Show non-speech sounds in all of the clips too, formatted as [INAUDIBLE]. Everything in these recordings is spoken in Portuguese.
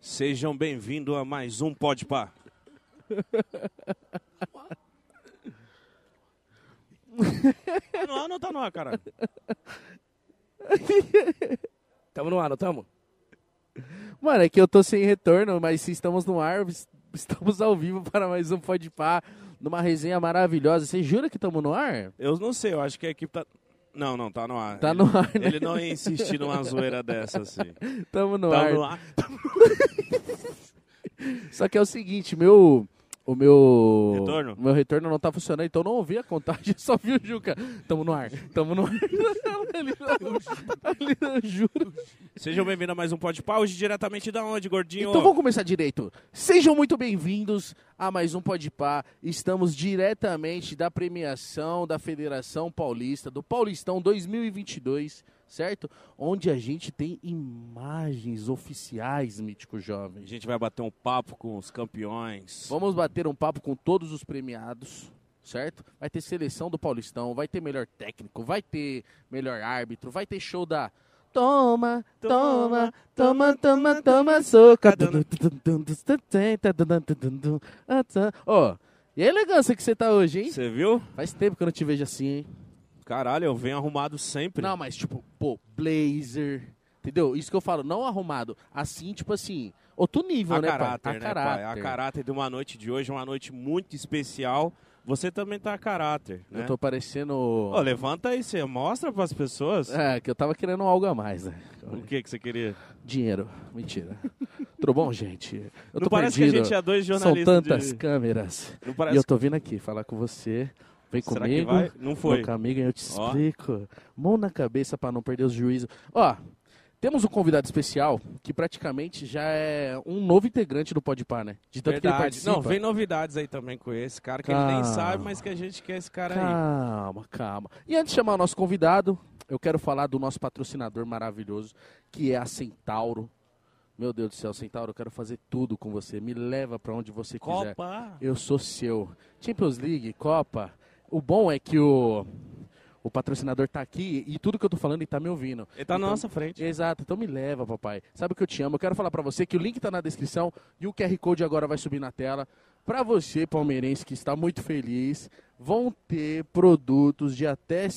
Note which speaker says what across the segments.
Speaker 1: Sejam bem-vindos a mais um Pode Pá. Tá no ar [LAUGHS] não tá no ar, caralho?
Speaker 2: Tamo no ar, não [LAUGHS] tamo?
Speaker 3: [LAUGHS] Mano, é que eu tô sem retorno, mas se estamos no ar, es- estamos ao vivo para mais um Pode Pá, numa resenha maravilhosa. Você jura que estamos no ar?
Speaker 1: Eu não sei, eu acho que a equipe tá. Não, não, tá no ar.
Speaker 3: Tá
Speaker 1: ele,
Speaker 3: no ar, né?
Speaker 1: Ele não ia
Speaker 3: [LAUGHS]
Speaker 1: insistir numa zoeira dessa assim.
Speaker 3: Tamo no
Speaker 1: Tá
Speaker 3: ar.
Speaker 1: no ar.
Speaker 3: Só que é o seguinte, meu. O meu.
Speaker 1: Retorno?
Speaker 3: Meu retorno não tá funcionando, então eu não ouvi a contagem, [LAUGHS] só vi o Juca. Tamo no ar, tamo no ar. ele, não, ele não juro.
Speaker 1: Sejam bem-vindos a mais um Pode Pá. Hoje diretamente da onde, gordinho?
Speaker 3: Então vamos começar direito. Sejam muito bem-vindos a mais um Pode Pá. Estamos diretamente da premiação da Federação Paulista, do Paulistão 2022, certo? Onde a gente tem imagens oficiais, Mítico Jovem.
Speaker 1: A gente vai bater um papo com os campeões.
Speaker 3: Vamos bater um papo com todos os premiados, certo? Vai ter seleção do Paulistão, vai ter melhor técnico, vai ter melhor árbitro, vai ter show da Toma, toma, toma, toma, toma, Tá soca. Ó, e a elegância que você tá hoje, hein?
Speaker 1: Você viu?
Speaker 3: Faz tempo que eu não te vejo assim, hein?
Speaker 1: Caralho, eu venho arrumado sempre.
Speaker 3: Não, mas tipo, pô, blazer. Entendeu? Isso que eu falo, não arrumado. Assim, tipo assim, outro nível,
Speaker 1: a
Speaker 3: né, pai?
Speaker 1: caráter, né, pai? A caráter de uma noite de hoje, uma noite muito especial. Você também tá a caráter, né?
Speaker 3: Eu tô parecendo.
Speaker 1: Ô, levanta aí, você mostra pras pessoas
Speaker 3: É, que eu tava querendo algo a mais, né?
Speaker 1: o que que você queria.
Speaker 3: Dinheiro. Mentira. Tudo bom, gente? Eu
Speaker 1: Não parece que a gente é dois
Speaker 3: São
Speaker 1: jornalistas
Speaker 3: tantas
Speaker 1: de...
Speaker 3: câmeras.
Speaker 1: Não
Speaker 3: E
Speaker 1: parece
Speaker 3: eu tô vindo aqui falar com você. Vem
Speaker 1: Será que
Speaker 3: comigo.
Speaker 1: vai? Não foi.
Speaker 3: Meu caminho, eu te
Speaker 1: Ó.
Speaker 3: explico. Mão na cabeça pra não perder os juízos. Ó, temos um convidado especial que praticamente já é um novo integrante do Podpah, né? De tanto que ele
Speaker 1: Verdade.
Speaker 3: participa.
Speaker 1: Não, vem novidades aí também com esse cara, que ele nem
Speaker 3: Calma.
Speaker 1: sabe, mas que a gente quer esse cara aí.
Speaker 3: Calma, calma. E antes de chamar o nosso convidado, eu quero falar do nosso patrocinador maravilhoso, que é a Centauro. Meu Deus do céu, Centauro, eu quero fazer tudo com você. Me leva pra onde você quiser.
Speaker 1: Copa!
Speaker 3: Eu sou seu. Champions League, Copa. O bom é que o, o patrocinador tá aqui e tudo que eu tô falando ele tá me ouvindo.
Speaker 1: Ele tá na
Speaker 3: Então-
Speaker 1: nossa frente.
Speaker 3: Exato, então me leva, papai. Sabe que eu te amo. Eu quero falar pra você que o link tá na descrição e o QR Code agora vai subir na tela. Pra você, palmeirense, que está muito feliz, vão ter produtos de até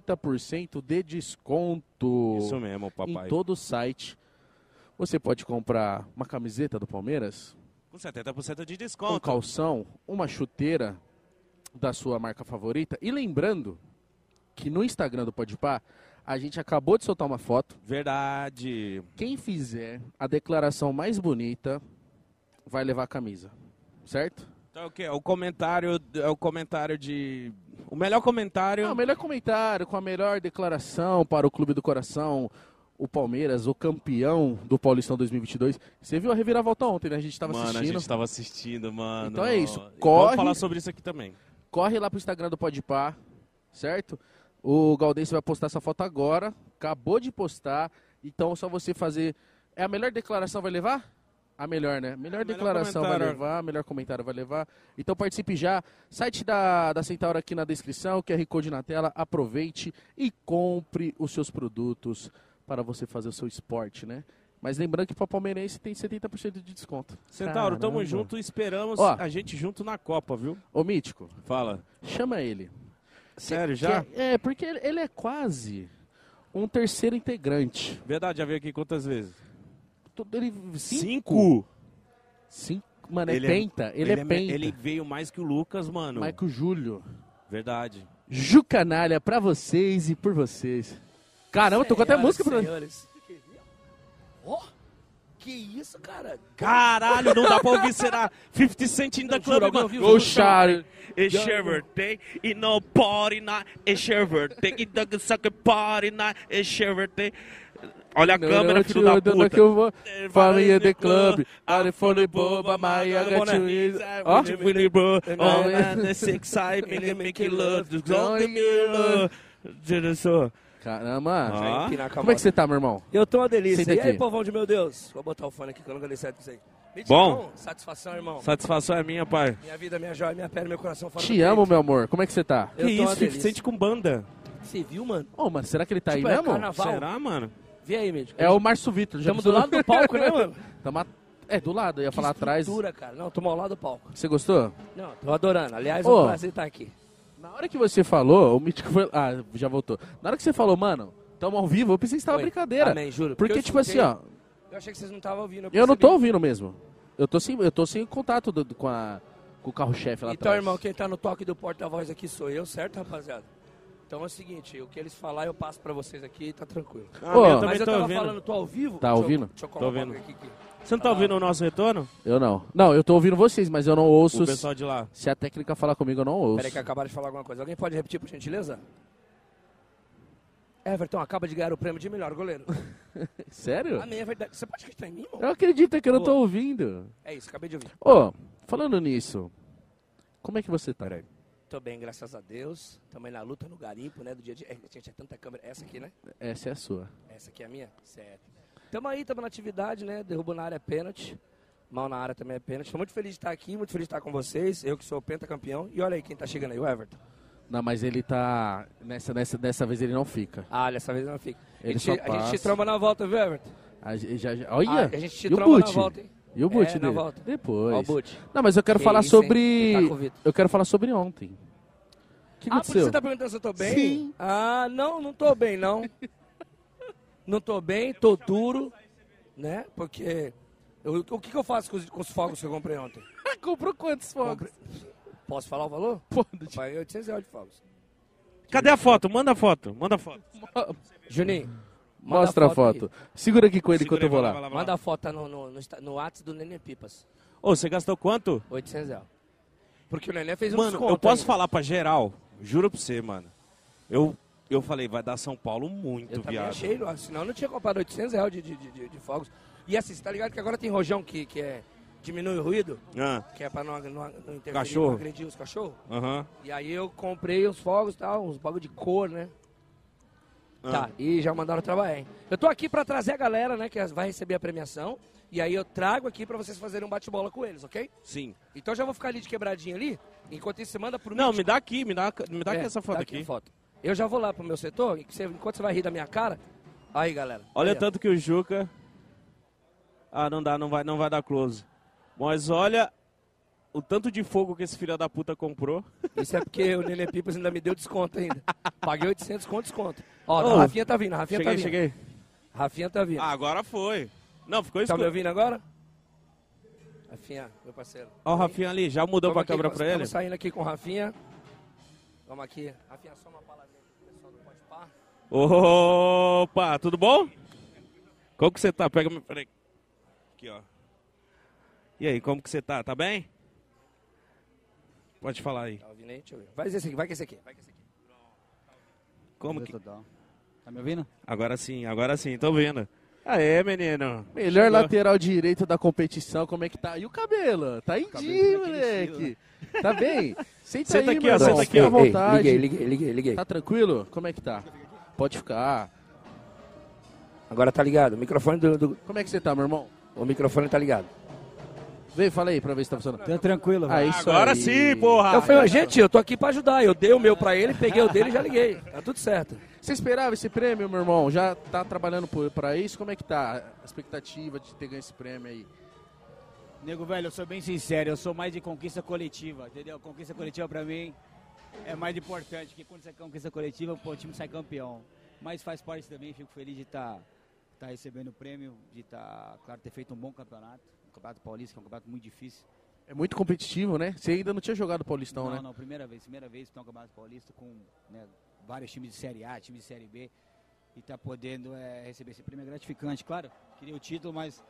Speaker 3: 70% de desconto
Speaker 1: Isso mesmo, papai.
Speaker 3: em todo o site. Você pode comprar uma camiseta do Palmeiras,
Speaker 1: Com 70% de
Speaker 3: um
Speaker 1: desconto.
Speaker 3: calção, uma chuteira da sua marca favorita. E lembrando que no Instagram do Podpah, a gente acabou de soltar uma foto
Speaker 1: Verdade.
Speaker 3: quem fizer a declaração mais bonita vai levar a camisa, certo?
Speaker 1: Então é o quê? É O comentário, é o comentário de... O melhor comentário...
Speaker 3: Ah, o melhor comentário com a melhor declaração para o Clube do Coração, o Palmeiras, o campeão do Paulistão 2022. Você viu a reviravolta ontem, né? A gente tava
Speaker 1: mano,
Speaker 3: assistindo.
Speaker 1: a gente tava assistindo, mano.
Speaker 3: Então é isso,
Speaker 1: E Vamos
Speaker 3: corre.
Speaker 1: falar sobre isso aqui também.
Speaker 3: Corre lá pro Instagram do Podpar, certo? O Galdense vai postar essa foto agora, acabou de postar, então é só você fazer... É a melhor declaração vai levar? A melhor, né? Melhor
Speaker 1: melhor
Speaker 3: declaração vai
Speaker 1: comentário.
Speaker 3: levar, melhor comentário vai levar. Então participe já. Site da, da Centauro aqui na descrição, QR Code na tela. Aproveite e compre os seus produtos para você fazer o seu esporte, né? Mas lembrando que para palmeirense tem 70% de desconto.
Speaker 1: Centauro, tamo
Speaker 3: Caramba.
Speaker 1: junto e esperamos
Speaker 3: Ó.
Speaker 1: a gente junto na Copa, viu?
Speaker 3: Ô, Mítico,
Speaker 1: Fala.
Speaker 3: chama ele.
Speaker 1: Sério, já?
Speaker 3: Que é, é, porque ele ele é quase um terceiro integrante.
Speaker 1: Verdade, já veio aqui quantas vezes?
Speaker 3: Tudo- Ele, cinco?
Speaker 1: Cinco.
Speaker 3: Cinco. Mano, é
Speaker 1: Ele é-
Speaker 3: penta. Ele, é,
Speaker 1: me-
Speaker 3: penta.
Speaker 1: ele veio mais que o Lucas, mano.
Speaker 3: Marco Júlio.
Speaker 1: Verdade.
Speaker 3: Jucanalha pra vocês e por vocês. Caramba, tocou até música pra
Speaker 2: senhores. Ó, que isso, cara?
Speaker 1: Caralho, não dá pra ouvir, será? 50 Cent in the club,
Speaker 2: alguém
Speaker 1: mano.
Speaker 2: ouviu?
Speaker 3: Go Shari.
Speaker 1: It's your birthday, e no party night. It's your birthday, e the sucker party night. It's your birthday. Olha a câmera, filho da
Speaker 3: Que
Speaker 1: puta.
Speaker 3: eu vou. Família The Club. Telefone boba, Maia Gatuiz. Ó. né? [LAUGHS]
Speaker 1: Willy Bro,
Speaker 3: Ó.
Speaker 1: all in Oh, the
Speaker 3: [LAUGHS]
Speaker 1: six side, me make love, just go to me love. Jesus.
Speaker 3: Caramba.
Speaker 1: Ah.
Speaker 2: Empinar com a
Speaker 3: Como é
Speaker 2: moto.
Speaker 3: que você tá, meu irmão?
Speaker 2: Eu tô uma delícia.
Speaker 3: Senta
Speaker 2: e aí,
Speaker 3: aqui.
Speaker 2: povão de meu Deus? Vou botar o fone aqui, que eu nunca dei certo com isso aí. Mítico,
Speaker 1: Bom.
Speaker 2: irmão, Satisfação, irmão.
Speaker 1: Satisfação é minha, pai.
Speaker 2: Minha vida, minha joia, minha pele, meu coração fora
Speaker 3: Te
Speaker 2: do
Speaker 3: amo,
Speaker 2: peito.
Speaker 3: meu amor. Como é que você tá?
Speaker 2: Eu
Speaker 1: que
Speaker 2: tô uma
Speaker 1: isso, 50
Speaker 2: delícia.
Speaker 1: Cent com banda.
Speaker 2: Você viu, mano?
Speaker 3: Ô, mano, será que ele tá
Speaker 2: Tipo,
Speaker 3: aí
Speaker 2: é
Speaker 3: mesmo?
Speaker 2: carnaval.
Speaker 1: Será, mano?
Speaker 2: Vê aí, Mítico.
Speaker 3: É o Márcio Vitor. já
Speaker 2: Estamos do lado do palco, né, mano?
Speaker 3: [LAUGHS] Tamo a É, do lado, eu ia falar atrás.
Speaker 2: Estrutura, cara. Não, tô mal lá do palco.
Speaker 3: Você gostou?
Speaker 2: Não, tô adorando. Aliás, é
Speaker 3: Ô.
Speaker 2: um prazer estar aqui.
Speaker 3: Na hora que você falou, o Mítico foi. Ah, já voltou. Na hora que você falou, mano, tamo ao vivo, eu pensei que você tava
Speaker 2: Oi.
Speaker 3: brincadeira.
Speaker 2: Amém, juro.
Speaker 3: Porque,
Speaker 2: eu
Speaker 3: tipo assim,
Speaker 2: escutei,
Speaker 3: ó,
Speaker 2: Eu achei que vocês não estavam ouvindo.
Speaker 3: eu não
Speaker 2: percebi.
Speaker 3: tô ouvindo mesmo. Eu tô sem, eu tô sem contato do- do- com, a, com o carro-chefe lá
Speaker 2: Então,
Speaker 3: atrás.
Speaker 2: irmão, quem tá no toque do porta-voz aqui sou eu, certo, rapaziada? Então é o seguinte, o que eles falar eu passo pra vocês aqui, tá tranquilo.
Speaker 1: Ah, eu
Speaker 3: Ô,
Speaker 1: também
Speaker 2: Mas eu
Speaker 1: tô
Speaker 2: tava
Speaker 1: ouvindo.
Speaker 2: falando, tô ao vivo?
Speaker 3: Tá
Speaker 2: Deixa eu-
Speaker 3: ouvindo?
Speaker 2: Deixa eu colocar
Speaker 1: ouvindo.
Speaker 2: o bagulho aqui.
Speaker 1: Você não tá ouvindo o nosso retorno?
Speaker 3: Eu não. Não, eu tô ouvindo vocês, mas eu não ouço.
Speaker 1: O pessoal de lá.
Speaker 3: Se a técnica falar comigo, eu não ouço.
Speaker 2: Peraí que acabaram de falar alguma coisa. Alguém pode repetir, por gentileza? Everton acaba de ganhar o prêmio de melhor goleiro.
Speaker 3: [LAUGHS] Sério?
Speaker 2: Amém, é verdade. Você pode acreditar em mim, irmão?
Speaker 3: Eu acredito que eu não tô
Speaker 2: Pô.
Speaker 3: ouvindo.
Speaker 2: É isso, acabei de ouvir.
Speaker 3: Ô, falando nisso, como é que você tá?
Speaker 2: Tô bem, graças a Deus. Também na luta, no garimpo, né, do dia a dia. É, gente, é tanta câmera. Essa aqui, né?
Speaker 3: Essa é a sua.
Speaker 2: Essa aqui é a minha? Certo. Tamo aí, tamo na atividade, né? Derrubo na área é pênalti. Mal na área também é pênalti. Tô muito feliz de estar aqui, muito feliz de estar com vocês. Eu que sou o pentacampeão. E olha aí quem tá chegando aí, o Everton.
Speaker 3: Não, mas ele tá. Nessa, nessa, dessa vez ele não fica.
Speaker 2: Ah, dessa vez eu não fico. A
Speaker 3: Ele
Speaker 2: gente,
Speaker 3: só
Speaker 2: a gente
Speaker 3: passa.
Speaker 2: te tromba na volta, viu, Everton?
Speaker 3: A, ge- já, já- olha!
Speaker 2: Ah, a gente te
Speaker 3: e o
Speaker 2: tromba na
Speaker 3: boot?
Speaker 2: volta, hein?
Speaker 3: E o boot
Speaker 2: É, na
Speaker 3: dele?
Speaker 2: volta.
Speaker 3: Depois.
Speaker 2: Ó o boot.
Speaker 3: Não, mas eu quero
Speaker 2: Que
Speaker 3: falar
Speaker 2: isso, hein?
Speaker 3: sobre.
Speaker 2: Ele tá com o Vitor.
Speaker 3: eu quero falar
Speaker 2: [LAUGHS]
Speaker 3: sobre ontem. O
Speaker 2: ah, por
Speaker 3: que
Speaker 2: isso
Speaker 3: aconteceu?
Speaker 2: você tá perguntando se eu tô bem?
Speaker 3: Sim.
Speaker 2: Ah, não, não tô bem, não. não tô bem, tô duro, né? Porque eu- o que, que eu faço com os, com os fogos que eu comprei ontem?
Speaker 3: Comprou quantos fogos?
Speaker 2: Comprei- Posso falar o valor?
Speaker 3: Pode.
Speaker 2: Paguei 800 reais de fogos.
Speaker 1: Cadê a foto? Manda a foto, manda a foto.
Speaker 2: [LAUGHS] Juninho, manda
Speaker 3: Mostra a foto. Segura aqui com ele
Speaker 1: Segura
Speaker 3: enquanto eu vou
Speaker 1: aí, vai
Speaker 3: lá.
Speaker 1: vai
Speaker 2: aí.
Speaker 1: vai
Speaker 2: Manda a foto no, no, no, Insta- no WhatsApp do Nenê Pipas.
Speaker 1: Ô, você gastou quanto?
Speaker 2: 800 reais. Porque o Nenê fez um
Speaker 1: Mano,
Speaker 2: desconto
Speaker 1: eu posso
Speaker 2: ainda.
Speaker 1: falar pra geral, juro pra você, mano. Eu, eu falei, vai dar São Paulo muito,
Speaker 2: Eu também
Speaker 1: viado.
Speaker 2: achei, não- senão eu não tinha comprado 800 reais de, de, de- de, de fogos. E assim, você tá ligado que agora tem rojão que, que é, diminui o ruído?
Speaker 1: Ah,
Speaker 2: Que é pra não, não, não interferir,
Speaker 1: Cachorro.
Speaker 2: não agredir os cachorros.
Speaker 1: aham.
Speaker 2: E aí eu comprei os fogos e tal, uns bagulho de cor, né?
Speaker 1: Ah.
Speaker 2: Tá, e já mandaram trabalhar, hein? Eu tô aqui pra trazer a galera, né, que as- vai receber a premiação. E aí eu trago aqui pra vocês fazerem um bate-bola com eles, ok?
Speaker 1: Sim.
Speaker 2: Então já vou ficar ali de quebradinha ali. Enquanto isso, você manda pro
Speaker 1: Não,
Speaker 2: Mítico.
Speaker 1: me dá aqui, me dá, me dá
Speaker 2: É,
Speaker 1: aqui essa foto
Speaker 2: dá
Speaker 1: aqui.
Speaker 2: a Foto. Eu já vou lá pro meu setor, e que você- enquanto você vai rir da minha cara. Aí, galera.
Speaker 1: Olha
Speaker 2: aí, ó.
Speaker 1: tanto que o Juca. Ah, não dá, não vai, não vai dar close. Mas olha o tanto de fogo que esse filho da puta comprou.
Speaker 2: Isso é porque o Nenê Pipas ainda me deu desconto
Speaker 1: [LAUGHS]
Speaker 2: ainda. Paguei 800 com desconto. Ó,
Speaker 1: Ô,
Speaker 2: a Rafinha tá vindo, a Rafinha tá
Speaker 1: Cheguei,
Speaker 2: vindo.
Speaker 1: cheguei.
Speaker 2: Rafinha tá vindo.
Speaker 1: Ah, agora foi. Não, ficou
Speaker 2: tá me
Speaker 1: escuro.
Speaker 2: ouvindo agora? Rafinha, meu parceiro.
Speaker 1: Ó, o Rafinha ali, já mudou pra câmera pra ele?
Speaker 2: Estamos saindo aqui com o Rafinha. Vamos aqui. Rafinha, só uma palavrinha aqui, pessoal do Pode Par.
Speaker 1: Opa, tudo bom? Como que você tá? Pega meu. Peraí. Aqui, ó. E aí, como que você tá? Tá bem? Pode falar aí.
Speaker 2: Tá ouvindo aí? Deixa eu ver. Vai esse aqui, vai com esse aqui. Vai com esse aqui.
Speaker 1: Como que.
Speaker 4: Tá me ouvindo?
Speaker 1: Agora sim, agora sim, tô vendo. Aê, menino.
Speaker 3: Melhor
Speaker 1: Chegou.
Speaker 3: lateral direito da competição, como é que tá? E o cabelo? Tá em dia, moleque. Tá bem?
Speaker 1: [LAUGHS]
Speaker 3: Senta,
Speaker 1: né? Senta
Speaker 3: aí,
Speaker 1: aqui,
Speaker 3: meu
Speaker 1: ó,
Speaker 3: irmão,
Speaker 1: senta aqui,
Speaker 3: fica
Speaker 1: ó.
Speaker 3: à vontade.
Speaker 2: liguei, liguei, liguei, liguei.
Speaker 3: Tá tranquilo? Como é que tá? Pode ficar.
Speaker 2: Agora tá ligado. O microfone do, do-
Speaker 3: Como é que você tá, meu irmão?
Speaker 2: O microfone tá ligado.
Speaker 3: Vem, fala aí pra ver se tá funcionando.
Speaker 4: Tá tranquilo,
Speaker 3: Ah,
Speaker 4: velho.
Speaker 3: isso
Speaker 1: agora
Speaker 3: aí. Então
Speaker 1: sim, porra.
Speaker 2: eu falei, gente, eu tô aqui pra ajudar. Eu dei o meu pra ele, peguei o dele e já liguei. Tá tudo certo.
Speaker 3: Você esperava esse prêmio, meu irmão? Já tá trabalhando por- pra isso? Como é que tá a expectativa de ter ganho esse prêmio aí?
Speaker 4: Nego, velho, eu sou bem sincero, eu sou mais de conquista coletiva, entendeu? Conquista coletiva pra mim é mais importante, porque quando você conquista coletiva, pô, o time sai campeão. Mas faz parte também, fico feliz de estar recebendo o prêmio, de estar, claro, ter feito um bom campeonato. O Campeonato Paulista, que é um campeonato muito difícil.
Speaker 3: É muito competitivo, né? Você ainda não tinha jogado Paulistão,
Speaker 4: não,
Speaker 3: né?
Speaker 4: não, primeira vez, primeira vez que é um Campeonato Paulista com né, vários times de Série A, times de Série B, e tá podendo é, receber esse prêmio é gratificante, claro, queria o título, mas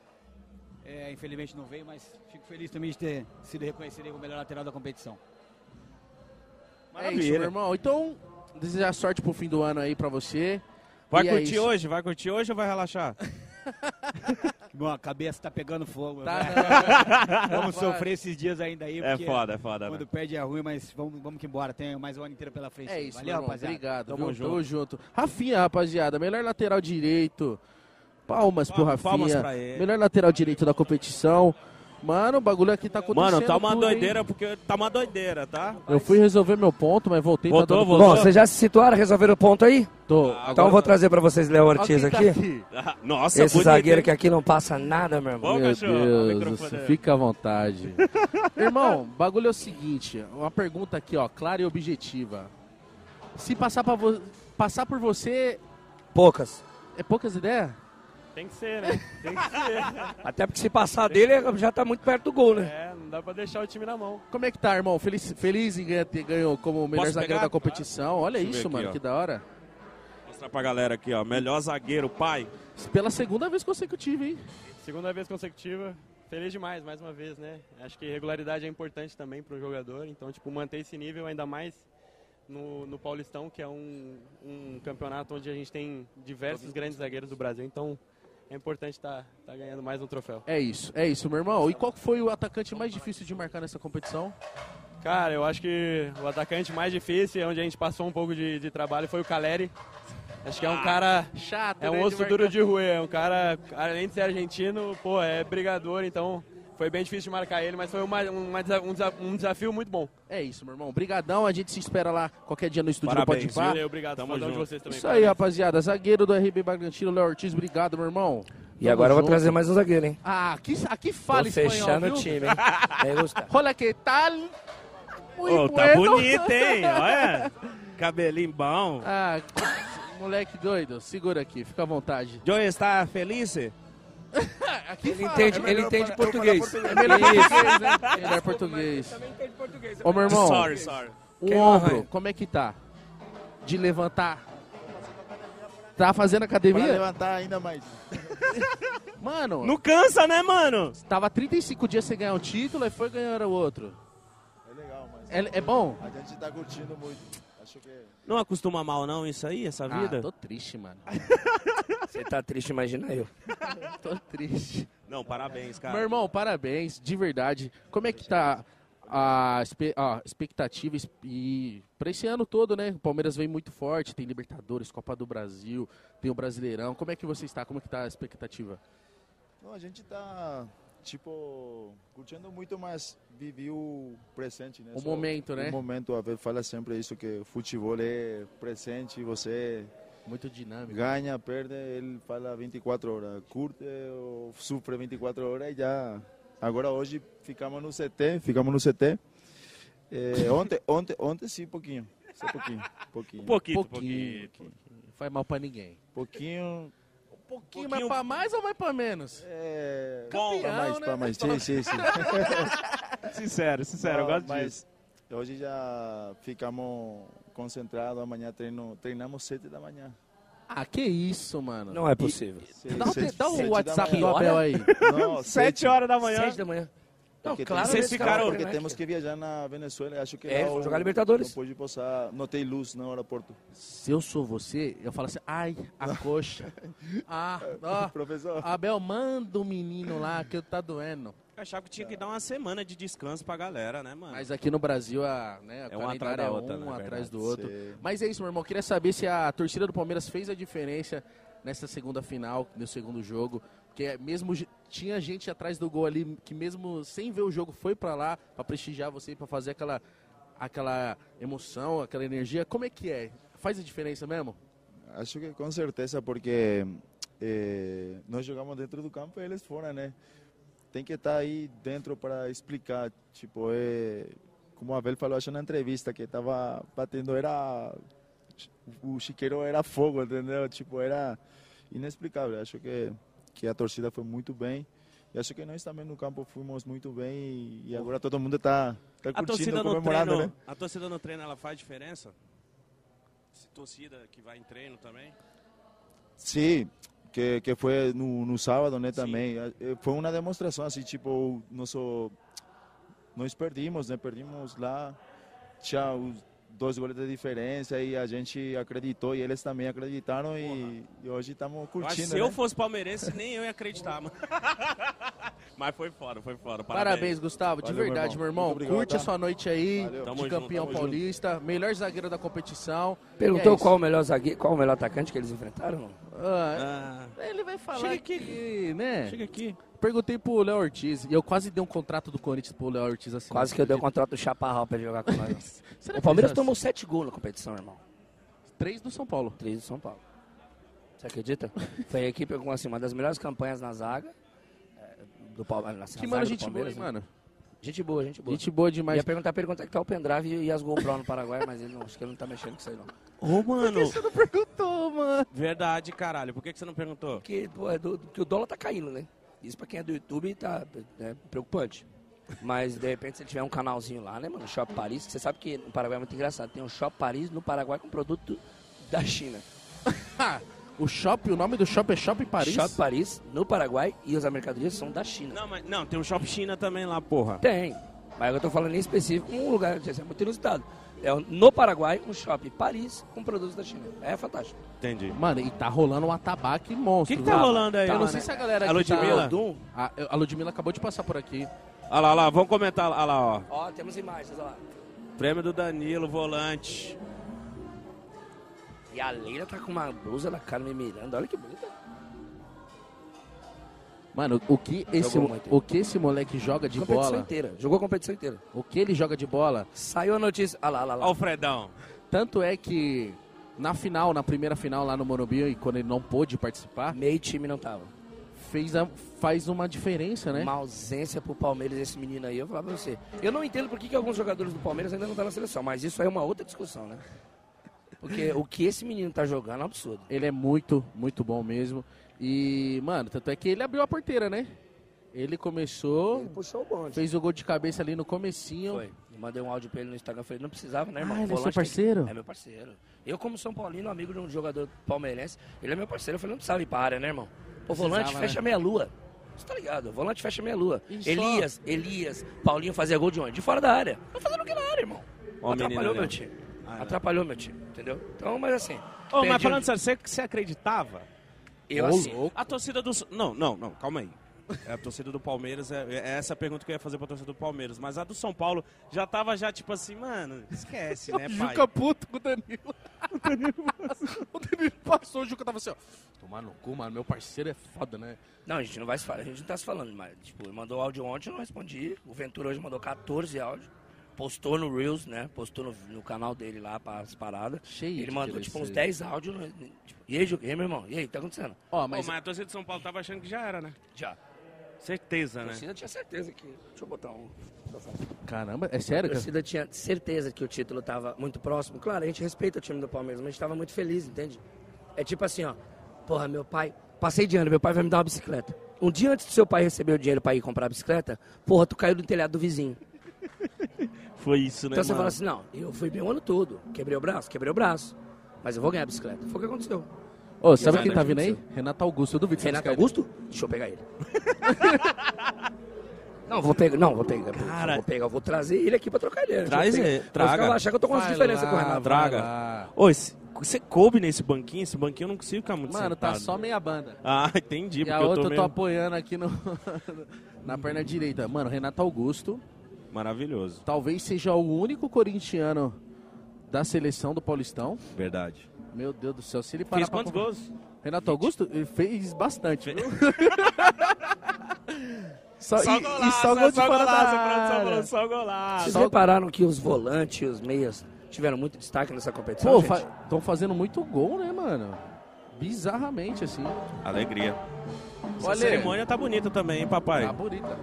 Speaker 4: é, infelizmente não veio, mas fico feliz também de ter sido reconhecido como o melhor lateral da competição.
Speaker 3: É isso, meu irmão. Então, desejar sorte pro fim do ano aí pra você.
Speaker 1: Vai
Speaker 3: E é
Speaker 1: curtir
Speaker 3: isso.
Speaker 1: hoje? Vai curtir hoje ou vai relaxar?
Speaker 4: Bom, a cabeça tá pegando fogo,
Speaker 3: Tá,
Speaker 4: né? vamos
Speaker 3: vai.
Speaker 4: sofrer esses dias ainda aí,
Speaker 1: É
Speaker 4: porque
Speaker 1: foda, é foda. né?
Speaker 4: quando perde é ruim, mas vamos, vamos que embora, tem mais um ano inteiro pela frente.
Speaker 3: É isso,
Speaker 4: Valeu,
Speaker 3: meu irmão.
Speaker 4: rapaziada.
Speaker 3: Obrigado.
Speaker 1: Tamo
Speaker 3: viu?
Speaker 1: junto.
Speaker 3: Tamo junto. Rafinha, rapaziada, melhor lateral direito. Palmas pro
Speaker 1: Palmas
Speaker 3: Rafinha.
Speaker 1: pra ele.
Speaker 3: Melhor lateral direito da competição. Mano, o bagulho aqui tá acontecendo.
Speaker 1: Mano, tá uma
Speaker 3: tudo, hein?
Speaker 1: doideira, porque tá uma doideira, tá?
Speaker 3: Eu fui resolver meu ponto, mas voltei pra
Speaker 1: Voltou,
Speaker 3: dona-
Speaker 1: voltou.
Speaker 2: Bom, vocês já se situaram, resolveram o ponto aí?
Speaker 3: Tô.
Speaker 2: então eu vou trazer pra vocês Léo
Speaker 3: Olha
Speaker 2: Ortiz
Speaker 3: quem tá
Speaker 2: aqui.
Speaker 1: Ah, Nossa,
Speaker 2: Esse
Speaker 1: bonito,
Speaker 2: zagueiro
Speaker 1: hein?
Speaker 2: que aqui não passa nada, meu irmão.
Speaker 1: Ô,
Speaker 3: Meu
Speaker 1: cachorro, o
Speaker 3: Deus,
Speaker 1: microfone
Speaker 3: você
Speaker 1: aí.
Speaker 3: fica à vontade. Irmão, o bagulho é o seguinte, uma pergunta aqui, ó, clara e objetiva. Se passar, pra vo- passar por você,
Speaker 2: Poucas.
Speaker 3: é poucas ideias?
Speaker 5: Tem que ser, né? Tem que ser. [LAUGHS]
Speaker 2: Até porque se passar dele já tá muito perto do gol, né?
Speaker 5: É, não dá pra deixar o time na mão.
Speaker 3: Como é que tá, irmão? Feliz, feliz em ganhar, ter ganhou como o melhor
Speaker 1: Posso
Speaker 3: zagueiro
Speaker 1: pegar?
Speaker 3: da competição. Olha
Speaker 1: Deixa eu ver
Speaker 3: isso,
Speaker 1: aqui,
Speaker 3: mano,
Speaker 1: ó.
Speaker 3: que da hora.
Speaker 1: Mostrar pra galera aqui, ó. Melhor zagueiro, pai.
Speaker 3: Pela segunda vez consecutiva, hein?
Speaker 5: Segunda vez consecutiva. Feliz demais, mais uma vez, né? Acho que regularidade é importante também para o jogador. Então, tipo, manter esse nível ainda mais no, no Paulistão, que é um, um campeonato onde a gente tem diversos grandes zagueiros do Brasil. Então, é importante estar ganhando mais um troféu.
Speaker 3: É isso, é isso, meu irmão. E qual que foi o atacante mais difícil de marcar nessa competição?
Speaker 5: Cara, eu acho que o atacante mais difícil, onde a gente passou um pouco de, de trabalho, foi o Caleri. Acho que é um cara
Speaker 3: Chato, né,
Speaker 5: É um osso duro de ruê, é um cara, além de ser argentino, pô, é brigador, então foi bem difícil de marcar ele, mas foi uma- uma desa- um, desa- um desafio muito bom.
Speaker 3: É isso, meu irmão. Brigadão, a gente se espera lá qualquer dia no estúdio
Speaker 1: Parabéns,
Speaker 3: do Podpah.
Speaker 5: Valeu, obrigado,
Speaker 1: Tamo
Speaker 5: fadão de
Speaker 1: junto.
Speaker 5: vocês também.
Speaker 3: Isso aí, rapaziada. Zagueiro do RB Bragantino, Léo Ortiz, obrigado, meu irmão.
Speaker 2: E
Speaker 3: Tamo
Speaker 2: agora eu vou
Speaker 3: junto.
Speaker 2: trazer mais um zagueiro, hein?
Speaker 3: Ah, aqui, aqui
Speaker 2: Vou
Speaker 3: fala espanhol,
Speaker 2: fechando
Speaker 3: viu?
Speaker 2: o time, hein? Vai gostar.
Speaker 3: Olha que tal? Muy
Speaker 1: Ô, tá
Speaker 3: bueno.
Speaker 1: bonito, hein? Olha. [LAUGHS] Cabelinho bom.
Speaker 3: Ah, [COUGHS] moleque doido, segura aqui, fica à vontade.
Speaker 1: Joe está feliz?
Speaker 3: [LAUGHS] Aqui
Speaker 2: Ele
Speaker 3: fala,
Speaker 2: entende,
Speaker 3: é
Speaker 2: ele
Speaker 3: melhor
Speaker 2: entende
Speaker 3: para-
Speaker 2: português.
Speaker 3: É melhor português, né? Melhor português. Ô,
Speaker 2: né?
Speaker 3: meu irmão,
Speaker 1: Sorry, sorry.
Speaker 3: o
Speaker 2: Quem
Speaker 3: ombro,
Speaker 2: arranha?
Speaker 3: como é que tá? De levantar. Tá fazendo
Speaker 6: Pra
Speaker 3: academia?
Speaker 6: levantar ainda mais.
Speaker 3: Mano,
Speaker 1: Não cansa, né, mano?
Speaker 3: tava 35 dias sem ganhar um título e foi ganhar o outro.
Speaker 6: É legal, mas
Speaker 3: É, é bom?
Speaker 6: a gente tá curtindo muito. Acho que
Speaker 1: Não acostuma mal, não, isso aí, essa vida?
Speaker 3: Ah, tô triste, mano.
Speaker 2: Você tá triste, imagina eu.
Speaker 3: Tô triste.
Speaker 1: Não, parabéns, cara.
Speaker 3: Meu irmão, parabéns, de verdade. Como é que tá a, espe- a expectativa es- e pra esse ano todo, né? O Palmeiras vem muito forte, tem Libertadores, Copa do Brasil, tem o Brasileirão. Como é que você está? Como é que tá a expectativa?
Speaker 6: Não, a gente tá, tipo, curtindo muito, mas vivi o presente, né?
Speaker 3: O
Speaker 6: Só
Speaker 3: momento, né?
Speaker 6: O momento, a ver, fala sempre isso, que o futebol é presente, você
Speaker 3: Muito dinâmico.
Speaker 6: ganha, perde, ele fala 24 horas, curte ou sofre 24 horas e já... Agora hoje ficamos no CT, ficamos no CT. É, ontem, ontem, ontem sim, pouquinho, só pouquinho, pouquinho.
Speaker 1: Pouquinho,
Speaker 3: Pouquinho. Não faz mal pra ninguém.
Speaker 6: pouquinho,
Speaker 3: Um pouquinho,
Speaker 1: mas
Speaker 3: mas
Speaker 1: pra
Speaker 3: pra mais ou mais pra menos? né?
Speaker 6: é...
Speaker 1: Bom,
Speaker 6: Pra mais, pra mais, sim, sim, sim.
Speaker 5: né? [LAUGHS] Sincero, sincero, eu
Speaker 6: Não,
Speaker 5: gosto
Speaker 6: mas
Speaker 5: disso.
Speaker 6: Hoje já ficamos concentrados, amanhã treino, treinamos 7 da manhã.
Speaker 3: Ah, que isso, mano.
Speaker 2: Não é possível.
Speaker 6: Seis-
Speaker 3: Dá, o,
Speaker 6: sete-
Speaker 3: te- dá o
Speaker 6: sete da
Speaker 3: WhatsApp
Speaker 6: manhã.
Speaker 3: do Abel aí.
Speaker 6: [LAUGHS] Não, sete,
Speaker 5: [LAUGHS] Sete horas da manhã.
Speaker 2: Seis da manhã. Não,
Speaker 6: Porque
Speaker 2: claro,
Speaker 6: tem-
Speaker 1: Vocês
Speaker 2: esse cara
Speaker 1: ficaram-
Speaker 2: vai
Speaker 6: Porque
Speaker 2: treinar
Speaker 6: temos
Speaker 2: aqui.
Speaker 6: que viajar na Venezuela, acho que
Speaker 2: É,
Speaker 6: lá
Speaker 2: vamos
Speaker 6: o-
Speaker 2: jogar Libertadores.
Speaker 6: Não pode passar, não tem luz no aeroporto.
Speaker 3: Se eu sou você, eu falo assim, ai, a coxa. Ah, ó,
Speaker 6: Professor,
Speaker 3: Abel, manda o menino lá que tá doendo.
Speaker 1: Eu achava que tinha que dar uma semana de descanso pra galera, né, mano?
Speaker 3: Mas aqui no Brasil, a, né, a
Speaker 1: É um atrás
Speaker 3: calendário
Speaker 1: da
Speaker 3: é
Speaker 1: outra,
Speaker 3: um
Speaker 1: né,
Speaker 3: atrás
Speaker 1: verdade.
Speaker 3: do outro.
Speaker 6: Sim.
Speaker 3: Mas é isso, meu irmão. Queria saber se a torcida do Palmeiras fez a diferença nessa segunda final, no segundo jogo. Porque é mesmo ge- tinha gente atrás do gol ali, que mesmo sem ver o jogo foi pra lá, pra prestigiar você, pra fazer aquela, aquela emoção, aquela energia. Como é que é? Faz a diferença mesmo?
Speaker 6: acho que com certeza, porque eh, nós jogamos dentro do campo e eles fora, né? Tem que estar aí dentro para explicar, tipo, é, como a Abel falou acho na entrevista, que tava batendo, era, o chiqueiro era fogo, entendeu? Tipo, era inexplicável, acho que, que a torcida foi muito bem, e acho que nós também no campo fomos muito bem, e agora todo mundo tá, tá
Speaker 1: a
Speaker 6: curtindo,
Speaker 1: torcida no
Speaker 6: comemorando,
Speaker 1: treino,
Speaker 6: né?
Speaker 1: a torcida no treino, ela faz diferença? Se torcida que vai em treino também?
Speaker 6: Sim, que, que foi no, no sábado, né, também. Eh, Foi uma demonstração, assim, tipo, nosso, nós perdimos, né, perdimos lá, tinha os dois goles de diferença e a gente acreditou e eles também acreditaram e, e hoje estamos
Speaker 1: Eu acho que
Speaker 6: curtindo,
Speaker 1: se eu
Speaker 6: né?
Speaker 1: fosse palmeirense, nem eu ia acreditar, mano. [LAUGHS] Mas foi fora, foi fora. Parabéns.
Speaker 3: Parabéns, Gustavo. de
Speaker 6: Valeu, meu
Speaker 3: verdade,
Speaker 6: irmão.
Speaker 3: meu irmão.
Speaker 6: Muito obrigado,
Speaker 3: Curte
Speaker 6: tá?
Speaker 3: a sua noite aí,
Speaker 6: Valeu.
Speaker 1: Tamo
Speaker 3: de
Speaker 1: junto,
Speaker 3: campeão
Speaker 1: tamo junto.
Speaker 3: paulista, melhor zagueiro da competição. E é
Speaker 2: Perguntou
Speaker 3: isso.
Speaker 2: qual o melhor zagueiro, qual o melhor atacante que eles enfrentaram?
Speaker 3: Ah,
Speaker 1: Ah,
Speaker 3: ele vai falar
Speaker 1: Chega
Speaker 3: aqui, né?
Speaker 1: chega aqui.
Speaker 3: Perguntei pro Léo Ortiz, e eu quase dei um contrato do Corinthians pro Léo Ortiz assim.
Speaker 2: Quase que eu dei o contrato do Chaparral pra ele
Speaker 3: [LAUGHS]
Speaker 2: jogar com nós.
Speaker 3: Será
Speaker 2: o
Speaker 3: que
Speaker 2: Palmeiras
Speaker 3: eles-
Speaker 2: tomou sete gols na competição, irmão.
Speaker 3: três do São Paulo.
Speaker 2: Três do São Paulo. Você
Speaker 3: [LAUGHS]
Speaker 2: acredita? Foi a equipe com assim, uma das melhores campanhas na zaga. é, Do Palmeiras, na
Speaker 3: Que
Speaker 2: zaga
Speaker 3: mano,
Speaker 2: do
Speaker 3: gente boa,
Speaker 2: Palmeiras,
Speaker 3: hein,
Speaker 2: né?
Speaker 3: mano.
Speaker 2: Gente boa, gente boa.
Speaker 3: Gente boa
Speaker 2: Ia
Speaker 3: demais.
Speaker 2: perguntar pra ele quanto é que tá o pendrive e as GoPro no Paraguai, mas ele não, acho que ele não tá mexendo com isso aí, não.
Speaker 1: Ô, mano.
Speaker 3: não perguntou, mano.
Speaker 1: Verdade, caralho. Por que, que você não perguntou?
Speaker 2: Porque, pô, é do- porque o dólar tá caindo, né? Isso pra quem é do YouTube tá né, preocupante. Mas de repente se ele tiver um canalzinho lá, né, mano? Shop Paris, você sabe que no Paraguai é muito engraçado. Tem um Shop Paris no Paraguai com produto da China.
Speaker 3: Ah, [LAUGHS] o shopping, o nome do shopping é Shopping Paris?
Speaker 2: Shop Paris no Paraguai e as mercadorias são da China.
Speaker 1: Não, mas não, tem um Shop China também lá, porra.
Speaker 2: Tem. Mas eu tô falando em específico um lugar, isso é muito inusitado. É um- no Paraguai, um shopping Paris com produtos da China. É fantástico.
Speaker 1: Entendi.
Speaker 3: Mano, e tá rolando um atabaque
Speaker 1: O que,
Speaker 3: monstro.
Speaker 1: que
Speaker 3: viu?
Speaker 1: tá rolando aí?
Speaker 3: Eu não
Speaker 1: mano?
Speaker 3: sei se a galera
Speaker 1: A
Speaker 3: aqui tá-
Speaker 1: Ludmilla?
Speaker 2: Dum.
Speaker 3: A, a Ludmilla acabou de passar por aqui.
Speaker 1: Olha lá, olha lá, vamos comentar. Olha lá, ó.
Speaker 2: Ó, temos imagens, olha lá.
Speaker 1: Prêmio do Danilo, volante.
Speaker 2: E a Leila tá com uma blusa da Carmen Miranda, olha que bonita.
Speaker 3: Mano, o que esse,
Speaker 2: muito.
Speaker 3: o que esse moleque joga de
Speaker 2: competição
Speaker 3: bola?
Speaker 2: inteira, jogou a competição inteira.
Speaker 3: O que ele joga de bola?
Speaker 2: Saiu a notícia, olha "Ah lá, olha lá.
Speaker 1: Olha o Fredão.
Speaker 3: Tanto é que na final, na primeira final lá no Morumbi, e quando ele não pôde participar,
Speaker 2: Meio time não tava.
Speaker 3: fez a- faz uma diferença, né?
Speaker 2: Uma ausência pro Palmeiras esse menino aí, eu vou falar pra você. Eu não entendo por que, que alguns jogadores do Palmeiras ainda não estão na seleção, mas isso aí é uma outra discussão, né? Porque o que esse menino tá jogando é um absurdo.
Speaker 3: Ele é muito, muito bom mesmo. E, mano, tanto é que ele abriu a porteira, né? Ele começou,
Speaker 2: puxou o bonde.
Speaker 3: fez o gol de cabeça ali no comecinho.
Speaker 2: Foi. Eu mandei um áudio pra ele no Instagram, eu falei, não precisava, né, irmão?
Speaker 3: Ah, ele é
Speaker 2: Volante
Speaker 3: seu parceiro?
Speaker 2: tem que- É meu parceiro. Eu, como São Paulino, amigo de um jogador palmeirense, ele é meu parceiro, eu falei, não precisava ir pra área, né, irmão? O volante
Speaker 3: Precisava, né?
Speaker 2: fecha meia lua. Você tá ligado? O volante fecha meia lua.
Speaker 3: E só-
Speaker 2: Elias, Elias, Paulinho fazia gol de onde? De fora da área. Tá fazendo o que na área, irmão?
Speaker 1: Ó o menino
Speaker 2: Atrapalhou
Speaker 1: ali, Ah, é. ó.
Speaker 2: meu time. Atrapalhou meu time, entendeu? Então, mas assim.
Speaker 1: Ô, mas
Speaker 2: perdi
Speaker 1: falando
Speaker 2: o-
Speaker 1: sério, você, você acreditava?
Speaker 2: eu
Speaker 3: Ô,
Speaker 2: assim.
Speaker 3: louco.
Speaker 1: A torcida do. Não, não, não, calma aí. É, A torcida do Palmeiras, é, é essa a pergunta que eu ia fazer pra torcida do Palmeiras. Mas a do São Paulo já tava já tipo assim, mano,
Speaker 3: [LAUGHS]
Speaker 1: esquece,
Speaker 2: [LAUGHS]
Speaker 1: né, pai?
Speaker 3: Juca puto com o Danilo. o Danilo passou. [LAUGHS] O Danilo passou, o Juca tava assim, ó. Tomar no cu, mano. Meu parceiro é foda, né?
Speaker 2: Não, a gente não vai se falar, a gente não tá se falando, mas, tipo, ele mandou áudio ontem, eu não respondi. O Ventura hoje mandou 14 áudios. Postou no Reels, né? Postou no, no canal dele lá para as paradas.
Speaker 3: Cheio
Speaker 2: Ele
Speaker 3: de
Speaker 2: mandou, tipo, uns
Speaker 3: interesseiro.
Speaker 2: 10 áudios. né, tipo, e aí, Ju- e aí, meu irmão? E aí, tá acontecendo?
Speaker 3: Ó,
Speaker 1: Pô, mas...
Speaker 3: mas,
Speaker 1: a torcida do São Paulo tava achando que já era, né?
Speaker 2: Já.
Speaker 1: Certeza,
Speaker 2: A
Speaker 1: né?
Speaker 2: torcida tinha certeza que. Deixa eu botar um.
Speaker 3: caramba, é
Speaker 2: A
Speaker 3: sério, cara?
Speaker 2: torcida tinha certeza que o título tava muito próximo. Claro, a gente respeita o time do Palmeiras, mas a gente tava muito feliz, entende? É tipo assim, ó. Porra, meu pai. Passei de ano, meu pai vai me dar uma bicicleta. Um dia antes do seu pai receber o dinheiro pra ir comprar a bicicleta, porra, tu caiu do telhado do
Speaker 3: [LAUGHS]
Speaker 2: vizinho.
Speaker 1: Foi isso, né,
Speaker 2: Então você
Speaker 1: mano?
Speaker 2: fala assim, não, eu fui bem o ano todo. Quebrei o braço? Quebrei o braço. Mas eu vou ganhar a bicicleta. Foi o que aconteceu.
Speaker 3: Ô, sabe quem
Speaker 2: Exatamente.
Speaker 3: tá vindo aí? Renato Augusto, eu duvido. que
Speaker 2: Renato
Speaker 3: você
Speaker 2: Augusto? Deixa eu pegar ele. não, vou pegar, não, vou pegar.
Speaker 1: Cara.
Speaker 2: vou pegar, vou trazer ele aqui pra trocar ele. Deixa
Speaker 1: Traz
Speaker 2: eu pegar.
Speaker 1: ele,
Speaker 2: Os
Speaker 1: traga.
Speaker 2: caras vão achar que eu tô com umas
Speaker 3: Vai
Speaker 2: diferenças
Speaker 3: lá,
Speaker 2: com o Renato.
Speaker 3: vai
Speaker 1: Draga.
Speaker 3: lá.
Speaker 1: Ô, esse- você coube nesse banquinho? Esse banquinho eu não consigo ficar muito
Speaker 3: Mano, tá
Speaker 1: sentado.
Speaker 3: só meia banda.
Speaker 1: Ah, [LAUGHS] entendi,
Speaker 3: E
Speaker 1: porque
Speaker 3: a
Speaker 1: eu
Speaker 3: outra
Speaker 1: tô
Speaker 3: eu tô
Speaker 1: meio...
Speaker 3: apoiando aqui no, [LAUGHS] na perna direita. Mano, Renato Augusto
Speaker 1: Maravilhoso,
Speaker 3: talvez seja o único corintiano da seleção do Paulistão.
Speaker 1: verdade.
Speaker 3: Meu Deus do céu, se ele parar
Speaker 1: Fez
Speaker 3: pra
Speaker 1: quantos
Speaker 3: conver-
Speaker 1: gols?
Speaker 3: Renato Augusto ele fez bastante.
Speaker 1: [LAUGHS]
Speaker 3: viu? só, e- e só
Speaker 1: é
Speaker 3: gol de fora da área.
Speaker 1: só golaço.
Speaker 2: Vocês
Speaker 3: Só-
Speaker 2: repararam que os volantes, e os meias, tiveram muito destaque nessa competição?
Speaker 3: Pô,
Speaker 2: gente?
Speaker 3: estão fazendo muito gol, né, mano? Bizarramente, assim.
Speaker 1: Alegria. Essa
Speaker 3: Olha,
Speaker 1: cerimônia tá bonita também, hein, papai?
Speaker 3: tá bonita.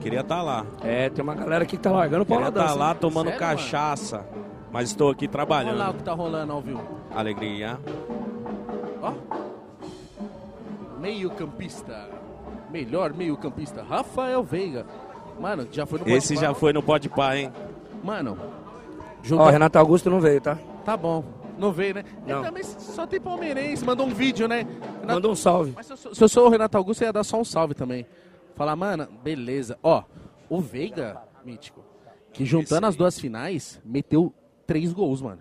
Speaker 1: Queria estar lá.
Speaker 2: É, tem uma galera aqui que tá largando o pau
Speaker 1: Queria
Speaker 2: na
Speaker 1: estar
Speaker 2: dança.
Speaker 1: lá tomando
Speaker 3: Sério,
Speaker 1: cachaça. Mas estou aqui
Speaker 3: Olha
Speaker 1: trabalhando.
Speaker 3: lá o que tá rolando, ó, viu?
Speaker 1: Alegria.
Speaker 3: Ó. Meio campista. Melhor meio campista. Rafael Veiga. Mano, já foi no
Speaker 1: Esse
Speaker 3: Podpah.
Speaker 1: já foi no Pode Pá, hein?
Speaker 3: Mano.
Speaker 2: Ó,
Speaker 3: Junto...
Speaker 2: o Renato Augusto não veio, tá?
Speaker 3: Tá bom. Não veio, né?
Speaker 2: Não.
Speaker 3: Ele também só tem palmeirense. Mandou um vídeo, né? Renato-
Speaker 2: Manda um salve.
Speaker 3: Mas se eu, sou, se eu sou o Renato Augusto, eu ia dar só um salve também. Falar, mano, beleza. Ó, o Veiga, mítico, que juntando as duas finais, meteu três gols, mano.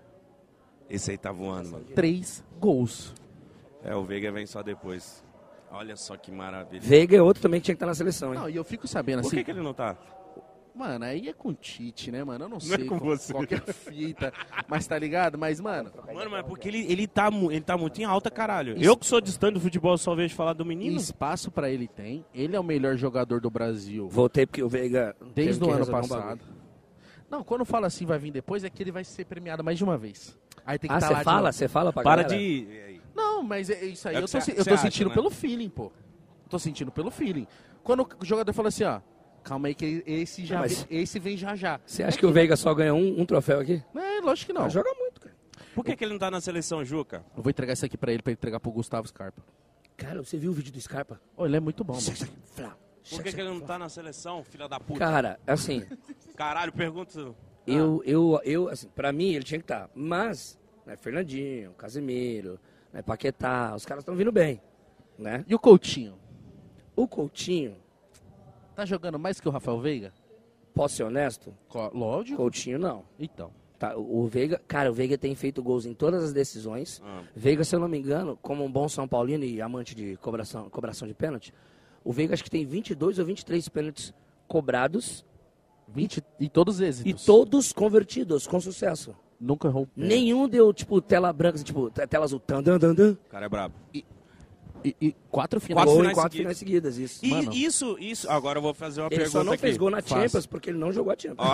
Speaker 1: Esse aí tá voando, mano.
Speaker 3: Três gols.
Speaker 1: É, o Veiga vem só depois. Olha só que maravilha.
Speaker 2: Veiga é outro é também que tinha que estar na seleção, hein?
Speaker 3: Não, e eu fico sabendo,
Speaker 1: Por
Speaker 3: assim,
Speaker 1: que, que ele não tá?
Speaker 3: Mano, aí é com Tite, né, mano? Eu não,
Speaker 1: Não é
Speaker 3: sei
Speaker 1: com
Speaker 3: qual,
Speaker 1: você.
Speaker 3: qual que é a fita, mas tá ligado? Mas, mano,
Speaker 1: Mano,
Speaker 2: é
Speaker 1: mas porque ele, ele, tá, mu- ele tá muito em alta, caralho. Eu que sou distante do futebol, só vejo falar do menino.
Speaker 3: espaço pra ele tem. Ele é o melhor jogador do Brasil
Speaker 2: Voltei porque o Veiga. teve
Speaker 3: desde
Speaker 2: que
Speaker 3: o ano
Speaker 2: resolver um
Speaker 3: passado.
Speaker 2: bagulho.
Speaker 3: não, quando fala assim vai vir depois, é que ele vai ser premiado mais de uma vez. Aí tem que
Speaker 2: Ah,
Speaker 3: tá
Speaker 2: você
Speaker 3: lá de
Speaker 2: fala?
Speaker 3: novo.
Speaker 2: Você fala pra
Speaker 1: Para
Speaker 2: galera?
Speaker 1: de...
Speaker 3: Não, mas é isso aí.
Speaker 1: É o
Speaker 3: eu
Speaker 1: que
Speaker 3: tô,
Speaker 1: cê-
Speaker 3: se- eu
Speaker 1: cê
Speaker 3: tô
Speaker 1: acha,
Speaker 3: sentindo
Speaker 1: né?
Speaker 3: pelo feeling, pô. Tô sentindo pelo feeling. Quando o jogador fala assim, ó, calma aí que esse já
Speaker 2: Não, mas-
Speaker 3: vem, esse vem já já.
Speaker 2: Você acha que o Veiga só ganhou um, um troféu aqui? um-
Speaker 3: É, lógico que não.
Speaker 2: Mas Joga muito, cara.
Speaker 1: Por que, que ele não tá na seleção, Juca?
Speaker 3: Eu vou entregar isso aqui pra ele, pra ele entregar pro Gustavo Scarpa.
Speaker 2: Cara, você viu o vídeo do Scarpa?
Speaker 3: Ô, ele é muito bom, mano.
Speaker 2: Flá,
Speaker 1: Por que, que ele não tá na seleção, filha da puta?
Speaker 2: Cara, assim,
Speaker 1: [LAUGHS] Caralho, pergunta...
Speaker 3: Ah.
Speaker 2: eu, eu, eu, assim, pra mim ele tinha que estar. Mas, né, Fernandinho, Casemiro, né, Paquetá, os caras estão vindo bem, né?
Speaker 3: E o Coutinho?
Speaker 2: O Coutinho,
Speaker 3: Tá jogando mais que o Rafael Veiga?
Speaker 2: posso ser honesto?
Speaker 3: Co- Lógico.
Speaker 2: Coutinho não.
Speaker 3: Então.
Speaker 2: Tá, o o Veiga, cara, o Veiga tem feito gols em todas as decisões.
Speaker 1: Ah.
Speaker 2: Veiga, se eu não me engano, como um bom São Paulino e amante de cobração, cobração de pênalti, o Veiga acho que tem 22 ou 23 pênaltis cobrados
Speaker 3: 20 e todos
Speaker 2: e
Speaker 3: êxitos.
Speaker 2: todos convertidos com sucesso.
Speaker 3: Nunca errou. um pênalti.
Speaker 2: Nenhum deu, tipo, tela branca, assim, tipo, te- tela azul. Tan, tan, tan, tan.
Speaker 1: O cara é brabo.
Speaker 3: E, e quatro finais.
Speaker 1: Quatro
Speaker 2: Gol em
Speaker 1: finais
Speaker 2: quatro
Speaker 1: seguidas.
Speaker 2: finais seguidas, isso.
Speaker 1: E
Speaker 3: Mano.
Speaker 1: isso, isso... Agora eu vou fazer uma
Speaker 2: Ele
Speaker 1: pergunta
Speaker 2: só não
Speaker 1: aqui.
Speaker 2: fez gol na
Speaker 3: Fácil.
Speaker 2: Champions porque ele não jogou a Champions.
Speaker 1: Ó.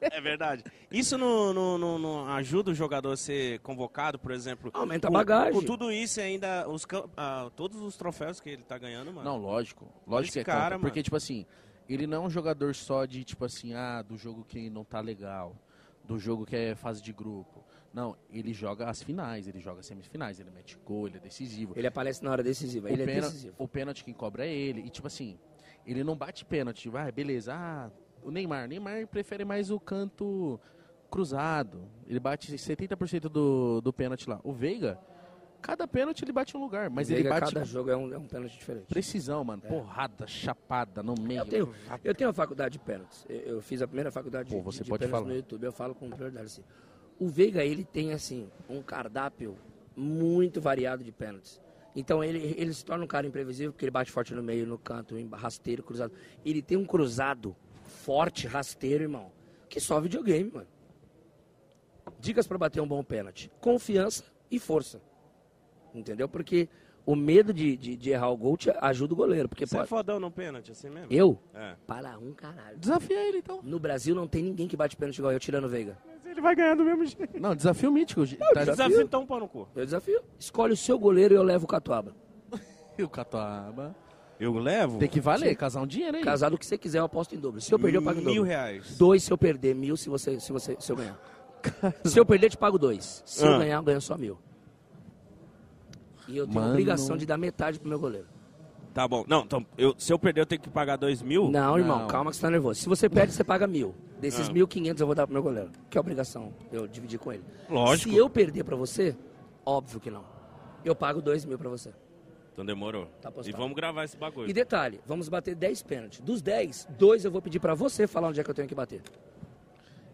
Speaker 1: é verdade. Isso não, não- não- não ajuda o jogador a ser convocado, por exemplo?
Speaker 2: Aumenta a
Speaker 1: Com-
Speaker 2: bagagem.
Speaker 1: Com tudo isso e ainda, os, cam- ah, todos os troféus que ele tá ganhando, mano.
Speaker 3: Não, lógico. Lógico
Speaker 1: esse
Speaker 3: que é
Speaker 1: cara,
Speaker 3: cara,
Speaker 1: mano.
Speaker 3: Porque, tipo assim, ele não é um jogador só de, tipo assim, ah, do jogo que não tá legal, do jogo que é fase de grupo. Não, ele joga as finais, ele joga as semifinais, ele mete gol, ele é decisivo.
Speaker 2: Ele aparece na hora decisiva. Ele
Speaker 3: o,
Speaker 2: é
Speaker 3: pênalti,
Speaker 2: decisivo.
Speaker 3: o pênalti quem cobra é ele. E, tipo assim, ele não bate pênalti, vai, beleza. Ah, o Neymar. O Neymar prefere mais o canto cruzado. Ele bate 70% do, do pênalti lá. O Veiga, cada pênalti ele bate em um lugar, mas
Speaker 2: Veiga,
Speaker 3: ele bate
Speaker 2: cada
Speaker 3: com
Speaker 2: jogo é um, é um pênalti diferente. É.
Speaker 3: precisão, mano. Porrada, chapada, no meio.
Speaker 2: Eu tenho, eu tenho a faculdade de pênaltis. Eu, eu fiz a primeira faculdade
Speaker 3: Pô,
Speaker 2: de-
Speaker 3: você
Speaker 2: de
Speaker 3: pode
Speaker 2: pênaltis
Speaker 3: falar.
Speaker 2: no YouTube. Eu falo com prioridade assim. O Veiga, ele tem, assim, um cardápio muito variado de pênaltis. Então, ele, ele se torna um cara imprevisível, porque ele bate forte no meio, no canto, em- rasteiro, cruzado. Ele tem um cruzado forte, rasteiro, irmão, que só videogame, mano. Dicas pra bater um bom pênalti. Confiança e força. Entendeu? Porque o medo de, de- de errar o gol te ajuda o goleiro. Porque
Speaker 1: Você é
Speaker 2: pode...
Speaker 1: fodão no pênalti, assim mesmo?
Speaker 2: Eu?
Speaker 1: É.
Speaker 2: Para um caralho.
Speaker 3: Desafia ele, então.
Speaker 2: No Brasil não tem ninguém que bate pênalti igual eu, tirando o Veiga.
Speaker 5: Ele vai ganhar do mesmo jeito.
Speaker 3: Não, desafio mítico. gente. Tá
Speaker 1: Desafio então um pau no cu.
Speaker 2: Eu desafio. Escolhe o seu goleiro e eu levo o
Speaker 1: [LAUGHS]
Speaker 2: Catuaba.
Speaker 3: desafio, Catuaba.
Speaker 1: Eu levo?
Speaker 3: Tem que valer, casar um dinheiro aí.
Speaker 2: Casado o que você quiser, eu aposto em dobro. Se eu perder, eu pago em
Speaker 1: Mil
Speaker 2: dobro.
Speaker 1: reais.
Speaker 2: Dois se eu perder, mil se você, se você se eu ganhar. Se eu perder, eu te pago dois. Se
Speaker 1: Ah.
Speaker 2: eu ganhar, eu ganho só mil. E eu tenho
Speaker 3: Mano.
Speaker 2: a obrigação de dar metade pro meu goleiro.
Speaker 1: Tá bom. Não, então, eu, se eu perder, eu tenho que pagar dois mil?
Speaker 2: Não, irmão,
Speaker 3: não.
Speaker 2: calma que você tá nervoso. Se você perde, você paga mil. Desses
Speaker 1: Ah.
Speaker 2: mil, quinhentos eu vou dar pro meu goleiro. Que é obrigação eu dividir com ele.
Speaker 1: Lógico.
Speaker 2: Se eu perder pra você, óbvio que não. Eu pago dois mil pra você.
Speaker 1: Então demorou.
Speaker 2: Tá
Speaker 1: e
Speaker 2: postado.
Speaker 1: vamos gravar esse bagulho.
Speaker 2: E detalhe, vamos bater 10 pênaltis. Dos 10, dois eu vou pedir pra você falar onde é que eu tenho que bater.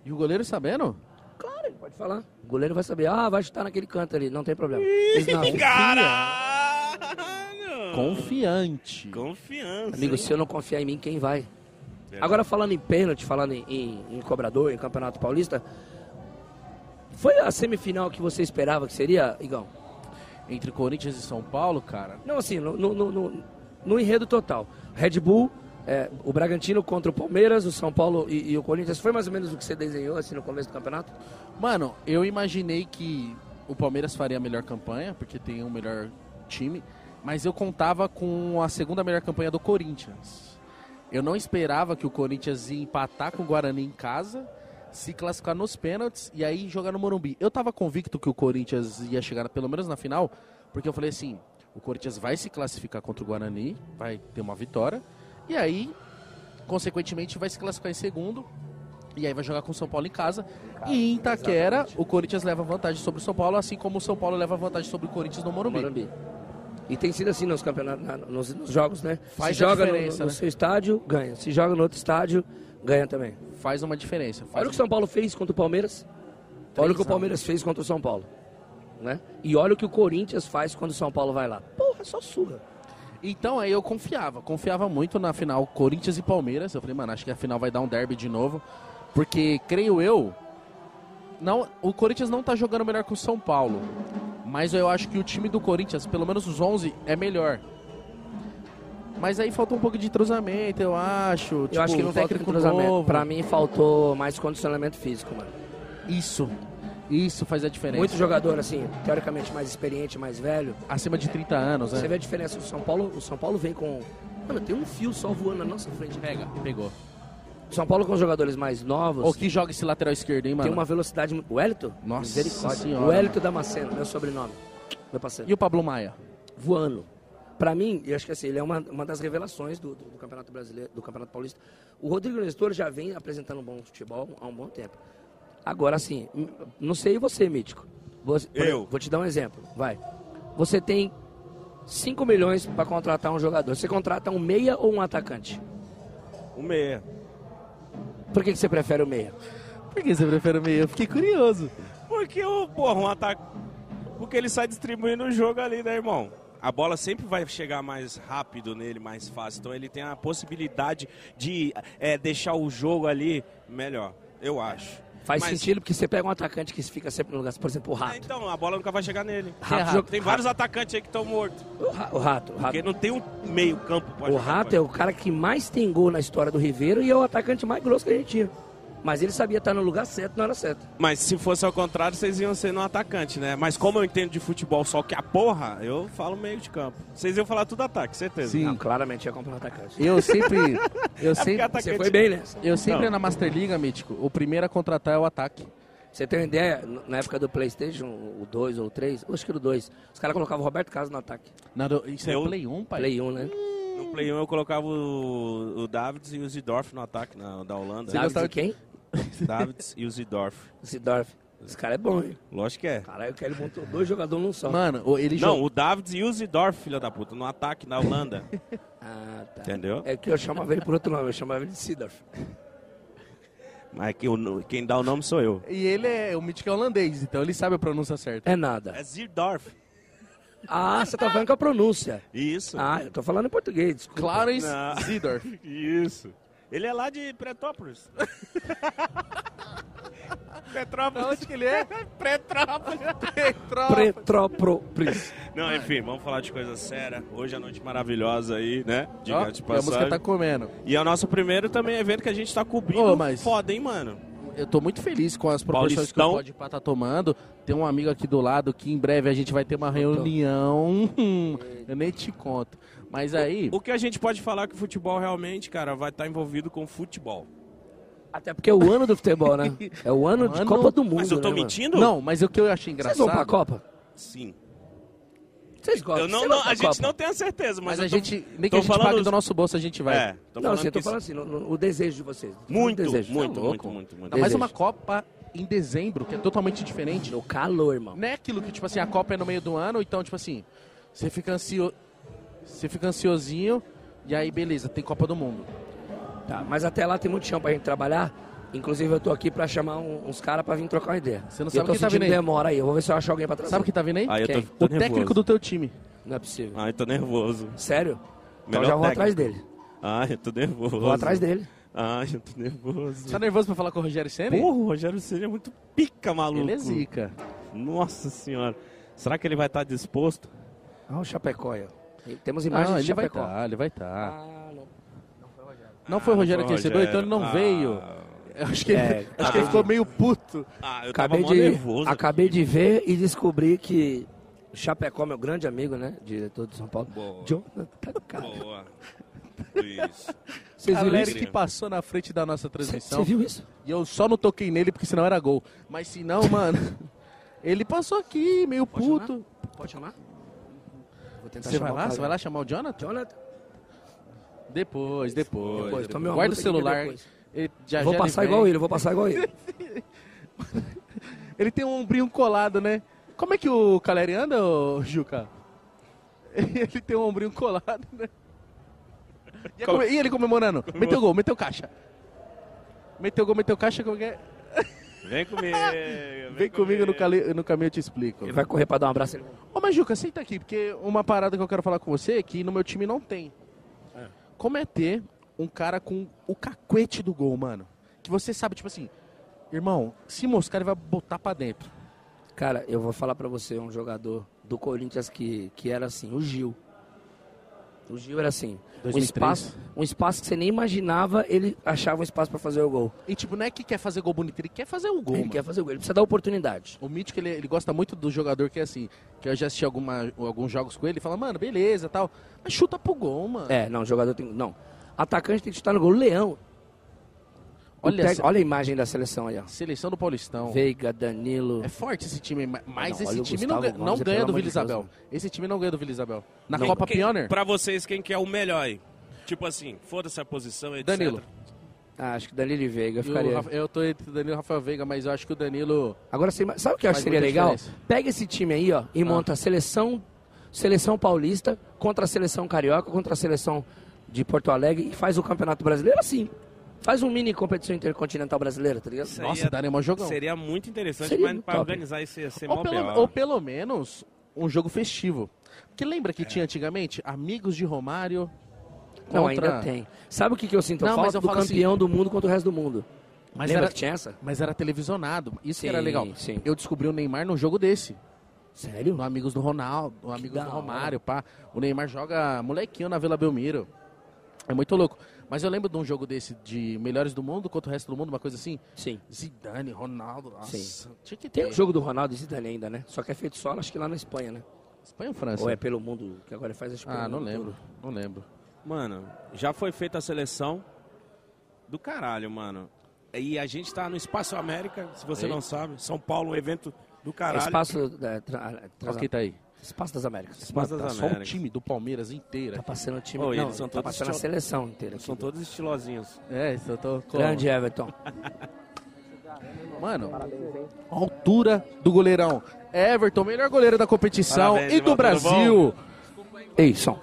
Speaker 3: E o goleiro sabendo?
Speaker 2: Claro, ele pode falar. O goleiro vai saber, ah, vai chutar naquele canto ali, não tem problema. Eles
Speaker 3: [LAUGHS]
Speaker 2: não.
Speaker 1: Caralho!
Speaker 3: Confiante.
Speaker 1: Confiança.
Speaker 2: Amigo,
Speaker 1: hein?
Speaker 2: se eu não confiar em mim, quem vai?
Speaker 1: Verdade.
Speaker 2: Agora falando em pênalti, falando em, em- em cobrador, em Campeonato Paulista, foi a semifinal que você esperava que seria, Igão?
Speaker 3: Entre Corinthians e São Paulo, cara.
Speaker 2: Não, assim, no, no- no- no- no enredo total. Red Bull, é, o Bragantino contra o Palmeiras, o São Paulo e, e o Corinthians, foi mais ou menos o que você desenhou assim no começo do campeonato?
Speaker 3: Mano, eu imaginei que o Palmeiras faria a melhor campanha, porque tem o melhor time. Mas eu contava com a segunda melhor campanha do Corinthians. Eu não esperava que o Corinthians ia empatar com o Guarani em casa, se classificar nos pênaltis e aí jogar no Morumbi. Eu tava convicto que o Corinthians ia chegar pelo menos na final, porque eu falei assim: o Corinthians vai se classificar contra o Guarani, vai ter uma vitória, e aí, consequentemente, vai se classificar em segundo, e aí vai jogar com o São Paulo em casa. e em Itaquera, o Corinthians leva vantagem sobre o São Paulo, assim como o São Paulo leva vantagem sobre o Corinthians no Morumbi.
Speaker 2: Morumbi. E tem sido assim nos campeonatos, na- nos, nos jogos, né?
Speaker 3: Faz
Speaker 2: Se
Speaker 3: a
Speaker 2: joga no,
Speaker 3: diferença,
Speaker 2: no
Speaker 3: né?
Speaker 2: seu estádio, ganha. Se joga no outro estádio, ganha também.
Speaker 3: Faz uma diferença. Faz
Speaker 2: Olha o que o São Paulo fez contra o Palmeiras. Olha o que o
Speaker 3: 3 a 1.
Speaker 2: Palmeiras fez contra o São
Speaker 4: É
Speaker 2: Paulo. Né? E olha o que o Corinthians faz quando o São Paulo vai lá. Porra, só surra.
Speaker 3: Então aí eu confiava, confiava muito na final Corinthians e Palmeiras. Eu falei, mano, acho que a final vai dar um derby de novo. Porque, creio eu, não, o Corinthians não tá jogando melhor que o São Paulo. Mas eu acho que o time do Corinthians, pelo menos os 11, é melhor. Mas aí faltou um pouco de entrosamento, eu acho. tipo, um
Speaker 2: eu acho que não falta entrosamento.
Speaker 3: novo.
Speaker 2: Pra mim faltou mais condicionamento físico, mano.
Speaker 3: Isso. Isso faz a diferença.
Speaker 2: Muito jogador, assim, teoricamente mais experiente, mais velho.
Speaker 3: Acima de 30 anos,
Speaker 2: Você
Speaker 3: né?
Speaker 2: vê a diferença. O São Paulo, o São Paulo vem com. Mano, tem um fio só voando na nossa frente. né?
Speaker 3: Pega, pegou.
Speaker 2: O São Paulo com os jogadores mais novos.
Speaker 3: Ou que joga esse lateral esquerdo, hein, mano?
Speaker 2: Tem uma velocidade muito. O Hélito?
Speaker 3: Nossa senhora,
Speaker 2: O Hélito Damasceno, meu sobrenome. Meu parceiro.
Speaker 3: E o Pablo Maia?
Speaker 2: Voando. Pra mim, eu acho que assim, ele é uma, uma das revelações do, do Campeonato Brasileiro, do Campeonato Paulista. O Rodrigo Nestor já vem apresentando um bom futebol há um bom tempo. Agora, assim, m- não sei você, Mítico. Você- por
Speaker 1: Eu.
Speaker 2: exemplo, Vou te dar um exemplo. Vai. Você tem 5 milhões pra contratar um jogador. Você contrata um meia ou um atacante?
Speaker 1: O Um meia.
Speaker 2: Por que, que você prefere o meia?
Speaker 3: Por que você prefere o meio? Eu fiquei curioso.
Speaker 1: Porque o, porra, um ataque. Porque ele sai distribuindo o jogo ali, né, irmão? A bola sempre vai chegar mais rápido nele, mais fácil. Então ele tem a possibilidade de é, deixar o jogo ali melhor, eu acho.
Speaker 2: Faz
Speaker 1: Mas-
Speaker 2: sentido porque você pega um atacante que fica sempre no lugar, por exemplo, o
Speaker 1: Ah,
Speaker 2: Rato.
Speaker 1: então, a bola nunca vai chegar nele.
Speaker 2: Rato,
Speaker 1: Tem
Speaker 2: joga-
Speaker 1: Tem vários atacantes aí que estão mortos.
Speaker 2: O Ra- o Rato. O Rato,
Speaker 1: Porque não tem um meio campo pra
Speaker 2: o
Speaker 1: jogar
Speaker 2: Rato
Speaker 1: com
Speaker 2: é
Speaker 1: ele.
Speaker 2: o cara que mais tem gol na história do Ribeiro e é o atacante mais grosso que a gente tinha. Mas ele sabia estar no lugar certo na hora certa.
Speaker 1: Mas se fosse ao contrário, vocês iam ser no atacante, né? Mas como eu entendo de futebol só que a porra, eu falo meio de campo. Vocês iam falar tudo ataque, certeza.
Speaker 3: Sim.
Speaker 2: Não, claramente ia comprar um atacante. [LAUGHS]
Speaker 3: Eu sempre. [LAUGHS] Eu
Speaker 1: É porque
Speaker 3: sempre.
Speaker 1: atacante...
Speaker 2: Você foi bem né? nessa.
Speaker 3: Eu sempre
Speaker 1: Não.
Speaker 3: na Master Liga, Mítico, o primeiro a contratar é o ataque.
Speaker 2: Você tem uma ideia, n- na época do Playstation, o 2 ou o 3, acho que era o 2, os caras colocavam o Roberto Carlos no ataque.
Speaker 3: Não, do- isso é
Speaker 1: Eu-
Speaker 3: o Play 1, pai.
Speaker 2: Play 1, né?
Speaker 1: No Play 1 eu colocava o, o Davids e o Zidorf no ataque na- da Holanda.
Speaker 2: Davi
Speaker 3: gostava
Speaker 2: de quem?
Speaker 1: Davids e o Zidorf.
Speaker 2: [LAUGHS] Zidorf. Esse cara é bom, hein?
Speaker 1: Lógico que é.
Speaker 2: Caralho, que ele montou dois jogadores num só.
Speaker 3: Mano, o- ele
Speaker 1: Não,
Speaker 3: jogou.
Speaker 1: o Davids e o Zidorf, filha da puta, no ataque na Holanda.
Speaker 2: [LAUGHS] Ah, tá.
Speaker 1: Entendeu?
Speaker 2: É que eu chamava ele por outro nome, eu chamava ele de Sidorf.
Speaker 1: Mas que o- quem dá o nome sou eu.
Speaker 3: E ele é. O Mítico é holandês, então ele sabe a pronúncia certa.
Speaker 2: É nada.
Speaker 1: É Zidorf.
Speaker 2: Ah, você tá falando com a pronúncia.
Speaker 1: Isso.
Speaker 2: Ah, eu tô falando em português, desculpa.
Speaker 3: Clarence
Speaker 1: Não.
Speaker 3: Zidorf.
Speaker 1: Ah. [LAUGHS] Isso. Ele é lá de Pretópolis. [LAUGHS] Petrópolis.
Speaker 3: onde que ele é? Pretrópolis. Pretrópolis.
Speaker 2: Pretrópolis.
Speaker 1: Não, enfim, vamos falar de coisa séria. Hoje é a noite maravilhosa aí, né?
Speaker 3: Ó,
Speaker 1: Diga de
Speaker 3: e a música
Speaker 1: passagem.
Speaker 3: tá comendo.
Speaker 1: E é o nosso primeiro também evento que a gente tá cobrindo.
Speaker 3: Ô, mas-
Speaker 1: Foda, hein, mano?
Speaker 3: Eu tô muito feliz com as proporções que
Speaker 1: Paulistão.
Speaker 3: o Pode Pá tá tomando. Tem um amigo aqui do lado que em breve a gente vai ter
Speaker 2: Então.
Speaker 3: uma reunião.
Speaker 2: [LAUGHS]
Speaker 3: Hum, Eu nem te conto. Mas aí.
Speaker 1: O que a gente pode falar é que o futebol realmente, cara, vai estar envolvido com futebol.
Speaker 2: Até porque é o ano do futebol,
Speaker 3: [LAUGHS]
Speaker 2: né? É o ano de
Speaker 3: Ano-
Speaker 2: Copa do Mundo.
Speaker 1: Mas eu tô
Speaker 2: né, mano?
Speaker 1: mentindo?
Speaker 3: Não, mas o que eu achei engraçado.
Speaker 2: Vocês vão pra Copa?
Speaker 1: Sim.
Speaker 2: Vocês gostam?
Speaker 1: Eu não,
Speaker 2: Vocês
Speaker 1: não-
Speaker 2: vão pra
Speaker 1: a gente
Speaker 2: Copa?
Speaker 1: não tem a certeza, mas,
Speaker 3: Mas a
Speaker 1: eu tô-
Speaker 3: gente. Nem que
Speaker 1: tô
Speaker 3: a gente
Speaker 1: falando-
Speaker 3: pague do nosso bolso, a gente vai.
Speaker 1: É, tô
Speaker 2: Não,
Speaker 1: falando
Speaker 2: assim, eu
Speaker 1: que
Speaker 2: tô falando assim, no- no- o desejo de vocês. Tô falando
Speaker 1: Muito,
Speaker 2: do desejo.
Speaker 1: muito,
Speaker 3: Tá louco?
Speaker 1: muito, muito,
Speaker 3: Ainda mais
Speaker 2: Desejo.
Speaker 3: uma Copa em dezembro, que é totalmente diferente.
Speaker 2: No calor, irmão.
Speaker 3: Não é aquilo que, tipo assim, a Copa é no meio do ano, então, tipo assim, você fica ansio... Você fica ansiosinho, e aí, beleza, tem Copa do Mundo.
Speaker 2: Tá, mas até lá tem muito chão pra gente trabalhar. Inclusive, eu tô aqui pra chamar um- uns caras pra vir trocar uma ideia.
Speaker 3: Você não
Speaker 2: E
Speaker 3: sabe
Speaker 2: eu tô
Speaker 3: quem tá
Speaker 2: sentindo
Speaker 3: vindo aí.
Speaker 2: demora aí. Eu vou ver se eu acho alguém pra trazer.
Speaker 3: Sabe quem tá vindo aí?
Speaker 1: Aí eu tô,
Speaker 2: Quem?
Speaker 1: tô
Speaker 3: o técnico
Speaker 1: nervoso.
Speaker 3: do teu time.
Speaker 2: Não é possível.
Speaker 1: Ai, Ah, tô nervoso.
Speaker 2: Sério? Então
Speaker 1: Melhor
Speaker 2: eu já vou
Speaker 1: técnico.
Speaker 2: atrás dele.
Speaker 1: Ai, eu tô nervoso.
Speaker 2: Vou atrás dele.
Speaker 1: Ai, eu tô nervoso.
Speaker 3: Tá nervoso pra falar com o Rogério Senna?
Speaker 1: Porra, o Rogério Ceni é muito pica, maluco.
Speaker 3: Ele é zica.
Speaker 1: Nossa senhora. Será que ele vai estar disposto?
Speaker 2: Ah, o Chapecó, aí, ó. E Temos imagens
Speaker 3: Não,
Speaker 2: de
Speaker 3: Ah, ele vai
Speaker 2: Chapecó.
Speaker 3: estar, ele vai tá. estar.
Speaker 2: Ah, não.
Speaker 3: Não foi o Rogério que recebeu, então ele não
Speaker 1: Ah,
Speaker 3: veio. Eu acho que, ele,
Speaker 2: É,
Speaker 3: acho que ele ficou meio puto.
Speaker 1: Ah, eu
Speaker 2: Acabei
Speaker 1: tava mó
Speaker 2: de,
Speaker 1: nervoso.
Speaker 2: acabei de ver e descobri que o Chapecó, meu grande amigo, né? Diretor de São Paulo.
Speaker 1: Boa.
Speaker 2: Jonathan, cara.
Speaker 1: Boa. Isso.
Speaker 2: Vocês
Speaker 3: A
Speaker 2: viram
Speaker 3: Lery
Speaker 2: isso?
Speaker 3: que passou na frente da nossa
Speaker 2: Você
Speaker 3: transmissão.
Speaker 2: viu isso?
Speaker 3: E eu só não toquei nele porque senão era gol. Mas se não, mano. [LAUGHS] ele passou aqui, meio
Speaker 2: Pode
Speaker 3: puto.
Speaker 2: Pode chamar? Vou tentar
Speaker 3: Você
Speaker 2: chamar
Speaker 3: vai
Speaker 2: o
Speaker 3: lá?
Speaker 2: cara.
Speaker 3: Você vai lá chamar o Jonathan?
Speaker 2: Jonathan?
Speaker 3: Depois, depois.
Speaker 2: Depois, tome uma
Speaker 3: Guarda o
Speaker 2: música aqui
Speaker 3: celular.
Speaker 2: depois.
Speaker 3: Ele já,
Speaker 2: Vou
Speaker 3: já
Speaker 2: passar
Speaker 3: vem.
Speaker 2: igual ele, vou passar igual ele.
Speaker 3: [LAUGHS] Ele tem um ombrinho colado, né? Como é que o Caleri anda, ô, Juca? [LAUGHS] ele tem um ombrinho colado, né? E, é
Speaker 1: Como-
Speaker 3: come- e ele comemorando. Meteu gol, meteu caixa. Meteu gol, meteu caixa. Como que é?
Speaker 1: Vem comigo.
Speaker 3: [LAUGHS] Vem comigo no, cali- no caminho eu te explico.
Speaker 2: Ele vai correr pra dar um abraço. Ele...
Speaker 3: Ô, mas Juca, senta aqui, porque uma parada que eu quero falar com você é que no meu time não tem. Como é ter um cara com o cacuete do gol, mano? Que você sabe, tipo assim, irmão, se moscar, ele vai botar pra dentro.
Speaker 2: Cara, eu vou falar pra você um jogador do Corinthians que, que era assim, o Gil. O Gil era assim, um
Speaker 3: 2003.
Speaker 2: espaço, um espaço que você nem imaginava, ele achava um espaço pra fazer o gol.
Speaker 3: E, tipo, não é que quer fazer gol bonito, ele quer fazer o gol,
Speaker 2: ele
Speaker 3: mano.
Speaker 2: quer fazer o gol, ele precisa dar oportunidade.
Speaker 3: O Mítico, ele, ele gosta muito do jogador que é assim, que eu já assisti alguma, alguns jogos com ele, e fala, mano, beleza, tal, mas chuta pro gol, mano.
Speaker 2: É, não, jogador tem. Não. Atacante tem que chutar no gol. Leão. O
Speaker 3: Olha
Speaker 2: tec-
Speaker 3: essa-
Speaker 2: olha a imagem da seleção aí, ó.
Speaker 3: Seleção do Paulistão.
Speaker 2: Veiga, Danilo.
Speaker 3: É forte esse time, ma- mas
Speaker 2: não, olha
Speaker 3: esse
Speaker 2: o
Speaker 3: time
Speaker 2: Gustavo
Speaker 3: não, ganha- não
Speaker 2: Gomes,
Speaker 3: ganha
Speaker 2: pelo
Speaker 3: do
Speaker 2: amor
Speaker 3: Vila
Speaker 2: de
Speaker 3: Isabel.
Speaker 2: Deus,
Speaker 3: Esse time não ganha do Vila Isabel. Na
Speaker 1: Quem-
Speaker 3: Copa
Speaker 1: quem-
Speaker 3: Pioneer,
Speaker 1: Pra vocês, quem que é o melhor aí? Tipo assim, foda-se a posição, etc.
Speaker 3: Danilo.
Speaker 2: Ah, acho que Danilo e Veiga
Speaker 3: E o
Speaker 2: ficaria.
Speaker 3: Rafa- Eu tô entre Danilo e Rafael Veiga, mas eu acho que o Danilo.
Speaker 2: Agora você ima- sabe o que eu acho
Speaker 3: Faz
Speaker 2: que seria
Speaker 3: muita
Speaker 2: legal?
Speaker 3: diferença. Ah.
Speaker 2: Pega esse time aí, ó, e monta a seleção, seleção paulista contra a seleção carioca, contra a seleção de Porto Alegre e faz o Campeonato Brasileiro assim. Faz um mini competição intercontinental brasileira, tá ligado?
Speaker 1: Isso aí
Speaker 3: Nossa,
Speaker 1: é-
Speaker 3: daria um jogão.
Speaker 1: Seria muito interessante,
Speaker 2: Seria
Speaker 1: mas
Speaker 2: muito
Speaker 1: pra
Speaker 2: top.
Speaker 1: organizar esse ser
Speaker 3: Ou
Speaker 1: mó
Speaker 3: pelo,
Speaker 1: B.O.
Speaker 3: ou pelo menos um jogo festivo. Porque lembra que tinha antigamente Amigos de Romário?
Speaker 2: Não,
Speaker 3: contra-
Speaker 2: ainda tem. Sabe o que, que eu sinto
Speaker 3: Não, mas
Speaker 2: falta
Speaker 3: eu
Speaker 2: do
Speaker 3: falo assim-
Speaker 2: campeão do mundo contra o resto do mundo?
Speaker 3: Mas
Speaker 2: Lembra
Speaker 3: era,
Speaker 2: que tinha essa?
Speaker 3: mas era televisionado. Isso que
Speaker 2: Sim,
Speaker 3: era legal.
Speaker 2: sim.
Speaker 3: Eu descobri o Neymar num jogo desse.
Speaker 2: Sério?
Speaker 3: No Amigos do Ronaldo, no Amigos
Speaker 2: da
Speaker 3: do Romário, pá. O Neymar joga molequinho na Vila Belmiro. É muito louco. Mas eu lembro de um jogo desse de melhores do mundo contra o resto do mundo, uma coisa assim.
Speaker 2: Sim.
Speaker 3: Zidane, Ronaldo, nossa.
Speaker 2: Sim.
Speaker 3: Tinha que ter.
Speaker 2: Tem o jogo do Ronaldo e Zidane ainda, né? Só que é feito solo, acho que lá na Espanha, né?
Speaker 3: Espanha ou França?
Speaker 2: Ou é pelo mundo, que agora faz acho que
Speaker 3: Ah,
Speaker 2: pelo
Speaker 3: não
Speaker 2: mundo
Speaker 3: lembro. Não lembro.
Speaker 1: Mano, já foi feita a seleção do caralho, mano. E a gente tá no Espaço América, se você
Speaker 3: Ei.
Speaker 1: não sabe. São Paulo, um evento do
Speaker 2: todo. É
Speaker 1: caralho.
Speaker 2: Espaço, da- tra-
Speaker 3: Qual
Speaker 2: trans-
Speaker 3: que tá aí?
Speaker 2: Espaço das Américas.
Speaker 1: Espaço
Speaker 3: Mano, tá
Speaker 1: das
Speaker 2: um
Speaker 3: só o
Speaker 1: Américas.
Speaker 3: time do Palmeiras inteira.
Speaker 2: Tá passando o time.
Speaker 1: Oh, e
Speaker 2: não,
Speaker 1: eles são
Speaker 2: tá
Speaker 1: todos
Speaker 2: passando a
Speaker 1: tio-
Speaker 2: seleção inteira. aqui.
Speaker 1: São todos estilosinhos.
Speaker 3: É, isso eu tô com...
Speaker 2: Grande Everton.
Speaker 3: Mano, a altura do goleirão. Everton, melhor goleiro da competição
Speaker 1: Parabéns,
Speaker 3: e do
Speaker 1: irmão, tá tudo
Speaker 3: Brasil.
Speaker 2: Ei, som.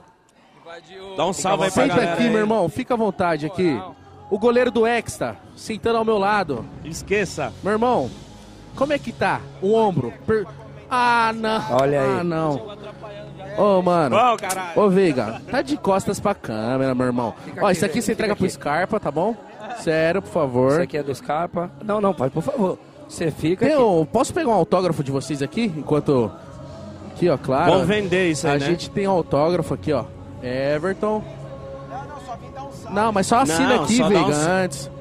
Speaker 1: Dá um salve aí pra
Speaker 3: Senta
Speaker 1: galera
Speaker 3: aqui,
Speaker 1: aí.
Speaker 3: meu irmão, fica à vontade aqui. O goleiro do Extra, sentando ao meu lado.
Speaker 1: Esqueça.
Speaker 3: Meu irmão, como é que tá o ombro? Per- Ah, não.
Speaker 2: Olha aí.
Speaker 3: Ah, não. Ô, mano.
Speaker 1: Bom, caralho.
Speaker 3: Ô, Veiga, tá de costas pra câmera, meu irmão. Ó, isso aqui você entrega pro Scarpa, tá bom? Sério, por
Speaker 2: Isso
Speaker 3: favor.
Speaker 2: aqui é do Scarpa. Não, não, pai, por favor. Você fica.
Speaker 3: Tem
Speaker 2: aqui.
Speaker 3: um- posso pegar um autógrafo de vocês aqui? Enquanto. Aqui, ó, claro.
Speaker 1: Vamos vender isso aí,
Speaker 3: A
Speaker 1: né?
Speaker 3: gente tem um autógrafo aqui, ó. Everton. Não, mas só assina
Speaker 1: Não,
Speaker 3: aqui,
Speaker 1: só dá
Speaker 3: Veiga,
Speaker 1: um sa-
Speaker 3: antes.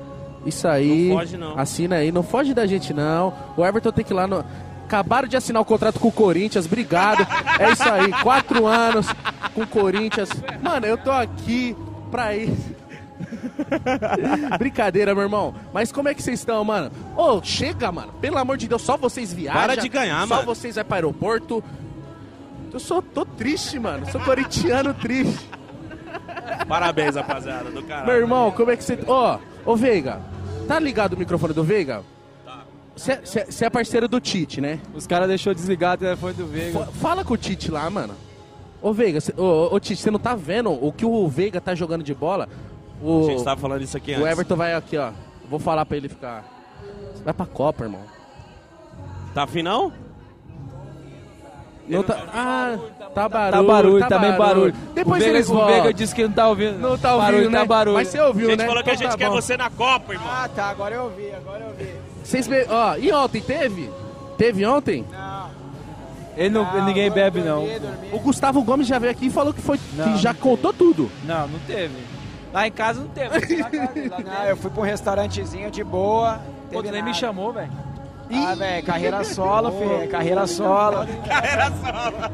Speaker 3: Isso aí.
Speaker 1: Não foge, não.
Speaker 3: Assina aí, não foge da gente, não. O Everton tem que ir lá no. Acabaram de assinar o contrato com o Corinthians, obrigado. É isso
Speaker 1: [LAUGHS]
Speaker 3: aí, quatro anos com o Corinthians. Mano, eu tô aqui pra
Speaker 1: [LAUGHS]
Speaker 3: isso. Brincadeira, meu irmão. Mas como é que vocês estão, mano? Ô, chega, mano. Pelo amor de Deus, só vocês viajam.
Speaker 1: Para de ganhar,
Speaker 3: só
Speaker 1: mano.
Speaker 3: Só vocês vai pro aeroporto. Eu sou, tô triste, mano. Sou corintiano triste.
Speaker 1: Parabéns, rapaziada, do caralho.
Speaker 3: Meu irmão, como é que você. Ó, ô Veiga, tá ligado o microfone do Veiga? Tá. Você é parceiro do Tite, né?
Speaker 7: Os caras deixou desligar o telefone do Veiga.
Speaker 3: Fa- Fala com o Tite lá, mano. Ô Veiga, cê, ô, ô, ô, Tite, você não tá vendo o que o Veiga tá jogando de bola? O,
Speaker 1: A gente tava falando isso aqui antes.
Speaker 3: o Everton vai aqui, ó. Vou falar pra ele ficar. Cê Vai pra Copa, irmão.
Speaker 1: Tá final?
Speaker 3: Não tá... Ah, tá barulho.
Speaker 7: Tá barulho, tá bem barulho. o
Speaker 3: Depois
Speaker 7: Veiga,
Speaker 3: eles
Speaker 7: o
Speaker 3: voltam.
Speaker 7: Veiga disse que não tá ouvindo.
Speaker 3: Não tá ouvindo,
Speaker 7: barulho,
Speaker 3: né?
Speaker 7: Tá barulho.
Speaker 3: Mas você ouviu,
Speaker 1: A gente
Speaker 3: né?
Speaker 1: falou que a
Speaker 3: Então
Speaker 1: gente
Speaker 3: tá
Speaker 1: quer
Speaker 3: bom.
Speaker 1: você na Copa, irmão.
Speaker 4: Ah, tá, agora eu ouvi, agora eu ouvi.
Speaker 3: Vocês be- Ó, e ontem teve? Teve ontem?
Speaker 7: Ele não, ninguém bebe, não.
Speaker 3: O Gustavo Gomes já veio aqui e falou que foi
Speaker 7: Não,
Speaker 3: que já
Speaker 7: não
Speaker 3: contou tudo.
Speaker 7: Não, não teve. Lá em casa não teve. Ah, Lá, [LAUGHS] em casa, lá
Speaker 4: Não, eu fui pra um restaurantezinho de boa.
Speaker 7: teve. Pô,
Speaker 4: teve
Speaker 7: tu nem
Speaker 4: nada.
Speaker 7: me chamou, velho.
Speaker 4: Ah, velho, carreira solo, filho, carreira solo.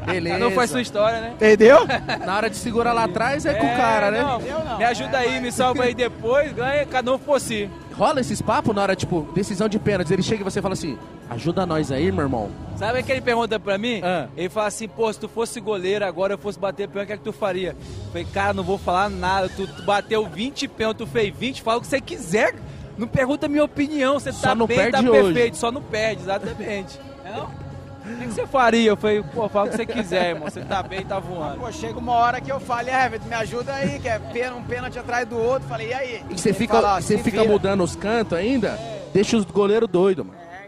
Speaker 3: Beleza.
Speaker 7: Não foi sua história, né?
Speaker 4: Entendeu?
Speaker 3: Na hora de segurar lá atrás é, com o cara, né?
Speaker 7: não, me ajuda aí, me salva aí depois. Ganha, cada um por si.
Speaker 3: Rola esses papos na hora, tipo, decisão de pênalti. Ele chega e você fala assim: ajuda nós aí, meu irmão.
Speaker 7: Sabe o que ele pergunta pra mim?
Speaker 3: Ah.
Speaker 7: Ele fala assim, pô, se tu fosse goleiro agora, eu fosse bater pênalti, o que é que tu faria? Eu falei, cara, não vou falar nada, tu, tu bateu 20 pênalti, tu fez 20, fala o que você quiser. Não pergunta a minha opinião, você
Speaker 3: Só
Speaker 7: tá
Speaker 3: não
Speaker 7: bem, tá
Speaker 3: perde hoje.
Speaker 7: perfeito, só não perde, [LAUGHS] exatamente. Não? O que que você faria? Eu falei, pô, fala o que você quiser, irmão, você tá bem, tá voando.
Speaker 4: Pô, chega uma hora que eu falo, é, Everton, me ajuda aí, que é pena- um pênalti atrás do outro. Falei, e aí?
Speaker 3: E você
Speaker 4: Ele
Speaker 3: fica,
Speaker 4: fala, ó,
Speaker 3: você
Speaker 4: se
Speaker 3: fica
Speaker 4: vira.
Speaker 3: mudando os cantos ainda, deixa os goleiros doidos, mano.
Speaker 4: É,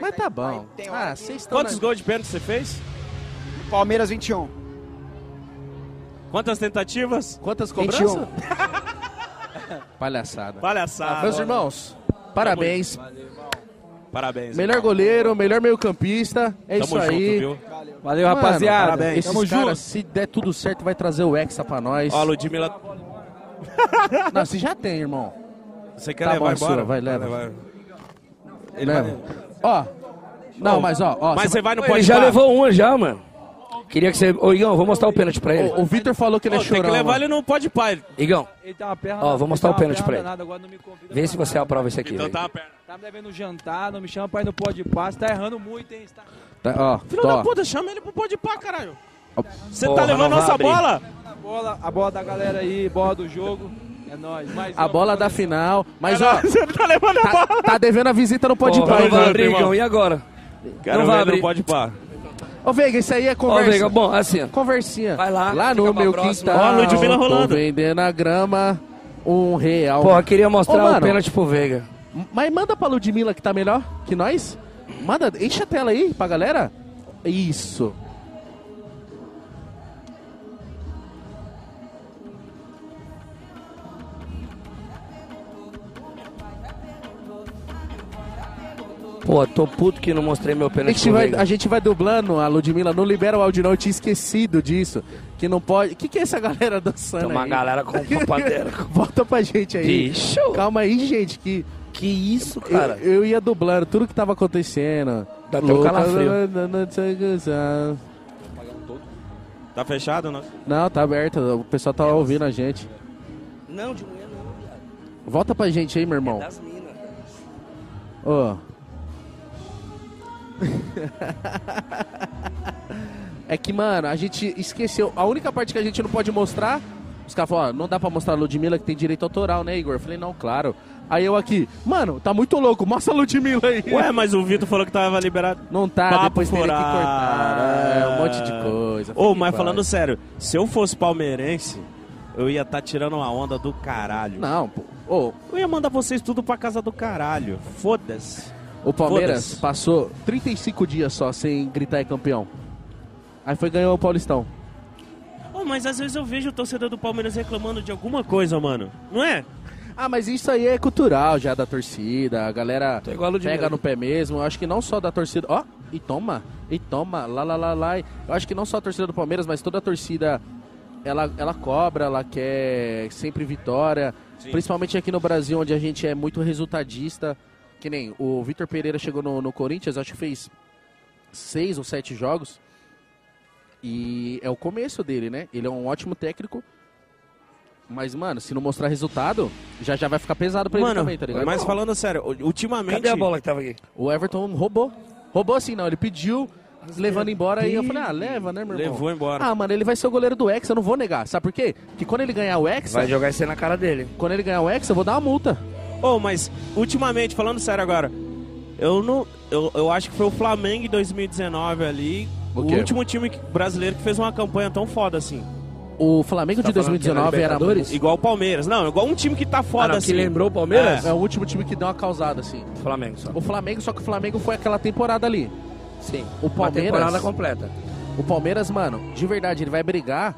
Speaker 3: Mas tá bom.
Speaker 8: Tem hora
Speaker 3: Ah,
Speaker 8: que-
Speaker 3: vocês estão.
Speaker 1: Quantos
Speaker 3: na-
Speaker 1: gols de pênalti você fez?
Speaker 8: Palmeiras 21.
Speaker 1: Quantas tentativas?
Speaker 3: Quantas
Speaker 8: 21.
Speaker 3: cobranças? Palhaçada. Ah,
Speaker 1: Palhaçada.
Speaker 3: Meus irmãos, parabéns.
Speaker 1: Parabéns.
Speaker 3: Melhor
Speaker 1: irmão.
Speaker 3: goleiro, melhor meio-campista. É
Speaker 1: Tamo
Speaker 3: isso aí.
Speaker 1: junto, viu?
Speaker 7: Valeu,
Speaker 3: Mano,
Speaker 7: rapaziada.
Speaker 1: parabéns.
Speaker 3: Esses
Speaker 7: Tamo
Speaker 3: caras,
Speaker 7: junto.
Speaker 3: se der tudo certo, vai trazer o Hexa pra nós.
Speaker 1: Ó, a Ludmilla,
Speaker 3: [LAUGHS] Não, se já tem, irmão.
Speaker 1: você quer
Speaker 3: Tá
Speaker 1: levar
Speaker 3: bom,
Speaker 1: embora?
Speaker 3: sua, vai, leva.
Speaker 1: Ele
Speaker 3: Leva.
Speaker 1: vai-
Speaker 3: Ó. Não, mas ó, ó.
Speaker 1: Mas
Speaker 3: cê
Speaker 1: você vai no
Speaker 2: Ele
Speaker 1: pode
Speaker 2: já
Speaker 1: pá?
Speaker 2: levou uma já, mano. Queria que você... Ô, Igão, vou mostrar o pênalti pra ele.
Speaker 3: O, o Vitor falou que ele é
Speaker 1: Pô, Tem
Speaker 3: chorão.
Speaker 1: que levar
Speaker 3: mano.
Speaker 1: ele no pode pá. Ele-
Speaker 2: Igão,
Speaker 7: Ele tem uma perna.
Speaker 2: Ó, vou mostrar
Speaker 7: ele
Speaker 2: o
Speaker 7: tem uma perna
Speaker 2: pênalti pra ele.
Speaker 7: danada, agora não me convida
Speaker 2: vê
Speaker 7: pra
Speaker 2: se
Speaker 7: nada.
Speaker 2: você aprova isso aqui.
Speaker 1: Então
Speaker 2: velho.
Speaker 1: tá a perna.
Speaker 7: Tá me devendo jantar, não me chama pra ir no pó de passe. Tá errando muito, hein? Você tá-
Speaker 3: Tá, ó,
Speaker 1: Filho
Speaker 3: tó.
Speaker 1: da puta, chama ele pro pode pá, caralho.
Speaker 3: Ó,
Speaker 1: Você
Speaker 3: porra,
Speaker 1: tá levando
Speaker 3: não vai
Speaker 1: nossa
Speaker 3: abrir.
Speaker 1: bola?
Speaker 7: A bola, a bola da galera aí, bola do jogo. É nóis. Mais
Speaker 3: A
Speaker 7: uma
Speaker 3: bola da final. Mas ó,
Speaker 1: Você tá levando a bola.
Speaker 3: tá, tá devendo a visita no Pode
Speaker 2: Ó,
Speaker 3: Pai.
Speaker 2: não vai
Speaker 1: irmão,
Speaker 2: abrir,
Speaker 1: irmão.
Speaker 2: Igão, e agora?
Speaker 1: Quero
Speaker 2: não vai
Speaker 1: ver
Speaker 2: abrir.
Speaker 1: no pode pá.
Speaker 3: Ô, Veiga, isso aí é
Speaker 2: Ó,
Speaker 3: conversa.
Speaker 2: Veiga, bom, assim, ó.
Speaker 3: Conversinha.
Speaker 2: Vai lá,
Speaker 3: Lá
Speaker 2: fica
Speaker 3: no
Speaker 2: pra
Speaker 3: meu
Speaker 2: próxima.
Speaker 3: quintal.
Speaker 1: Ó, a Ludmilla rolando.
Speaker 3: Tô vendendo a grama um real.
Speaker 2: Porra, queria
Speaker 3: Ô,
Speaker 2: mostrar
Speaker 3: mano.
Speaker 2: o pênalti pro
Speaker 3: [LAUGHS]
Speaker 2: Veiga.
Speaker 3: Mas manda pra Ludmilla que tá melhor que nós. Manda, enche a tela aí pra galera. Isso.
Speaker 2: Pô, tô puto que não mostrei meu
Speaker 3: A
Speaker 2: pênalti
Speaker 3: gente,
Speaker 2: pro
Speaker 3: vai,
Speaker 2: Veiga.
Speaker 3: a gente vai dublando a Ludmilla, não libera o áudio não, eu tinha esquecido disso. Que não pode... O que, que é essa galera dançando
Speaker 2: Tem uma
Speaker 3: aí?
Speaker 2: galera com papadeira.
Speaker 3: [LAUGHS] Volta pra gente aí.
Speaker 2: Bicho!
Speaker 3: Calma aí, gente, que
Speaker 2: Que isso,
Speaker 3: eu,
Speaker 2: cara?
Speaker 3: eu ia dublando tudo que tava acontecendo.
Speaker 2: Dá até um calafrio.
Speaker 1: Tá fechado, não?
Speaker 3: Não, tá aberto, o pessoal tá ouvindo a gente.
Speaker 2: Não, de manhã não, viado. Tá É
Speaker 3: Volta pra gente aí, meu irmão.
Speaker 2: Das minas.
Speaker 3: Ó. [LAUGHS] é que, mano, a gente esqueceu. A única parte que a gente não pode mostrar. Os caras falaram, ó, não dá pra mostrar a Ludmilla que tem direito autoral, né, Igor? Eu falei, não, claro. Aí eu aqui, mano, tá muito louco, mostra a Ludmilla aí.
Speaker 1: Ué, mas o Vitor falou que tava liberado.
Speaker 3: não tá,
Speaker 1: papo
Speaker 3: depois teria que
Speaker 1: furado. Ah.
Speaker 3: cortar. É, um monte de coisa.
Speaker 1: Ô,
Speaker 3: Fique
Speaker 1: mas
Speaker 3: em
Speaker 1: falando
Speaker 3: paz.
Speaker 1: sério, se eu fosse palmeirense, eu ia estar tirando uma onda do caralho.
Speaker 3: Não, pô. Ô,
Speaker 1: Eu ia mandar vocês tudo pra casa do caralho. Foda-se.
Speaker 3: o Palmeiras
Speaker 1: Foda-se.
Speaker 3: passou 35 dias só sem gritar é campeão. Aí foi ganhou o Paulistão.
Speaker 1: Ô, mas às vezes eu vejo o torcedor do Palmeiras reclamando de alguma coisa, mano. Não é?
Speaker 3: Ah, mas isso aí é cultural já da torcida. A galera
Speaker 2: Tô igual a Ludmilla.
Speaker 3: pega no pé mesmo. Eu acho que não só da torcida. Ó, e toma, e toma, lá, lá, lá, lá. Eu acho que não só a torcida do Palmeiras, mas toda a torcida. Ela, ela cobra, ela quer sempre vitória. Principalmente aqui no Brasil, onde a gente é muito resultadista. Que nem o Vitor Pereira chegou no, no Corinthians, acho que fez seis ou sete jogos. E é o começo dele, né? Ele é um ótimo técnico. Mas, mano, se não mostrar resultado, já já vai ficar pesado pra ele
Speaker 1: Mano,
Speaker 3: também, tá ligado?
Speaker 1: mas falando sério, ultimamente.
Speaker 2: Cadê a bola que tava aqui?
Speaker 3: O Everton roubou. Roubou assim, não. Ele pediu, levando embora. E eu falei, ah, leva, né, meu irmão?
Speaker 1: Levou embora.
Speaker 3: Ah, mano, ele vai ser o goleiro do Hexa, eu não vou negar. Sabe por quê? Que quando ele ganhar o Hexa,
Speaker 2: Vai jogar isso aí na cara dele.
Speaker 3: quando ele ganhar o Hexa, eu vou dar uma multa.
Speaker 1: Ô, mas ultimamente, falando sério agora, eu não. Eu, eu acho que foi o Flamengo em 2019 ali.
Speaker 3: O
Speaker 1: O,
Speaker 3: quê?
Speaker 1: último time que- brasileiro que fez uma campanha tão foda assim.
Speaker 3: O Flamengo
Speaker 2: Tá
Speaker 3: de
Speaker 2: falando que era
Speaker 3: 2019 era...
Speaker 2: Libertadores?
Speaker 1: Igual o Palmeiras. Não, igual um time que tá
Speaker 2: Ah,
Speaker 1: foda
Speaker 2: não,
Speaker 1: assim.
Speaker 2: que lembrou o Palmeiras?
Speaker 3: É o último time que deu uma causada, assim.
Speaker 2: Flamengo só.
Speaker 3: O Flamengo, só que o Flamengo foi aquela temporada ali.
Speaker 2: Sim.
Speaker 3: O
Speaker 2: Uma
Speaker 3: Palmeiras-
Speaker 2: temporada completa.
Speaker 3: O Palmeiras, mano, de verdade, ele vai brigar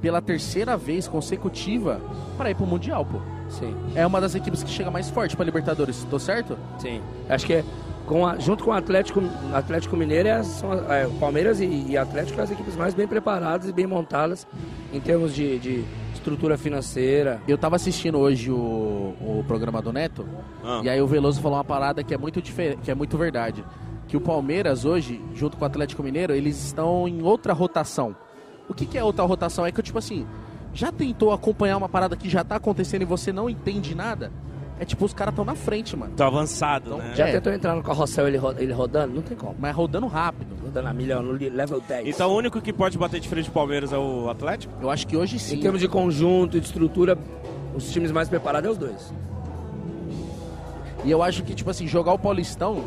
Speaker 3: pela terceira vez consecutiva pra ir pro Mundial, pô.
Speaker 2: Sim,
Speaker 3: É uma das equipes que chega mais forte pra Libertadores, tô certo?
Speaker 2: sim. Acho que é com a- junto com o Atlético, Atlético Mineiro, é, são, as- é, o Palmeiras e, e Atlético são as equipes mais bem preparadas e bem montadas em termos de, de estrutura financeira.
Speaker 3: Eu tava assistindo hoje o, o programa do Neto,
Speaker 1: Ah.
Speaker 3: e aí o Veloso falou uma parada que é muito difer- que é muito verdade. Que o Palmeiras hoje, junto com o Atlético Mineiro, eles estão em outra rotação. O que, que é outra rotação? É que, tipo assim, já tentou acompanhar uma parada que já tá acontecendo e você não entende nada? É tipo, os caras estão na frente, mano.
Speaker 1: Tá avançado,
Speaker 3: Então,
Speaker 1: né?
Speaker 2: Já
Speaker 3: É.
Speaker 2: tentou entrar no carrossel ele, ro- ele rodando? Não tem como.
Speaker 3: Mas rodando rápido.
Speaker 2: Rodando a milhão no li- level 10.
Speaker 1: Então o único que pode bater de frente com o Palmeiras é o Atlético?
Speaker 3: Eu acho que hoje sim.
Speaker 2: Em termos de conjunto e de estrutura, os times mais preparados são os dois.
Speaker 3: E eu acho que, tipo assim, jogar o Paulistão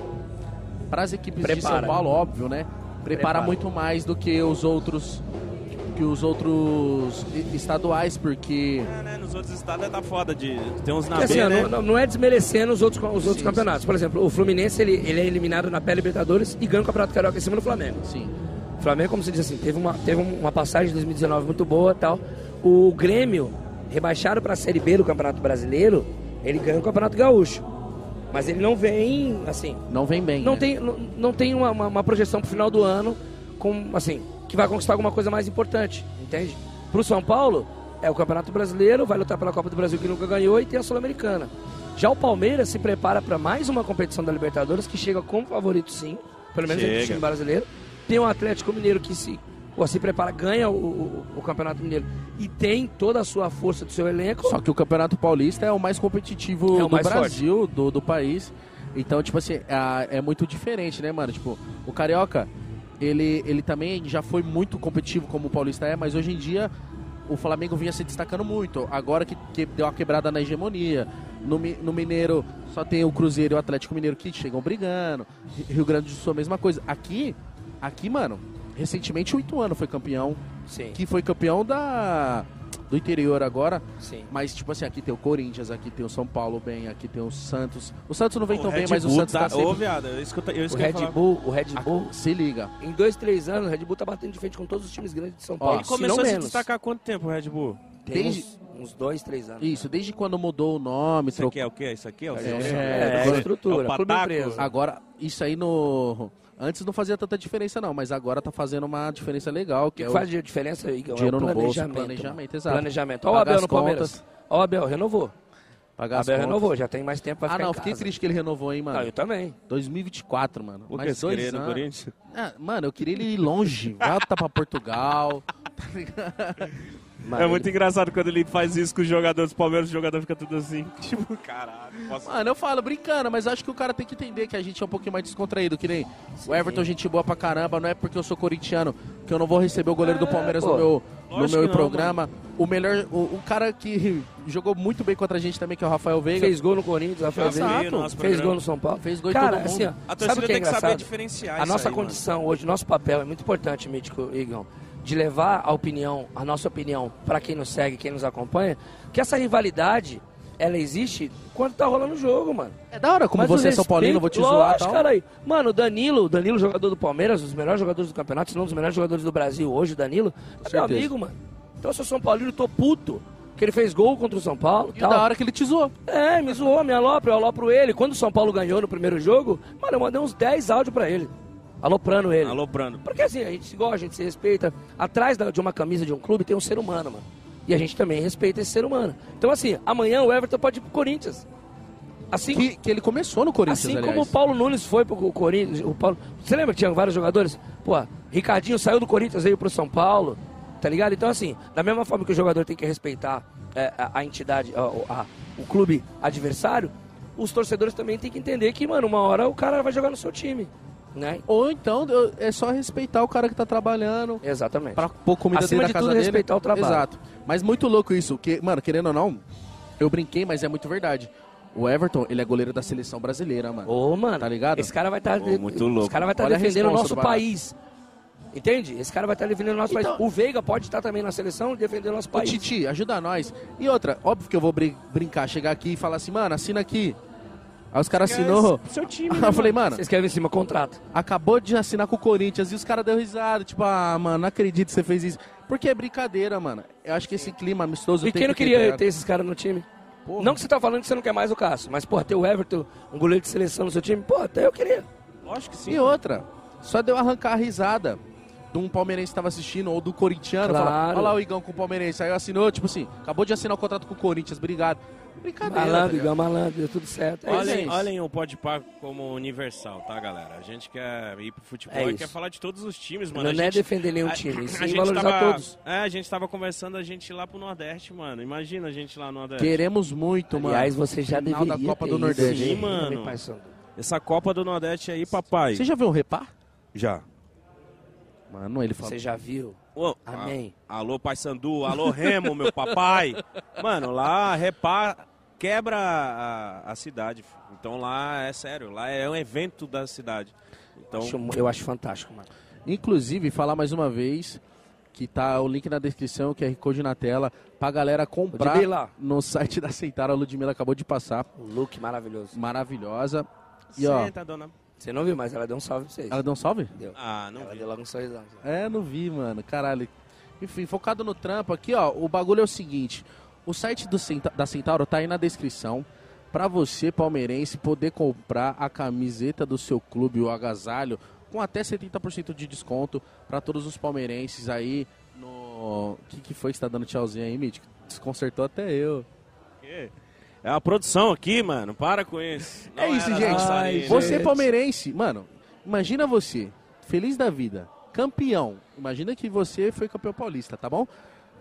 Speaker 3: para as equipes de
Speaker 2: Prepara.
Speaker 3: São Paulo, óbvio, né? Prepara,
Speaker 2: Prepara.
Speaker 3: muito mais do que os outros que os outros e- estaduais, porque
Speaker 1: É, né? Nos outros estados tá foda de. Tem uns na
Speaker 2: Porque, assim,
Speaker 1: B,
Speaker 2: ó,
Speaker 1: né?
Speaker 2: não- não, não é desmerecendo os outros, os outros campeonatos. Por exemplo, o Fluminense ele, ele é eliminado na pré-Libertadores e ganha o Campeonato Carioca em cima do Flamengo.
Speaker 3: Sim.
Speaker 2: O Flamengo, como se diz assim, teve uma, teve uma passagem de 2019 muito boa e tal. O Grêmio, rebaixado para a Série B do Campeonato Brasileiro, ele ganha o Campeonato Gaúcho. Mas ele não vem, assim,
Speaker 3: não vem bem.
Speaker 2: não
Speaker 3: né?
Speaker 2: tem, não, não tem uma, uma, uma projeção pro final do ano com, assim, que vai conquistar alguma coisa mais importante, entende? Pro São Paulo, é o Campeonato Brasileiro, vai lutar pela Copa do Brasil que nunca ganhou e tem a Sul-Americana. Já o Palmeiras se prepara para mais uma competição da Libertadores que chega como favorito sim, pelo menos entre o
Speaker 1: Chega.
Speaker 2: time brasileiro. Tem o Atlético Mineiro que se, pô, se prepara, ganha o, o- o Campeonato Mineiro e tem toda a sua força do seu elenco.
Speaker 3: Só que o Campeonato Paulista é o mais competitivo
Speaker 2: É o
Speaker 3: do
Speaker 2: mais
Speaker 3: Brasil, do, do país. Então, tipo assim, a- é muito diferente, né, mano? Tipo, o Carioca, ele, ele também já foi muito competitivo como o Paulista é, mas hoje em dia o Flamengo vinha se destacando muito. Agora que, que deu uma quebrada na hegemonia. No, Mi- no Mineiro só tem o Cruzeiro e o Atlético Mineiro que chegam brigando. Ri- Rio Grande do Sul, a mesma coisa. Aqui, aqui, mano, recentemente o Ituano foi campeão.
Speaker 2: Sim,
Speaker 3: Que foi campeão da, do interior agora.
Speaker 2: sim.
Speaker 3: Mas, tipo assim, aqui tem o Corinthians, aqui tem o São Paulo bem, aqui tem o Santos. O Santos não vem tão
Speaker 1: Red
Speaker 3: bem, mas o
Speaker 1: Bull
Speaker 3: Santos tá
Speaker 1: tá. Ô,
Speaker 3: sempre...
Speaker 1: viado, eu escuta, eu
Speaker 2: O
Speaker 1: escuto.
Speaker 2: Red Bull, o Red Bull
Speaker 3: Aqui, se liga.
Speaker 2: Em dois, três anos, o Red Bull tá batendo de frente com todos os times grandes de São
Speaker 3: Ó,
Speaker 2: Paulo.
Speaker 3: ele
Speaker 2: se
Speaker 1: Começou
Speaker 2: não
Speaker 1: a se
Speaker 2: menos.
Speaker 1: destacar há quanto tempo o Red Bull?
Speaker 2: Tem
Speaker 3: desde-
Speaker 2: uns, uns dois, três anos.
Speaker 3: Isso, desde quando mudou o nome,
Speaker 1: Isso aqui
Speaker 3: trocou...
Speaker 1: é o quê? Isso aqui é o
Speaker 3: É,
Speaker 2: É,
Speaker 3: é
Speaker 2: da
Speaker 3: o
Speaker 2: estrutura, clube
Speaker 1: pataco.
Speaker 2: empresa.
Speaker 3: Agora, isso aí no... Antes não fazia tanta diferença não, mas agora tá fazendo uma diferença legal,
Speaker 2: O que
Speaker 3: que é o
Speaker 2: faz a diferença, Igor, é o
Speaker 3: dinheiro no bolso,
Speaker 2: planejamento.
Speaker 3: planejamento,
Speaker 2: mano.
Speaker 3: exato.
Speaker 2: Planejamento. Ó o
Speaker 3: Pagar
Speaker 2: Abel
Speaker 3: as
Speaker 2: no Palmeiras. Ó o Abel, renovou.
Speaker 3: pagar as
Speaker 2: Abel
Speaker 3: contas.
Speaker 2: renovou, já tem mais tempo pra
Speaker 3: Ah
Speaker 2: ficar
Speaker 3: não,
Speaker 2: em
Speaker 3: fiquei
Speaker 2: casa.
Speaker 3: triste que ele renovou, hein,
Speaker 2: Não,
Speaker 3: mano.
Speaker 2: eu também.
Speaker 3: 2024, mano.
Speaker 1: Lucas
Speaker 3: mais dois
Speaker 1: Pereira no
Speaker 3: anos.
Speaker 1: Corinthians.
Speaker 3: Ah, mano, eu queria ele ir longe. Volta pra
Speaker 1: [LAUGHS]
Speaker 3: Portugal. Tá
Speaker 2: Mas
Speaker 1: É muito engraçado quando ele faz isso com os jogadores do Palmeiras, o jogador fica tudo assim. [LAUGHS] Tipo, caralho, posso.
Speaker 3: Mano, eu falo brincando, mas acho que o cara tem que entender que a gente é um pouquinho mais descontraído, que nem o Everton, gente boa pra caramba, não é porque eu sou corintiano que eu não vou receber o goleiro do Palmeiras
Speaker 2: É, pô.
Speaker 3: no meu, no
Speaker 1: Lógico
Speaker 3: meu
Speaker 1: que não,
Speaker 3: programa. O melhor, o, o cara que [LAUGHS] jogou muito bem contra a gente também, que é o Rafael Veiga.
Speaker 2: Fez gol no Corinthians, Rafael
Speaker 1: veio
Speaker 2: Veiga.
Speaker 1: no nosso
Speaker 2: Fez
Speaker 1: programa.
Speaker 2: gol no São Paulo.
Speaker 3: Fez gol em
Speaker 2: Cara,
Speaker 3: todo mundo.
Speaker 2: assim, ó,
Speaker 1: A
Speaker 2: sabe o
Speaker 1: torcida
Speaker 2: que é
Speaker 1: tem que saber
Speaker 2: engraçado?
Speaker 1: diferenciar
Speaker 2: A
Speaker 1: isso
Speaker 2: nossa
Speaker 1: aí, mano.
Speaker 2: condição hoje, nosso papel é muito importante, Mítico Igão, de levar a opinião, a nossa opinião, para quem nos segue, quem nos acompanha, que essa rivalidade, ela existe quando tá rolando o jogo, mano.
Speaker 3: É da hora como
Speaker 2: Mas o
Speaker 3: você é São
Speaker 2: respeito-
Speaker 3: Paulino, eu vou te
Speaker 2: Lógico,
Speaker 3: zoar tá? e tal.
Speaker 2: cara aí. Mano, o Danilo, o Danilo, jogador do Palmeiras, um dos melhores jogadores do campeonato, se não um dos melhores jogadores do Brasil hoje, o Danilo, é meu
Speaker 3: certeza.
Speaker 2: amigo, mano. Então, se eu sou São Paulino, eu tô puto. Que ele fez gol contra o São Paulo.
Speaker 3: E
Speaker 2: tal.
Speaker 3: da hora que ele te zoou.
Speaker 2: É, me zoou, me alopra, eu alopro ele. Quando o São Paulo ganhou no primeiro jogo, mano, eu mandei uns 10 áudios pra ele. Aloprando ele.
Speaker 1: Alô, Brando.
Speaker 2: Porque assim, a gente se gosta, a gente se respeita. Atrás da- de uma camisa de um clube tem um ser humano, mano. E a gente também respeita esse ser humano. Então assim, amanhã o Everton pode ir pro Corinthians. Assim,
Speaker 3: Que, que ele começou no Corinthians,
Speaker 2: assim
Speaker 3: aliás.
Speaker 2: como o Paulo Nunes foi pro Corinthians, o Paulo, você lembra que tinha vários jogadores? Pô, Ricardinho saiu do Corinthians, veio pro São Paulo, tá ligado? Então assim, da mesma forma que o jogador tem que respeitar é, a, a entidade, a- o- a- o clube adversário, os torcedores também têm que entender que, mano, uma hora o cara vai jogar no seu time, né?
Speaker 3: Ou então eu- é só respeitar o cara que tá trabalhando.
Speaker 2: Exatamente.
Speaker 3: pra pôr comida
Speaker 2: Acima
Speaker 3: dentro
Speaker 2: de
Speaker 3: da casa
Speaker 2: tudo,
Speaker 3: dele.
Speaker 2: respeitar o trabalho.
Speaker 3: Exato. Mas muito louco isso, que, mano, querendo ou não, eu brinquei, mas é muito verdade. O Everton, ele é goleiro da seleção brasileira, mano.
Speaker 2: Ô, mano,
Speaker 3: Tá ligado?
Speaker 2: Esse cara vai estar.
Speaker 1: Ô, muito louco.
Speaker 2: Esse cara vai estar
Speaker 3: Olha a
Speaker 2: defendendo o
Speaker 3: responsa
Speaker 2: nosso
Speaker 3: do Barato.
Speaker 2: país. Entende? Esse cara vai estar defendendo o nosso
Speaker 3: Então-
Speaker 2: país. O Veiga pode estar também na seleção e defender o nosso
Speaker 3: Ô,
Speaker 2: país.
Speaker 3: Titi, ajuda nós. E outra, óbvio que eu vou brin- brincar, chegar aqui e falar assim, mano, assina aqui. Aí os caras assinou.
Speaker 1: Seu time. né,
Speaker 3: Aí eu falei, mano,
Speaker 2: Vocês querem em cima contrato.
Speaker 3: acabou de assinar com o Corinthians. E os caras deu risada, tipo, ah, mano, não acredito que você fez isso. Porque é brincadeira, mano. Eu acho que esse clima amistoso
Speaker 2: E
Speaker 3: tem
Speaker 2: quem não
Speaker 3: que
Speaker 2: queria
Speaker 3: quebrar.
Speaker 2: ter esses caras tá no time?
Speaker 3: Porra.
Speaker 2: Não que você tá falando que você não quer mais o Cássio, mas, porra, ter o Everton, um goleiro de seleção no seu time, pô, até eu queria.
Speaker 1: Lógico que sim.
Speaker 3: E outra, só deu arrancar a risada de um palmeirense que tava assistindo ou do corintiano.
Speaker 2: Claro.
Speaker 3: Falar, Olha lá o Igão com o palmeirense. Aí assinou, tipo assim, acabou de assinar o contrato com o Corinthians, obrigado. Brincadeira. tá
Speaker 2: Malandro,
Speaker 3: ligado?
Speaker 2: Igão, malandro, deu tudo certo. É isso aí.
Speaker 1: Olhem, olhem o Pode Par como universal, tá, galera? A gente quer ir pro futebol
Speaker 2: É
Speaker 1: e quer
Speaker 2: isso.
Speaker 1: falar de todos os times, mano.
Speaker 2: Não
Speaker 1: a
Speaker 2: é
Speaker 1: gente,
Speaker 2: defender nenhum
Speaker 1: a-
Speaker 2: time, sim
Speaker 1: a gente
Speaker 2: valorizar
Speaker 1: tava-
Speaker 2: todos.
Speaker 1: É, a gente tava conversando, a gente lá pro Nordeste, mano. Imagina a gente lá no Nordeste.
Speaker 3: Queremos muito, mano.
Speaker 2: Aliás, você já
Speaker 3: Final
Speaker 2: deveria
Speaker 3: da Copa
Speaker 2: ter
Speaker 3: do
Speaker 2: isso,
Speaker 3: Nordeste.
Speaker 1: Sim,
Speaker 2: hein,
Speaker 1: mano.
Speaker 2: meu pai santo.
Speaker 1: Essa Copa do Nordeste aí, papai.
Speaker 3: Você já viu um repar?
Speaker 1: Já.
Speaker 3: Mano, ele falou.
Speaker 2: Você já viu?
Speaker 1: Ô,
Speaker 2: Amém.
Speaker 1: a- alô, Pai Sandu. Alô, Remo, meu papai.
Speaker 2: [LAUGHS]
Speaker 1: Mano, lá repá quebra a, a cidade. fi. Então lá é sério, lá é um evento da cidade. Então,
Speaker 2: Acho- eu acho fantástico, mano.
Speaker 3: Inclusive, falar mais uma vez que tá o link na descrição, o QR Code na tela, pra galera comprar
Speaker 2: Ludmilla.
Speaker 3: no site da Aceitara. A Ludmilla acabou de passar.
Speaker 2: Um look maravilhoso.
Speaker 3: Maravilhosa. E ó,
Speaker 1: Senta, dona.
Speaker 2: Você não viu, mas ela deu um salve pra vocês.
Speaker 3: ela deu um salve?
Speaker 1: Ah, não
Speaker 2: Ela
Speaker 1: vi.
Speaker 2: deu logo um sorrisão.
Speaker 3: É, não vi, mano. Caralho. Enfim, focado no trampo aqui, ó. O bagulho é o seguinte: o site do Centa- da Centauro tá aí na descrição. Pra você, palmeirense, poder comprar a camiseta do seu clube, o agasalho, com até 70% de desconto pra todos os palmeirenses aí. No. O que, que foi que você tá dando tchauzinho aí, Mítico? Desconcertou até eu.
Speaker 1: É uma produção aqui, mano. Para com isso. Não
Speaker 3: É isso,
Speaker 1: era
Speaker 3: gente.
Speaker 1: dançarina.
Speaker 7: Ai,
Speaker 3: Você, é
Speaker 7: gente.
Speaker 3: palmeirense, mano, imagina você, feliz da vida, campeão. Imagina que você foi campeão paulista, tá bom?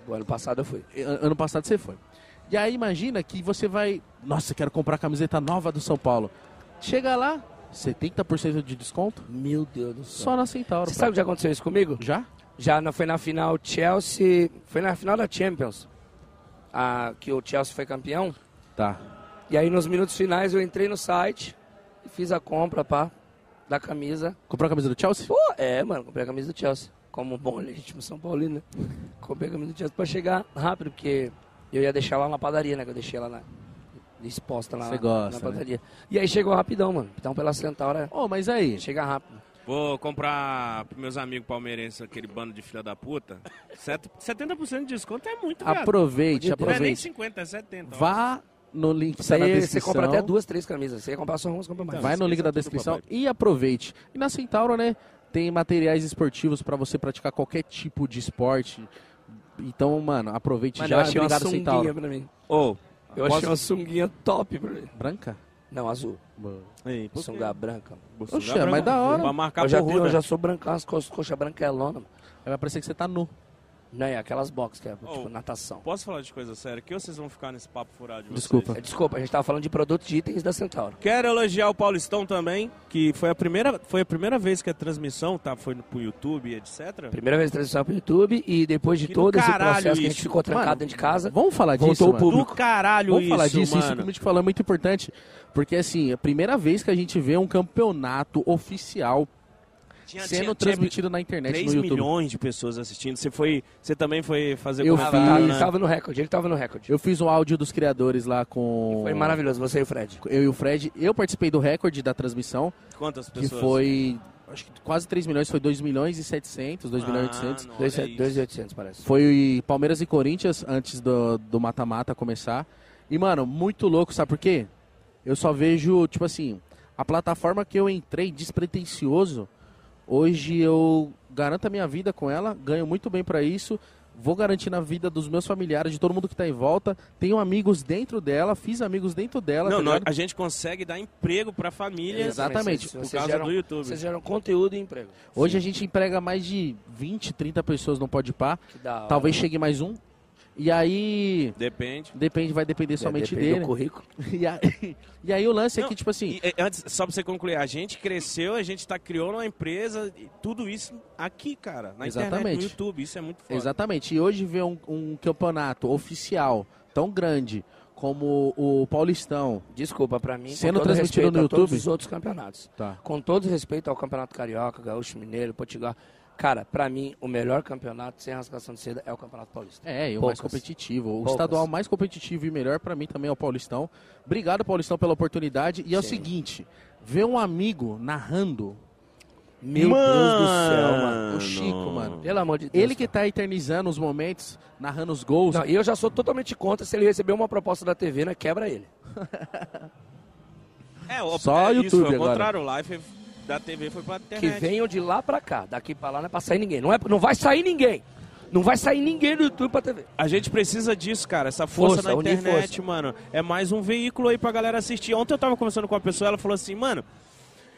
Speaker 2: O ano passado eu fui.
Speaker 3: An- ano passado você foi. E aí imagina que você vai, nossa, quero comprar a camiseta nova do São Paulo. Chega lá, 70% de desconto
Speaker 2: Meu Deus do céu.
Speaker 3: só na Centauro.
Speaker 2: Você sabe o que já aconteceu isso comigo?
Speaker 3: Já?
Speaker 2: Já na- foi na final Chelsea. Foi na final da Champions. a- que o Chelsea foi campeão.
Speaker 3: Tá.
Speaker 2: E aí nos minutos finais eu entrei no site e fiz a compra, pá, da camisa.
Speaker 3: Comprou a camisa do Chelsea?
Speaker 2: Pô, é, mano, comprei a camisa do Chelsea. Como um bom legítimo São Paulino, né? Comprei a camisa do Chelsea pra chegar rápido, porque eu ia deixar lá na padaria, né? Que eu deixei ela na, exposta lá
Speaker 3: Você
Speaker 2: na,
Speaker 3: gosta,
Speaker 2: na
Speaker 3: né?
Speaker 2: padaria. E aí chegou rapidão, mano. Então pela Centaura
Speaker 3: Oh, mas aí,
Speaker 2: chega rápido.
Speaker 1: Vou comprar pros meus amigos palmeirenses aquele bando de filha da puta. Set- 70% de desconto é muito, viado.
Speaker 3: aproveite,
Speaker 1: Não é nem
Speaker 3: aproveite.
Speaker 1: 50, é 70. ó.
Speaker 3: Vá no link
Speaker 2: Isso
Speaker 3: da
Speaker 2: aí
Speaker 3: Tá
Speaker 2: você
Speaker 3: descrição.
Speaker 2: compra até duas, três camisas. Você ia comprar só uma, você compra mais.
Speaker 3: Vai no link da
Speaker 1: Esqueça tudo,
Speaker 3: descrição
Speaker 1: papai.
Speaker 3: e aproveite. E na Centauro, né, tem materiais esportivos pra você praticar qualquer tipo de esporte. Então, mano, aproveite
Speaker 2: Mano,
Speaker 3: já.
Speaker 2: eu achei uma
Speaker 3: Obrigado,
Speaker 2: sunguinha
Speaker 3: Centauro.
Speaker 2: pra mim.
Speaker 1: Ô,
Speaker 2: Eu achei uma sunguinha top pra mim.
Speaker 3: Branca?
Speaker 2: Não, azul.
Speaker 1: Ei, por quê? é
Speaker 2: Sunga branca.
Speaker 3: Oxe, mas da hora.
Speaker 1: Pra
Speaker 2: Eu
Speaker 1: marcar
Speaker 2: já,
Speaker 1: porruda.
Speaker 2: eu já sou brancaço, coxa, coxa branquelona. mano.
Speaker 3: Aí vai parecer que você tá nu.
Speaker 2: Não, é aquelas box que é tipo
Speaker 1: Oh.
Speaker 2: natação. É,
Speaker 1: Posso falar de coisa séria? Que vocês vão ficar nesse papo furado de vocês?
Speaker 3: Desculpa.
Speaker 2: Desculpa, a gente tava falando de produtos de itens da Centauro.
Speaker 1: Quero elogiar o Paulistão também, que foi a primeira, foi a primeira vez que a transmissão tá, foi no- pro YouTube e etc.
Speaker 2: Primeira vez
Speaker 1: é
Speaker 2: transmissão pro YouTube e depois de
Speaker 1: Que do
Speaker 2: todo esse
Speaker 1: caralho
Speaker 2: processo que a gente
Speaker 1: isso.
Speaker 2: ficou trancado
Speaker 3: Mano,
Speaker 2: dentro de casa,
Speaker 3: Vamos falar
Speaker 2: Voltou
Speaker 3: disso,
Speaker 2: o
Speaker 3: mano?
Speaker 1: Do caralho
Speaker 3: Vamos
Speaker 1: isso,
Speaker 3: falar disso, isso que o
Speaker 1: mano.
Speaker 3: Mitch falou é muito importante. Porque, assim, é a primeira vez que a gente vê um campeonato oficial
Speaker 1: Tinha-
Speaker 3: sendo
Speaker 1: tinha- tinha
Speaker 3: transmitido na internet, no
Speaker 1: 3
Speaker 3: YouTube.
Speaker 1: milhões de pessoas assistindo. Você foi, você também foi fazer
Speaker 3: Eu
Speaker 1: com a
Speaker 3: fiz.
Speaker 1: Avatar,
Speaker 2: ele
Speaker 1: né?
Speaker 2: tava no recorde, ele tava no recorde.
Speaker 3: Eu fiz um áudio dos criadores lá com...
Speaker 2: Foi maravilhoso, você e o Fred.
Speaker 3: Eu e o Fred. Eu participei do recorde da transmissão,
Speaker 1: Quantas
Speaker 3: que
Speaker 1: pessoas?
Speaker 3: foi... Acho que quase 3 milhões, foi 2 milhões e 700, 2 milhões e 800.
Speaker 1: Ah, não, olha isso.
Speaker 2: 2,800 parece.
Speaker 3: Foi Palmeiras e Corinthians antes do do mata-mata começar. E, mano, muito louco, sabe por quê? Eu só vejo, tipo assim, a plataforma que eu entrei, despretensioso, hoje eu garanto a minha vida com ela, ganho muito bem pra isso, vou garantir na vida dos meus familiares, de todo mundo que tá em volta, tenho amigos dentro dela, fiz amigos dentro dela.
Speaker 1: Não,
Speaker 3: tá
Speaker 1: nós-
Speaker 3: ligado?
Speaker 1: a gente consegue dar emprego pra família
Speaker 3: Exatamente,
Speaker 1: por
Speaker 2: Vocês
Speaker 1: causa
Speaker 2: geram,
Speaker 1: do YouTube.
Speaker 2: vocês geram conteúdo e emprego.
Speaker 3: Hoje a gente emprega mais de 20, 30 pessoas no Pode Par,
Speaker 2: Que da hora.
Speaker 3: talvez chegue mais um. E aí,
Speaker 1: Depende.
Speaker 3: depende, vai depender somente
Speaker 2: É, Depende
Speaker 3: dele.
Speaker 2: do currículo.
Speaker 3: [LAUGHS] E aí, e aí o lance é
Speaker 1: Não,
Speaker 3: que, tipo assim,
Speaker 1: E, eh, antes, só pra você concluir, a gente cresceu, a gente tá criou uma empresa, e tudo isso aqui, cara, na internet,
Speaker 3: Exatamente.
Speaker 1: no YouTube, isso é muito foda.
Speaker 3: exatamente, e hoje ver um, um campeonato oficial tão grande como o Paulistão.
Speaker 2: Desculpa, pra mim,
Speaker 3: Sendo
Speaker 2: com todo
Speaker 3: transmitido
Speaker 2: respeito
Speaker 3: no
Speaker 2: a todos
Speaker 3: YouTube?
Speaker 2: os outros campeonatos.
Speaker 3: Tá.
Speaker 2: Com todo respeito ao Campeonato Carioca, Gaúcho Mineiro, Potiguar. Cara, pra mim, o melhor campeonato sem rascação de seda é o Campeonato Paulista.
Speaker 3: É, e o
Speaker 2: Poucas.
Speaker 3: mais competitivo. O
Speaker 2: Poucas.
Speaker 3: estadual mais competitivo e melhor pra mim também é o Paulistão. Obrigado, Paulistão, pela oportunidade. E é o
Speaker 2: Sim.
Speaker 3: seguinte, ver um amigo narrando,
Speaker 2: Meu Deus do céu, mano.
Speaker 3: o Chico, mano. [LAUGHS]
Speaker 2: Pelo amor de Deus.
Speaker 3: Ele que tá eternizando os momentos, narrando os gols.
Speaker 2: Não, e eu já sou totalmente contra se ele receber uma proposta da TV, né? Quebra ele.
Speaker 1: É, o-
Speaker 3: Só
Speaker 1: é
Speaker 3: YouTube
Speaker 1: isso,
Speaker 3: agora.
Speaker 1: Ao contrário, o live da TV foi pra
Speaker 2: Que
Speaker 1: internet.
Speaker 2: venham de lá pra cá. Daqui pra lá não é pra sair ninguém. Não, é, não vai sair ninguém. Não vai sair ninguém do YouTube pra TV.
Speaker 1: A gente precisa disso, cara. Essa força,
Speaker 2: Força,
Speaker 1: na
Speaker 2: unir
Speaker 1: internet,
Speaker 2: força.
Speaker 1: mano. É mais um veículo aí pra galera assistir. Ontem eu tava conversando com uma pessoa, ela falou assim, mano.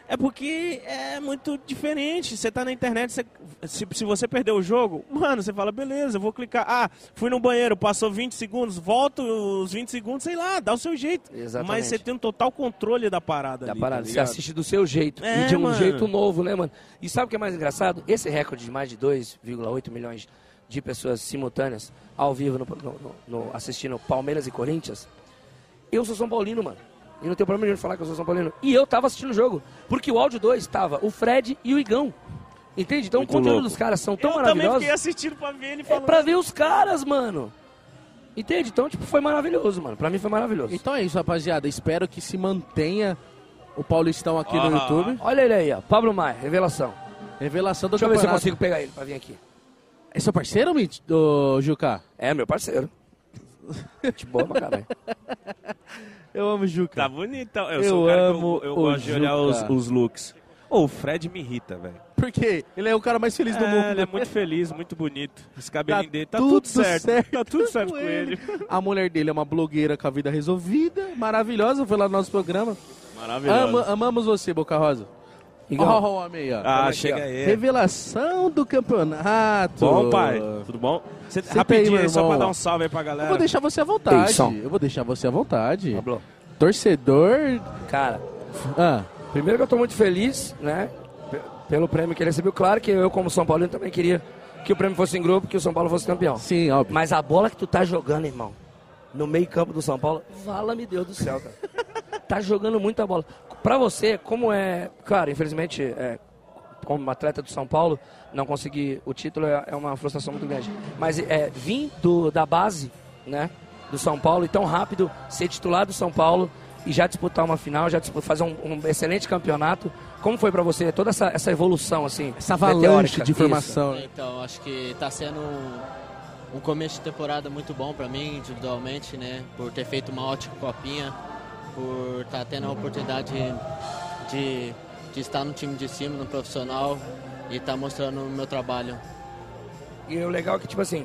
Speaker 1: É porque é muito diferente. Você tá na internet, você- se, se você perder o jogo, mano, você fala, beleza, eu vou clicar. Ah, fui no banheiro, passou 20 segundos, volto os 20 segundos, sei lá, dá o seu jeito.
Speaker 2: Exatamente.
Speaker 1: Mas você tem um total controle da parada
Speaker 2: Da
Speaker 1: ali,
Speaker 2: parada,
Speaker 1: tá
Speaker 2: você
Speaker 1: ligado?
Speaker 2: assiste do seu jeito.
Speaker 1: É,
Speaker 2: e de um
Speaker 1: mano.
Speaker 2: jeito novo, né, mano? E sabe o que é mais engraçado? Esse recorde de mais de 2,8 milhões de pessoas simultâneas ao vivo no, no- no- no- assistindo Palmeiras e Corinthians. Eu sou São Paulino, mano. E não tem problema nenhum de falar que eu sou São Paulino. E eu tava assistindo o jogo. Porque o áudio 2 tava o Fred e o Igão. Entende? Então
Speaker 1: Muito
Speaker 2: o conteúdo
Speaker 1: louco.
Speaker 2: dos caras são tão
Speaker 1: eu também
Speaker 2: maravilhosos.
Speaker 1: fiquei assistindo pra ver ele
Speaker 2: É
Speaker 1: falando.
Speaker 2: pra ver os caras, mano. Entende? Então, tipo, foi maravilhoso, mano. Pra mim foi maravilhoso.
Speaker 3: Então é isso, rapaziada. Espero que se mantenha o Paulistão aqui no
Speaker 1: Aham.
Speaker 3: YouTube.
Speaker 2: Olha ele aí, ó. Pablo Maia, revelação.
Speaker 3: Revelação do
Speaker 2: Deixa eu ver se eu
Speaker 3: campeonato.
Speaker 2: consigo pegar ele pra vir aqui.
Speaker 3: É seu parceiro, Mit- ô, Juca?
Speaker 2: É, meu
Speaker 3: [LAUGHS]
Speaker 2: parceiro. Gente boa pra caralho.
Speaker 3: Eu amo o Juca.
Speaker 1: Tá bonitão. Eu,
Speaker 3: Eu
Speaker 1: sou o cara
Speaker 3: amo
Speaker 1: que eu, eu
Speaker 3: o
Speaker 1: gosto de olhar os,
Speaker 3: Juca.
Speaker 1: os looks. Ô, o Fred me irrita, velho.
Speaker 3: Por quê? Ele é o cara mais feliz do mundo.
Speaker 1: É, ele é muito feliz, muito bonito. Esse cabelinho
Speaker 3: Tá
Speaker 1: dele tá
Speaker 3: tudo
Speaker 1: tudo, certo.
Speaker 3: certo
Speaker 1: Tá tudo certo
Speaker 3: com
Speaker 1: com ele.
Speaker 3: A mulher dele é uma blogueira com a vida resolvida, maravilhosa, foi lá no nosso programa. Ama- amamos você, Boca Rosa.
Speaker 2: Igão,
Speaker 3: oh, amei, ó.
Speaker 1: Ah,
Speaker 3: Olha aqui,
Speaker 1: chega
Speaker 3: ó.
Speaker 1: aí.
Speaker 3: Revelação do campeonato.
Speaker 1: Bom, pai. Tudo bom? Cê,
Speaker 3: Senta
Speaker 1: rapidinho
Speaker 3: aí,
Speaker 1: aí,
Speaker 3: meu
Speaker 1: só pra
Speaker 3: irmão.
Speaker 1: dar um salve aí pra
Speaker 3: Eu
Speaker 1: galera.
Speaker 3: vou deixar você à vontade.
Speaker 2: Atenção.
Speaker 3: Eu vou deixar você à vontade.
Speaker 2: Pablo.
Speaker 3: Torcedor.
Speaker 2: Cara,
Speaker 3: Ah,
Speaker 2: primeiro que eu tô muito feliz, né? pe- Pelo prêmio que ele recebeu. Claro que eu, como São Paulino, também queria que o prêmio fosse em grupo, que o São Paulo fosse campeão.
Speaker 3: sim, óbvio.
Speaker 2: Mas a bola que tu tá jogando, irmão, no meio-campo do São Paulo, vala-me Deus do céu, cara. tá jogando muita bola. Pra você, como é. Cara, infelizmente, é, como atleta do São Paulo, não conseguir o título é, é uma frustração muito grande. Mas é, vim do, da base, né? Do São Paulo e tão rápido ser titular do São Paulo e já disputar uma final, já disputar, fazer um, um excelente campeonato. Como foi pra você toda essa, essa evolução, assim?
Speaker 3: Essa
Speaker 2: meteórica?
Speaker 3: avalanche de
Speaker 2: Isso.
Speaker 3: informação. né?
Speaker 9: Então, acho que tá sendo um- um começo de temporada muito bom pra mim, individualmente, né? Por ter feito uma ótima copinha, por estar tendo a oportunidade de, de estar no time de cima, no profissional, e estar mostrando o meu trabalho.
Speaker 2: E o legal é que, tipo assim,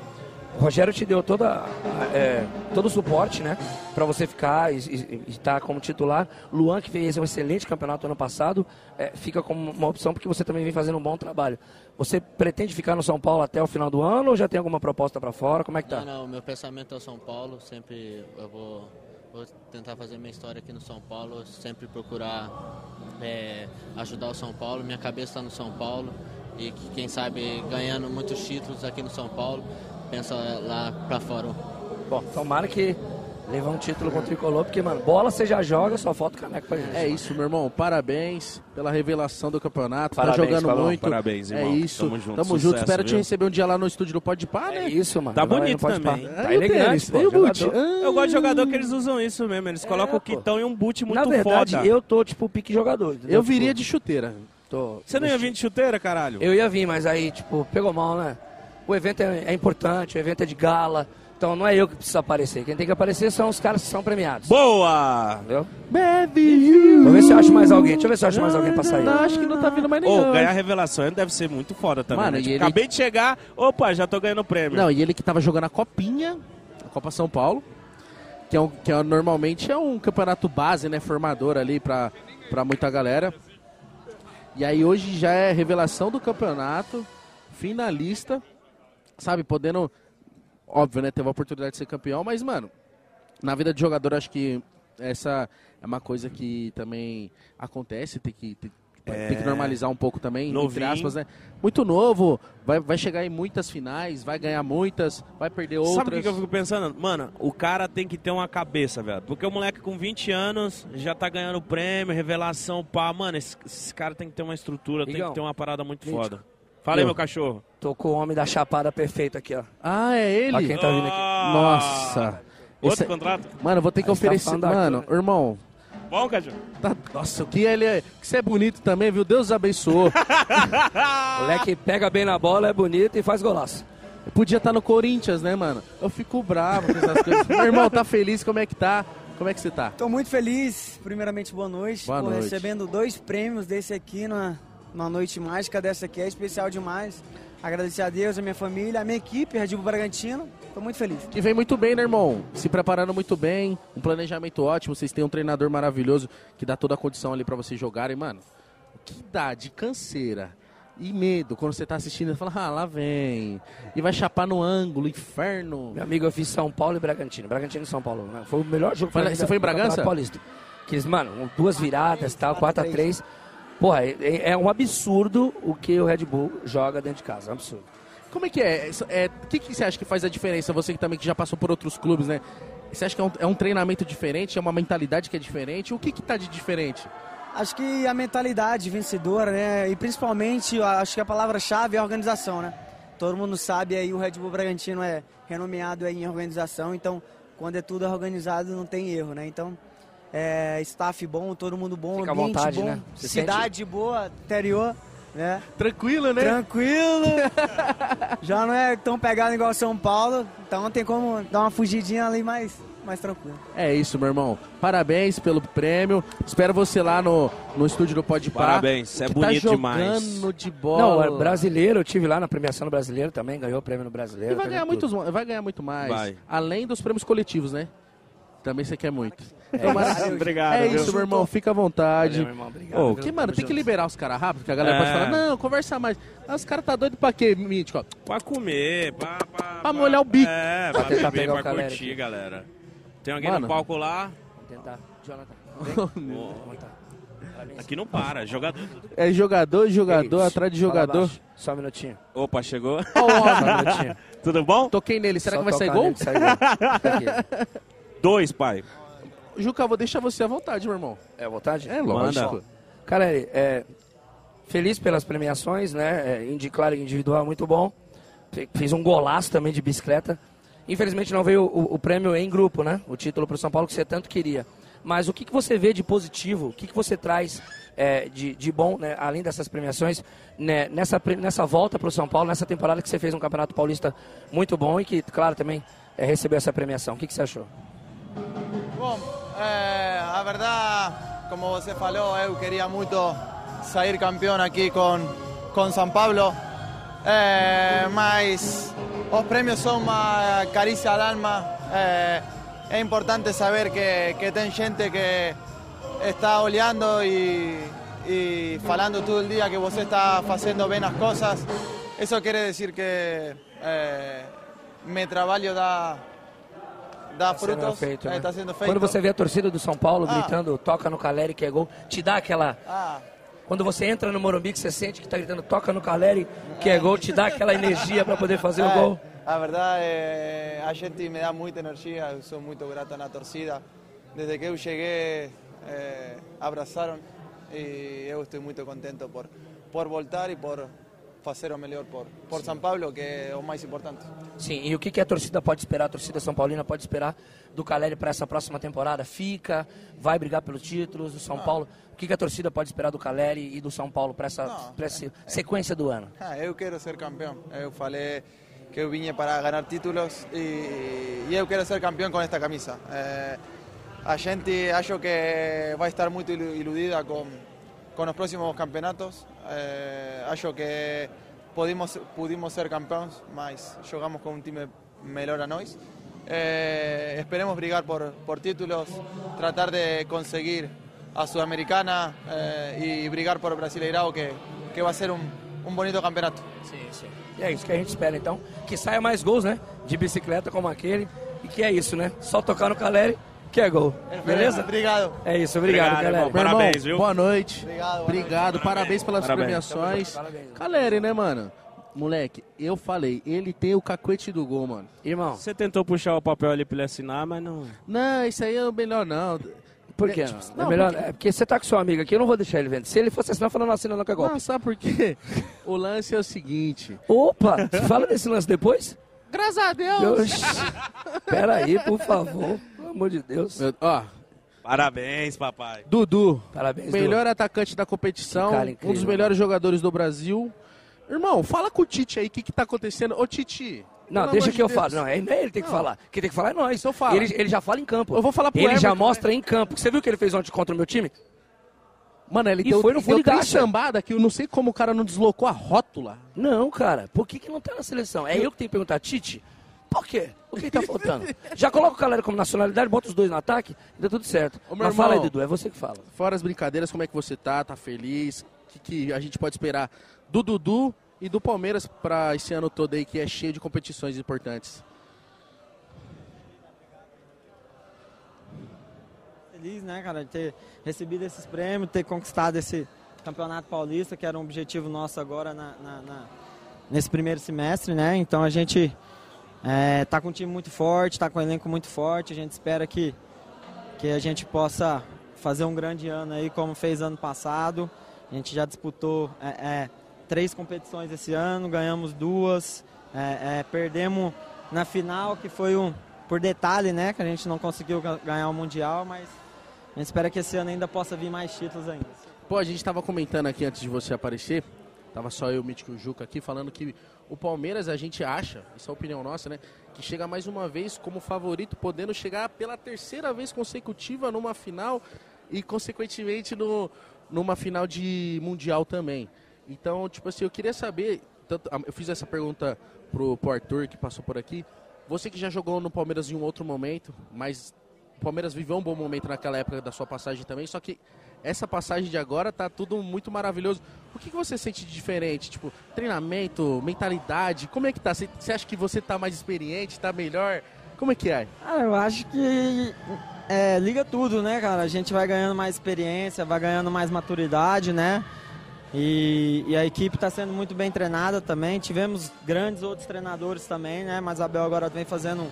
Speaker 2: o Rogério te deu toda, é, todo o suporte, né? Pra você ficar e e- e estar como titular. Luan, que fez um excelente campeonato ano passado, é, fica como uma opção porque você também vem fazendo um bom trabalho. Você pretende ficar no São Paulo até o final do ano ou já tem alguma proposta pra fora? Como é que tá?
Speaker 9: Não, não, meu pensamento é o São Paulo, sempre eu vou, vou tentar fazer minha história aqui no São Paulo, sempre procurar é, ajudar o São Paulo, minha cabeça está no São Paulo e que, quem sabe ganhando muitos títulos aqui no São Paulo, pensa lá pra fora.
Speaker 2: Bom, tomara que levar um título contra o Tricolor, porque, mano, bola você já joga, só falta o caneco pra gente.
Speaker 3: É isso, meu irmão. Parabéns pela revelação do campeonato. tá
Speaker 2: Parabéns,
Speaker 3: jogando
Speaker 2: Pablão.
Speaker 3: muito.
Speaker 1: Parabéns,
Speaker 3: É
Speaker 1: irmão.
Speaker 3: isso.
Speaker 1: Tamo junto.
Speaker 3: junto.
Speaker 1: Sucesso,
Speaker 3: Espero te
Speaker 1: viu?
Speaker 3: receber um dia lá no estúdio do Pode Par,
Speaker 2: É
Speaker 3: né?
Speaker 2: isso, mano.
Speaker 1: Tá
Speaker 2: Vai,
Speaker 1: bonito
Speaker 2: pode
Speaker 1: também.
Speaker 2: parar.
Speaker 3: Ah,
Speaker 2: Tá
Speaker 3: e o
Speaker 2: elegante,
Speaker 3: tênis?
Speaker 2: pô,
Speaker 3: E o boot?
Speaker 2: jogador.
Speaker 3: Ah. É,
Speaker 1: Eu gosto de jogador que eles usam isso mesmo. Eles colocam o quitão e um boot muito
Speaker 2: Na verdade,
Speaker 1: foda.
Speaker 2: eu tô, tipo, pique jogador. entendeu?
Speaker 3: Eu viria
Speaker 2: Tipo,
Speaker 3: de chuteira.
Speaker 2: tô-
Speaker 1: Você não ia vir de chuteira, caralho?
Speaker 2: Eu ia vir, mas aí, tipo, pegou mal, né? O evento é, é importante, o evento é de gala, então não é eu que preciso aparecer. Quem tem que aparecer são os caras que são premiados.
Speaker 1: Boa!
Speaker 2: Entendeu?
Speaker 3: Baby
Speaker 2: Vou ver se eu acho mais alguém. Deixa eu ver se eu acho mais alguém pra sair.
Speaker 3: Não, acho que não tá vindo mais
Speaker 1: Ô,
Speaker 3: ninguém.
Speaker 1: ganhar a revelação deve ser muito foda também.
Speaker 3: Mano,
Speaker 1: né?
Speaker 3: e
Speaker 1: Tipo,
Speaker 3: ele-
Speaker 1: Acabei de chegar, opa, já tô ganhando prêmio.
Speaker 3: Não, e ele que tava jogando a Copinha, a Copa São Paulo, que, é um, que é, normalmente é um campeonato base, né? Formador ali pra, pra muita galera. E aí hoje já é revelação do campeonato, finalista, sabe? Podendo, óbvio, né? Teve a oportunidade de ser campeão, mas, mano, na vida de jogador, acho que essa é uma coisa que também acontece, tem que. Tem, tem que normalizar um pouco também, entre
Speaker 1: Novinho.
Speaker 3: aspas, né? Muito novo, vai, vai chegar em muitas finais, vai ganhar muitas, vai perder outras.
Speaker 1: Sabe o que que eu fico pensando? Mano, o cara tem que ter uma cabeça, velho. Porque o moleque com 20 anos já tá ganhando prêmio, revelação, pá. Mano, esse, esse cara tem que ter uma estrutura, tem
Speaker 2: Igão,
Speaker 1: que ter uma parada muito
Speaker 2: gente.
Speaker 1: foda. Fala aí,
Speaker 2: Eu.
Speaker 1: meu cachorro.
Speaker 2: Tô com o homem da chapada perfeito aqui, ó.
Speaker 3: Ah, é ele?
Speaker 2: Pra quem tá vindo aqui.
Speaker 1: Ah!
Speaker 3: Nossa.
Speaker 1: Outro
Speaker 3: Esse- é-
Speaker 1: contrato?
Speaker 3: Mano, eu vou ter que
Speaker 2: Aí você tá
Speaker 3: oferecer.
Speaker 2: falando
Speaker 3: Mano,
Speaker 2: daquilo.
Speaker 3: irmão.
Speaker 1: Bom, cachorro?
Speaker 3: tá- Nossa, que ele é. Que você é bonito também, viu? Deus abençoou.
Speaker 2: [LAUGHS] O moleque pega bem na bola, é bonito e faz golaço.
Speaker 3: Podia estar no Corinthians, né, mano? Eu fico bravo com essas
Speaker 1: [LAUGHS]
Speaker 3: coisas. Meu irmão, tá feliz? Como é que tá? Como é que você tá?
Speaker 8: Tô muito feliz. Primeiramente, boa noite.
Speaker 3: Boa
Speaker 8: Pô,
Speaker 3: noite.
Speaker 8: Recebendo dois prêmios desse aqui numa, numa noite mágica dessa aqui. É especial demais. Agradecer a Deus, a minha família, a minha equipe, Red Bull Bragantino. Tô muito feliz.
Speaker 3: Que vem muito bem, né, irmão? Se preparando muito bem, um planejamento ótimo. Vocês têm um treinador maravilhoso que dá toda a condição ali pra vocês jogarem, mano. O que dá de canseira e medo quando você tá assistindo e fala, ah, lá vem. E vai chapar no ângulo, inferno.
Speaker 2: Meu amigo, eu fiz São Paulo e Bragantino. Bragantino e São Paulo. né? Foi o melhor jogo.
Speaker 3: Foi
Speaker 2: pra
Speaker 3: lá-
Speaker 2: mim
Speaker 3: você
Speaker 2: da-
Speaker 3: foi em
Speaker 2: do Campeonato
Speaker 3: Bragança?
Speaker 2: Paulista. Que eles, mano, um, duas viradas, tal, 4x3. Porra, é, é um absurdo o que o Red Bull joga dentro de casa. É um absurdo.
Speaker 3: Como é que é? Isso- é, O que, que você acha que faz a diferença? Você que também que já passou por outros clubes, né? Você acha que é um, é um treinamento diferente? É uma mentalidade que é diferente? O que que tá de diferente?
Speaker 8: Acho que a mentalidade vencedora, né? E principalmente, eu acho que a palavra-chave é a organização, né? Todo mundo sabe aí o Red Bull Bragantino é renomeado aí em organização, então quando é tudo organizado não tem erro, né? Então, é, staff bom, todo mundo bom,
Speaker 2: Fica à
Speaker 8: ambiente
Speaker 2: vontade,
Speaker 8: bom,
Speaker 2: né? Se
Speaker 8: cidade boa, interior, né?
Speaker 3: Tranquilo, né?
Speaker 8: Tranquilo. [LAUGHS] Já não é tão pegado igual São Paulo, então tem como dar uma fugidinha ali mais, mais tranquilo.
Speaker 3: É isso, meu irmão. Parabéns pelo prêmio. Espero você lá no, no estúdio do Pode tá
Speaker 1: Parabéns, você é bonito demais.
Speaker 3: jogando de
Speaker 2: Não,
Speaker 3: bola.
Speaker 2: é brasileiro, eu tive lá na premiação do brasileiro também, ganhou o prêmio no brasileiro.
Speaker 3: E vai
Speaker 2: tá
Speaker 3: ganhar,
Speaker 2: vendo tudo.
Speaker 3: muitos, vai ganhar muito mais.
Speaker 1: Vai.
Speaker 3: Além dos prêmios coletivos, né? Também você quer muito.
Speaker 8: Valeu,
Speaker 3: É,
Speaker 1: Obrigado,
Speaker 3: isso, meu irmão. Fica à vontade.
Speaker 2: Valeu, irmão, obrigado.
Speaker 1: Ô,
Speaker 2: viu?
Speaker 3: Porque, mano,
Speaker 2: Tamo
Speaker 3: tem que
Speaker 2: junto.
Speaker 3: liberar os caras rápido, que a galera
Speaker 1: É.
Speaker 3: pode falar, não, conversa mais. Ah, os caras tá doido pra quê, Mítico? [LAUGHS] Ó,
Speaker 1: Pra comer, pra... Pra, pra
Speaker 3: molhar o bico.
Speaker 1: É,
Speaker 2: Pra
Speaker 1: pra
Speaker 2: tentar
Speaker 1: beber,
Speaker 2: pegar o
Speaker 1: pra
Speaker 2: calera
Speaker 1: curtir,
Speaker 2: aqui.
Speaker 1: galera. Tem alguém
Speaker 3: Mano.
Speaker 1: no palco lá?
Speaker 2: Vou tentar. Jonathan,
Speaker 1: Ô,
Speaker 2: vou tentar. Parabéns.
Speaker 1: aqui não para, jogador...
Speaker 3: É jogador, jogador,
Speaker 2: Ei,
Speaker 3: atrás de
Speaker 2: É fala
Speaker 3: jogador.
Speaker 2: baixo. Só um minutinho.
Speaker 1: Opa, chegou.
Speaker 3: Ó,
Speaker 2: Só
Speaker 3: o
Speaker 2: um
Speaker 1: [LAUGHS]
Speaker 3: homem.
Speaker 2: minutinho.
Speaker 1: Tudo bom?
Speaker 3: Toquei nele, será
Speaker 2: Só
Speaker 3: que vai sair
Speaker 2: tocar
Speaker 3: gol?
Speaker 2: nele que sai gol? Aqui.
Speaker 1: [LAUGHS] Dois, pai.
Speaker 3: Juca, vou deixar você à vontade, meu irmão.
Speaker 2: É à vontade?
Speaker 3: É, lógico.
Speaker 1: Manda.
Speaker 2: Cara, é, feliz pelas premiações, né? É, Indy, claro, individual muito bom. Fe- Fez um golaço também de bicicleta. Infelizmente não veio o, o prêmio em grupo, né? O título para o São Paulo que você tanto queria. Mas o que, que você vê de positivo? O que, que você traz é, de, de bom, né? além dessas premiações, né? nessa, pre- nessa volta para o São Paulo, nessa temporada que você fez um Campeonato Paulista muito bom e que, claro, também é, recebeu essa premiação. O que, que você achou?
Speaker 10: Bom, eh, a verdad, como você falou, eu queria muito sair campeão aqui com, com São Paulo, Eh, mas os prêmios são uma carícia al alma. Eh, é importante saber que, que tem gente que está olhando e, e falando todo o dia que você está fazendo bem as coisas. Isso quer dizer que eh, meu trabalho dá, dá
Speaker 2: sendo
Speaker 10: frutos,
Speaker 2: feito,
Speaker 10: eh,
Speaker 2: né?
Speaker 10: está sendo feito.
Speaker 2: Quando você vê a torcida do São Paulo
Speaker 10: Ah.
Speaker 2: gritando, toca no Caleri que é gol, te dá aquela.
Speaker 10: Ah,
Speaker 2: Quando você entra no Morumbi que você sente que tá gritando, toca no Caleri que é gol, te dá aquela energia para poder fazer o
Speaker 10: é,
Speaker 2: gol.
Speaker 10: a verdade, é, eh, a gente me dá muita energia, eu sou muito grato na torcida. Desde que eu cheguei, é, abraçaram e eu estou muito contente por, por voltar e por fazer o melhor por, por São Paulo, que é o mais importante.
Speaker 2: Sim, e o que, que a torcida pode esperar, a torcida São Paulina pode esperar do Caleri para essa próxima temporada? Fica, vai brigar pelos títulos do São
Speaker 10: Ah.
Speaker 2: Paulo. O que, que a torcida pode esperar do Caleri e do São Paulo para essa,
Speaker 10: Não,
Speaker 2: pra essa sequência do ano?
Speaker 10: Ah, eu quero ser campeão. Eu falei que eu vinha para ganhar títulos e, e eu quero ser campeão com esta camisa. Eh, a gente acho que vai estar muito ilu- iludida com, com os próximos campeonatos. Eh, acho que podemos, pudimos ser campeões, mas jogamos com um time melhor a nós. Eh, esperemos brigar por, por títulos, tratar de conseguir a Sudamericana eh, y brigar por Brasileirao, que, que va a ser un, un bonito campeonato.
Speaker 2: Sim, sim. E é isso que a gente espera, então. Que saia mais gols, né? De bicicleta como aquele. E que é isso, né? Só tocar no Caleri, que é gol. Beleza?
Speaker 10: Obrigado.
Speaker 2: É isso, obrigado,
Speaker 1: Obrigado,
Speaker 2: galera.
Speaker 1: irmão. Parabéns,
Speaker 3: irmão,
Speaker 1: viu?
Speaker 3: Boa noite.
Speaker 10: Obrigado, boa
Speaker 3: Obrigado, parabéns pelas
Speaker 1: Parabéns.
Speaker 3: premiações.
Speaker 2: Tamo junto, parabéns.
Speaker 3: Caleri, né, mano? Moleque, eu falei, ele tem o cacuete do gol, mano.
Speaker 2: Irmão,
Speaker 1: Você tentou puxar o papel ali pra ele assinar, mas não...
Speaker 3: Não, isso aí é o melhor não.
Speaker 2: por quê?
Speaker 3: tipo,
Speaker 2: é
Speaker 3: não,
Speaker 2: melhor,
Speaker 3: porque-
Speaker 2: é porque você tá com seu amigo aqui, eu não vou deixar ele vendo. Se ele fosse assinar, falando assina não que é golpe.
Speaker 3: Não, sabe por quê? O lance é o seguinte.
Speaker 2: Opa, fala desse lance depois?
Speaker 3: Graças a Deus.
Speaker 2: Oxi. Pera aí, por favor. Pelo amor de Deus.
Speaker 3: Meu- ó,
Speaker 1: Parabéns, papai.
Speaker 3: Dudu,
Speaker 2: Parabéns,
Speaker 3: melhor atacante da competição,
Speaker 2: Que cara incrível,
Speaker 3: um dos melhores jogadores do Brasil. Irmão, fala com o Tite aí, o que, que tá acontecendo? Ô, Tite.
Speaker 2: Du. Não,
Speaker 3: pelo
Speaker 2: deixa
Speaker 3: amor de
Speaker 2: que eu
Speaker 3: Deus.
Speaker 2: falo. Não, é não é ele que tem que falar. Quem tem que falar é nós.
Speaker 3: Então fala.
Speaker 2: Ele, ele já fala em campo.
Speaker 3: Eu vou falar pro
Speaker 2: Ele já
Speaker 3: Everton,
Speaker 2: mostra em campo. Você viu o que ele fez ontem contra o meu time?
Speaker 3: Mano, ele
Speaker 2: E
Speaker 3: deu,
Speaker 2: foi no
Speaker 3: deu
Speaker 2: fundo
Speaker 3: três
Speaker 2: da caixa.
Speaker 3: chambada que eu não sei como o cara não deslocou a rótula.
Speaker 2: Não, cara, por que, que não tá na seleção? É eu que tenho que perguntar, Tite? Por quê? O que
Speaker 3: [LAUGHS]
Speaker 2: tá faltando? Já coloca o galera como nacionalidade, bota os dois no ataque, deu tudo certo.
Speaker 3: Ô, meu
Speaker 2: Mas fala aí,
Speaker 3: irmão.
Speaker 2: Dudu, é você que fala.
Speaker 3: Fora as brincadeiras, como é que você tá? Tá feliz? O que, que a gente pode esperar do Dudu e do Palmeiras pra esse ano todo aí que é cheio de competições importantes?
Speaker 8: Feliz, né, cara, de ter recebido esses prêmios, ter conquistado esse Campeonato Paulista, que era um objetivo nosso agora na- na- na- nesse primeiro semestre, né? Então a gente é, tá com um time muito forte, tá com um elenco muito forte, a gente espera que, que a gente possa
Speaker 11: fazer um grande ano aí, como fez ano passado. A gente já disputou é, é, três competições esse ano, ganhamos duas, é, é, perdemos na final, que foi um por detalhe, né? Que a gente não conseguiu ga- ganhar o Mundial, mas a gente espera que esse ano ainda possa vir mais títulos ainda.
Speaker 3: Pô, a gente tava comentando aqui antes de você aparecer, tava só eu, Mítico e o Juca aqui, falando que o Palmeiras a gente acha, isso é a opinião nossa, né? Que chega mais uma vez como favorito, podendo chegar pela terceira vez consecutiva numa final e, consequentemente, no, numa final de Mundial também. Então, tipo assim, eu queria saber, tanto- eu fiz essa pergunta pro, pro Arthur que passou por aqui, você que já jogou no Palmeiras em um outro momento, mas o Palmeiras viveu um bom momento naquela época da sua passagem também, só que essa passagem de agora tá tudo muito maravilhoso. O que, que você sente de diferente? Tipo, treinamento, mentalidade, como é que tá? Você você acha que você tá mais experiente, tá melhor? Como é que é?
Speaker 11: Ah, eu acho que é, liga tudo, né, cara? A gente vai ganhando mais experiência, vai ganhando mais maturidade, né? E, e a equipe está sendo muito bem treinada também. Tivemos grandes outros treinadores também, né? Mas Abel agora vem fazendo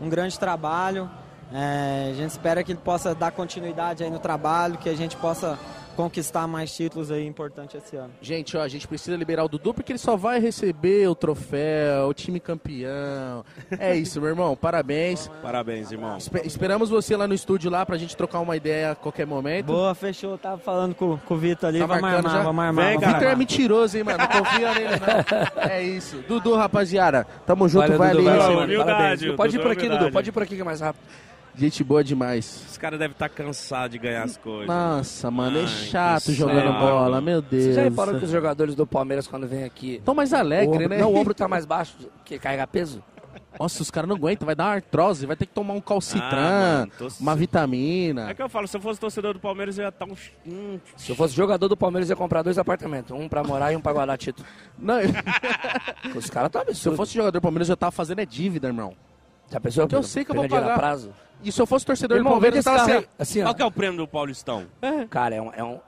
Speaker 11: um, um grande trabalho. É, a gente espera que ele possa dar continuidade aí no trabalho, que a gente possa conquistar mais títulos aí importantes esse ano.
Speaker 3: Gente, ó, a gente precisa liberar o Dudu porque ele só vai receber o troféu, o time campeão. É isso, meu irmão. Parabéns.
Speaker 1: Parabéns, irmão.
Speaker 3: Espe- esperamos você lá no estúdio lá pra gente trocar uma ideia a qualquer momento.
Speaker 11: Boa, fechou.
Speaker 2: tá?
Speaker 11: Tava falando com, com o Vitor ali.
Speaker 3: Tá
Speaker 11: vamos
Speaker 3: marcando
Speaker 11: armar,
Speaker 3: já?
Speaker 11: vamos armar.
Speaker 3: Vem,
Speaker 11: vamos
Speaker 3: Vitor é
Speaker 11: armar.
Speaker 3: mentiroso, hein, mano? Não confia nele, [LAUGHS] não. É isso. Dudu, rapaziada, tamo junto,
Speaker 2: Valeu,
Speaker 3: vai
Speaker 2: Dudu,
Speaker 3: ali.
Speaker 2: valeu,
Speaker 3: mano.
Speaker 1: humildade,
Speaker 3: Parabéns.
Speaker 1: Dudu,
Speaker 2: Pode ir por aqui,
Speaker 1: humildade.
Speaker 2: Dudu. Pode ir por aqui que é mais rápido.
Speaker 3: Gente boa demais.
Speaker 1: Os caras devem estar cansados de ganhar as coisas. Ah.
Speaker 3: Nossa, mano, é
Speaker 1: Ai,
Speaker 3: chato
Speaker 1: que
Speaker 3: jogando
Speaker 1: saco.
Speaker 3: bola, meu Deus.
Speaker 2: Você já reparou que os jogadores do Palmeiras, quando vêm aqui,
Speaker 3: Tão mais
Speaker 2: o
Speaker 3: alegre,
Speaker 2: ombro,
Speaker 3: né?
Speaker 2: não, o
Speaker 3: [LAUGHS]
Speaker 2: ombro tá mais baixo que carregar peso?
Speaker 3: Nossa, os caras não aguentam, vai dar uma artrose, vai ter que tomar um calcitran,
Speaker 1: Ah, mano, tô
Speaker 3: uma
Speaker 1: se-
Speaker 3: vitamina.
Speaker 1: É que eu falo, se eu fosse torcedor do Palmeiras, eu ia estar um... ch- um-
Speaker 2: Se eu fosse jogador do Palmeiras, eu ia comprar dois apartamentos. Um pra morar e um pra guardar título.
Speaker 3: Não, eu-
Speaker 2: [LAUGHS] Os caras tá
Speaker 3: se eu
Speaker 2: absurdo.
Speaker 3: fosse jogador do Palmeiras, eu tava fazendo é dívida, irmão.
Speaker 2: Já pensou?
Speaker 3: Porque eu sei que eu vou
Speaker 2: Perdendo dinheiro a
Speaker 3: pagar.
Speaker 2: prazo.
Speaker 3: E se eu fosse torcedor
Speaker 2: Irmão,
Speaker 3: do Palmeiras, eu
Speaker 2: vende
Speaker 3: tava
Speaker 2: esse
Speaker 3: assim,
Speaker 2: carro aí. assim, ó.
Speaker 1: Qual que é o prêmio do Paulistão?
Speaker 2: Cara, é um, é um...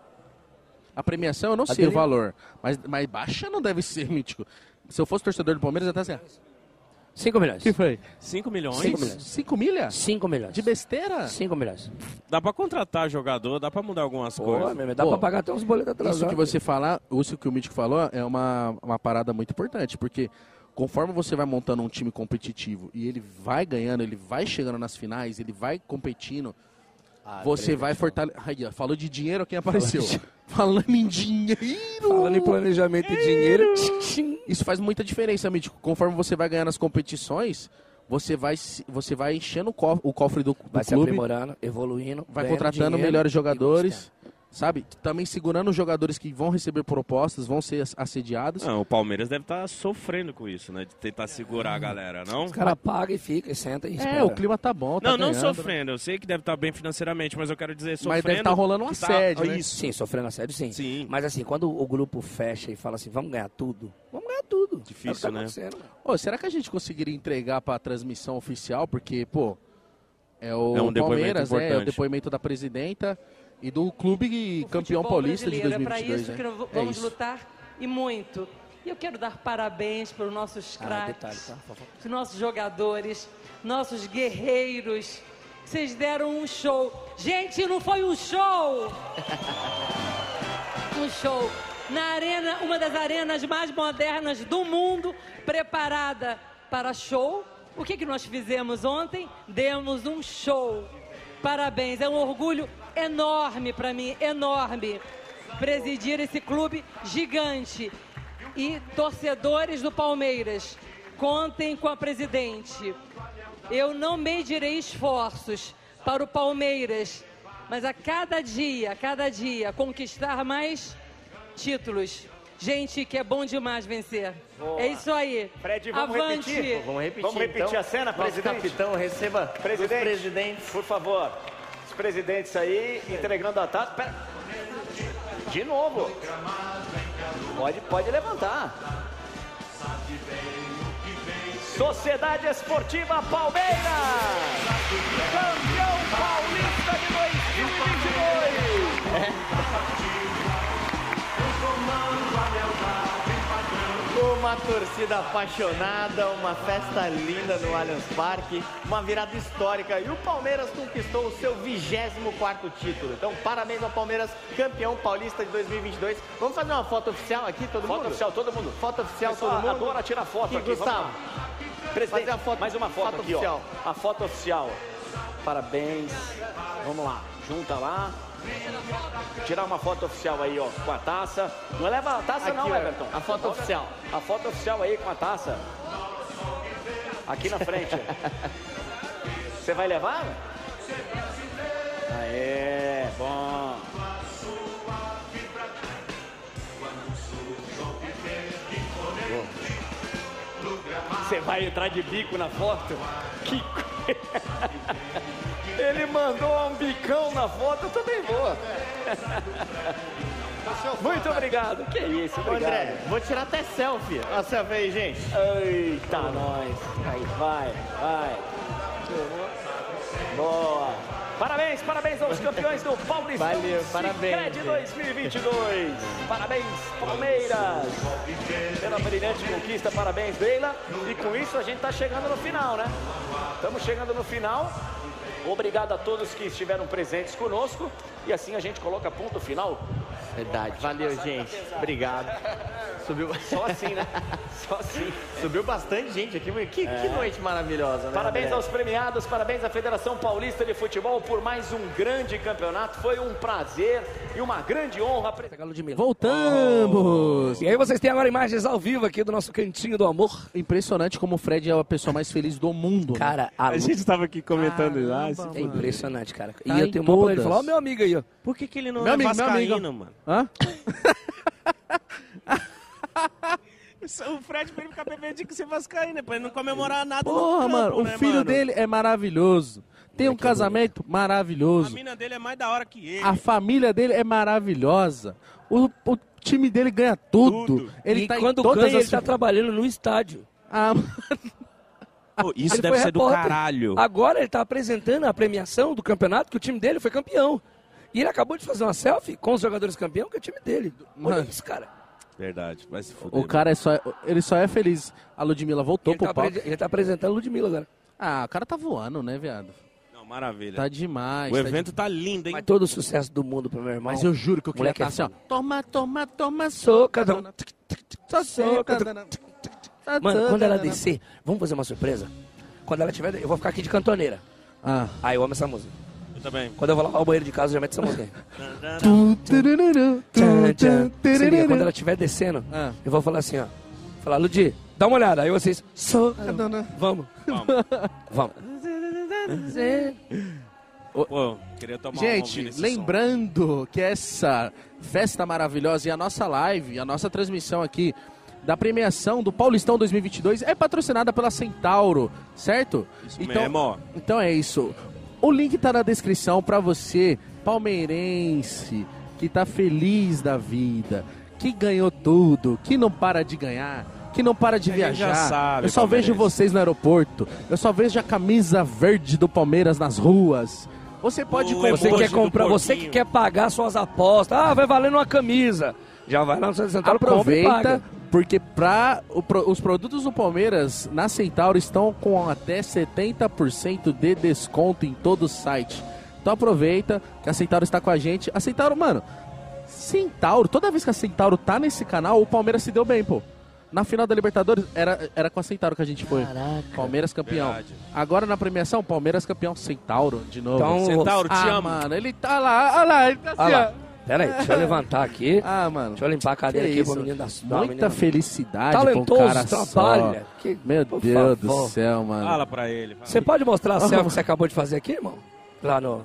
Speaker 3: A premiação eu não
Speaker 2: Cadê
Speaker 3: sei o
Speaker 2: ele?
Speaker 3: valor, mas, mas baixa não deve ser, [LAUGHS] mítico. Se eu fosse torcedor do Palmeiras, eu tava assim,
Speaker 2: 5 milhões.
Speaker 3: foi?
Speaker 1: 5 milhões?
Speaker 3: 5 milhas? Cinco milhas?
Speaker 2: 5 milhões.
Speaker 3: De besteira?
Speaker 2: 5 milhões.
Speaker 1: Dá pra contratar jogador, dá pra mudar algumas
Speaker 2: Pô,
Speaker 1: coisas.
Speaker 2: meu, dá
Speaker 3: Pô,
Speaker 2: pra pagar até uns boletos
Speaker 1: tá
Speaker 2: atrasados.
Speaker 3: Isso que você falar, isso que o Mítico falou, é uma, uma parada muito importante, porque conforme você vai montando um time competitivo e ele vai ganhando, ele vai chegando nas finais, ele vai competindo,
Speaker 2: Ah,
Speaker 3: você vai fortalecer. Falou de dinheiro, quem apareceu? [LAUGHS] Falando em dinheiro!
Speaker 2: Falando em planejamento e dinheiro...
Speaker 3: Isso faz muita diferença, Mítico. Conforme você vai ganhando as competições, você vai, se- você vai enchendo o co- o cofre do, do
Speaker 2: Vai se
Speaker 3: clube.
Speaker 2: aprimorando, evoluindo.
Speaker 3: vai
Speaker 2: ganhando
Speaker 3: contratando
Speaker 2: dinheiro
Speaker 3: melhores
Speaker 2: e
Speaker 3: jogadores, sabe? Também segurando os jogadores que vão receber propostas, vão ser as- assediados.
Speaker 1: Não, o Palmeiras deve estar sofrendo com isso, né? De tentar segurar a galera, não?
Speaker 2: Os caras pagam e fica, e senta e espera.
Speaker 3: é, o clima tá bom, tá
Speaker 1: não, não
Speaker 3: ganhando.
Speaker 1: sofrendo. Eu sei que deve estar bem financeiramente, mas eu quero dizer sofrendo.
Speaker 3: Mas deve estar rolando um
Speaker 1: que tá-
Speaker 3: assédio, né?
Speaker 1: Isso.
Speaker 2: Sim, sofrendo assédio, sim.
Speaker 1: Sim.
Speaker 2: Mas assim, quando o grupo fecha e fala assim, vamos ganhar tudo, vamos ganhar tudo.
Speaker 1: Difícil,
Speaker 2: é o que tá
Speaker 1: né?
Speaker 2: acontecendo, mano.
Speaker 3: Ô, será que a gente conseguiria entregar pra transmissão oficial? Porque, pô, é o
Speaker 1: É um depoimento
Speaker 3: Palmeiras, né? É o
Speaker 1: importante.
Speaker 3: depoimento da presidenta e do clube
Speaker 2: um
Speaker 3: campeão paulista de 2022,
Speaker 12: É para isso
Speaker 3: né?
Speaker 12: que nós
Speaker 3: É
Speaker 12: vamos
Speaker 3: isso.
Speaker 12: lutar e muito. E eu quero dar parabéns para os nossos
Speaker 2: Ah,
Speaker 12: craques,
Speaker 2: detalhe, tá? Por favor.
Speaker 12: os nossos jogadores, nossos guerreiros. Vocês deram um show. Gente, não foi um show! um show na arena, uma das arenas mais modernas do mundo, preparada para show. O que, que nós fizemos ontem? Demos um show. Parabéns, é um orgulho enorme para mim, enorme, presidir esse clube gigante. E torcedores do Palmeiras, contem com a presidente. Eu não medirei esforços para o Palmeiras mas a cada dia, a cada dia, conquistar mais títulos. Gente, que é bom demais vencer. É isso aí.
Speaker 13: Fred, vamos
Speaker 12: Avante.
Speaker 13: repetir?
Speaker 14: Vamos repetir,
Speaker 13: Vamos repetir
Speaker 14: então.
Speaker 13: a cena,
Speaker 14: Nosso
Speaker 13: presidente?
Speaker 14: capitão receba
Speaker 13: Presidente.
Speaker 14: os presidentes.
Speaker 13: Por favor, os presidentes aí entregando a taça. Pera. De novo. Pode, pode levantar. Sociedade Esportiva Palmeiras! Campeão paulista de 2022! É.
Speaker 14: uma torcida apaixonada, uma festa linda no Allianz Parque, uma virada histórica e o Palmeiras conquistou o seu 24º título. Então, parabéns ao Palmeiras, campeão paulista de 2022. Vamos fazer uma foto oficial aqui, todo mundo?
Speaker 13: Foto oficial, todo mundo.
Speaker 14: Foto oficial,
Speaker 13: Pessoal,
Speaker 14: todo mundo.
Speaker 13: adora tirar foto
Speaker 14: e
Speaker 13: aqui,
Speaker 14: Gustavo,
Speaker 13: vamos Presidente,
Speaker 14: fazer a foto-
Speaker 13: mais uma foto,
Speaker 14: foto
Speaker 13: aqui,
Speaker 14: oficial.
Speaker 13: ó. A foto oficial. Parabéns. Vamos lá. Junta lá. Tirar uma foto oficial aí, ó, com a taça. Não leva a taça
Speaker 14: Aqui,
Speaker 13: não,
Speaker 14: ó,
Speaker 13: Everton.
Speaker 14: a foto oficial.
Speaker 13: A foto oficial aí com a taça. Aqui na frente. Você vai levar? Aê, bom. Você vai entrar de bico na foto? Que co- Ele mandou um bicão na foto, eu também vou. Muito obrigado. Que isso,
Speaker 14: Ô,
Speaker 13: obrigado.
Speaker 14: André, vou tirar até selfie. Olha a selfie aí, gente.
Speaker 13: Eita, nós. Aí, vai, vai. Boa. Parabéns, parabéns aos campeões do Paulistão.
Speaker 14: Valeu, parabéns,
Speaker 13: Sicredi
Speaker 14: gente.
Speaker 13: 2022. Parabéns, Palmeiras. Pela brilhante conquista, parabéns, Leila. E com isso a gente está chegando no final, né? Estamos chegando no final. Obrigado a todos que estiveram presentes conosco. E assim a gente coloca ponto final.
Speaker 14: Verdade, valeu, gente. Obrigado. Subiu.
Speaker 13: Só assim,
Speaker 14: [LAUGHS]
Speaker 13: né? Só assim. É.
Speaker 14: Subiu bastante gente aqui. Que, que noite maravilhosa, né?
Speaker 13: Parabéns
Speaker 14: André?
Speaker 13: aos premiados, parabéns à Federação Paulista de Futebol por mais um grande campeonato. Foi um prazer e uma grande honra.
Speaker 2: Voltamos! E aí vocês têm agora imagens ao vivo aqui do nosso cantinho do amor.
Speaker 3: Impressionante como o Fred é a pessoa mais feliz do mundo. né?
Speaker 2: Cara, a Lu-
Speaker 3: estava aqui comentando
Speaker 1: né?
Speaker 2: É impressionante, cara. E
Speaker 3: Tá
Speaker 2: eu
Speaker 3: em
Speaker 2: tenho uma boa ele
Speaker 3: todas.
Speaker 2: falar, ó, meu amigo aí, ó.
Speaker 1: Por que, que ele não
Speaker 2: Meu
Speaker 1: é
Speaker 2: amigo, meu amigo.
Speaker 1: vascaíno, mano? [LAUGHS]
Speaker 3: Hã?
Speaker 1: O Fred pra ele ficar bebendo de que você vascaíno, né? Pra ele não comemorar nada
Speaker 3: Porra,
Speaker 1: no campo,
Speaker 3: mano, o
Speaker 1: né,
Speaker 3: filho
Speaker 1: mano?
Speaker 3: dele é maravilhoso. Tem um casamento
Speaker 1: A
Speaker 3: maravilhoso.
Speaker 1: mina dele é mais da hora que ele.
Speaker 3: A família dele é maravilhosa. O, o time dele ganha tudo. Ele
Speaker 2: e
Speaker 3: tá
Speaker 2: quando
Speaker 3: em todas
Speaker 2: ganha,
Speaker 3: as...
Speaker 2: ele tá trabalhando no estádio.
Speaker 3: Ah,
Speaker 1: isso
Speaker 2: Ele
Speaker 1: deve
Speaker 2: foi
Speaker 1: ser do
Speaker 2: repórter.
Speaker 1: caralho.
Speaker 2: Agora ele tá apresentando a premiação do campeonato que o time dele foi campeão. E ele acabou de fazer uma selfie com os jogadores campeão, que é o time dele. Olha
Speaker 3: Mano.
Speaker 2: isso, cara.
Speaker 1: Verdade, vai se fuder.
Speaker 3: O cara é só... Ele só é feliz. A Ludmilla voltou
Speaker 2: Ele
Speaker 3: pro
Speaker 2: tá,
Speaker 3: palco.
Speaker 2: apre- ele tá apresentando a Ludmilla agora.
Speaker 3: Ah, o cara tá voando, né, viado?
Speaker 1: Não, maravilha.
Speaker 3: Tá demais.
Speaker 1: O
Speaker 3: de-
Speaker 1: evento tá lindo, hein?
Speaker 2: Mas todo o sucesso do mundo pro meu irmão.
Speaker 3: Mas eu juro que eu queria
Speaker 2: Moleque
Speaker 3: estar
Speaker 2: é
Speaker 3: assim, ó.
Speaker 2: foda.
Speaker 3: Toma, toma, toma,
Speaker 2: soca.
Speaker 3: dona. Só
Speaker 2: soca,
Speaker 3: dona.
Speaker 2: Mano, quando ela descer, vamos fazer uma surpresa? Quando ela tiver, eu vou ficar aqui de cantoneira.
Speaker 3: Ah.
Speaker 2: Ah, eu amo essa música.
Speaker 1: Eu também.
Speaker 2: Quando eu vou lá ao banheiro de casa, eu já meto essa música aí.
Speaker 3: [LAUGHS] Tum, turururu,
Speaker 2: Tchan,
Speaker 3: tum,
Speaker 2: tchan.
Speaker 3: tum,
Speaker 2: Se liga,
Speaker 3: turururu.
Speaker 2: quando ela estiver descendo,
Speaker 3: Ah.
Speaker 2: eu vou falar assim, ó. Falar, Ludi, dá uma olhada. Aí vocês, soca.
Speaker 3: Ah, dona.
Speaker 2: Vamos. Vamos.
Speaker 1: Pô, queria tomar uma
Speaker 3: Gente,
Speaker 1: ouvindo esse
Speaker 3: lembrando que essa festa maravilhosa e a nossa live, a nossa transmissão aqui da premiação do Paulistão 2022 é patrocinada pela Centauro, certo?
Speaker 1: Isso mesmo.
Speaker 3: Então é isso. O link tá na descrição pra você, palmeirense, que tá feliz da vida, que ganhou tudo, que não para de ganhar, que não para de
Speaker 1: A gente já
Speaker 3: viajar.
Speaker 1: sabe,
Speaker 3: Eu só vejo
Speaker 1: é palmeirense.
Speaker 3: vocês no aeroporto. Eu só vejo a camisa verde do Palmeiras nas ruas. Você pode comprar.
Speaker 2: Você quer comprar, você que quer pagar suas apostas. Ah, vai valendo uma camisa. Já vai lá no Santos Central, compra e
Speaker 3: Aproveita,
Speaker 2: paga.
Speaker 3: porque pra, o pro- os produtos do Palmeiras na Centauro estão com até 70% de desconto em todo o site. Então aproveita que a Centauro está com a gente. A Centauro, mano, Centauro, toda vez que a Centauro tá nesse canal, o Palmeiras se deu bem, pô. Na final da Libertadores, era, era com a Centauro que a gente foi. Palmeiras campeão.
Speaker 1: Verdade.
Speaker 3: Agora na premiação, Palmeiras campeão. Centauro, de novo.
Speaker 2: Então, Centauro, te
Speaker 3: ah,
Speaker 2: amo.
Speaker 3: mano, ele tá lá, olha lá, ele tá assim,
Speaker 2: Olha
Speaker 3: ó.
Speaker 2: lá. Pera aí, deixa eu levantar aqui.
Speaker 3: [LAUGHS] Ah, mano.
Speaker 2: Deixa eu limpar a cadeira
Speaker 3: Que
Speaker 2: aqui
Speaker 3: isso.
Speaker 2: pro menino da da
Speaker 3: Muita
Speaker 2: menina.
Speaker 3: felicidade pra um
Speaker 2: Talentoso,
Speaker 3: cara
Speaker 2: trabalha.
Speaker 3: só.
Speaker 2: Que-
Speaker 3: Meu
Speaker 2: por
Speaker 3: Deus
Speaker 2: favor.
Speaker 3: do céu, mano.
Speaker 1: Fala pra ele. fala.
Speaker 2: Você pode mostrar a selfie que você acabou de fazer aqui, irmão? Lá no...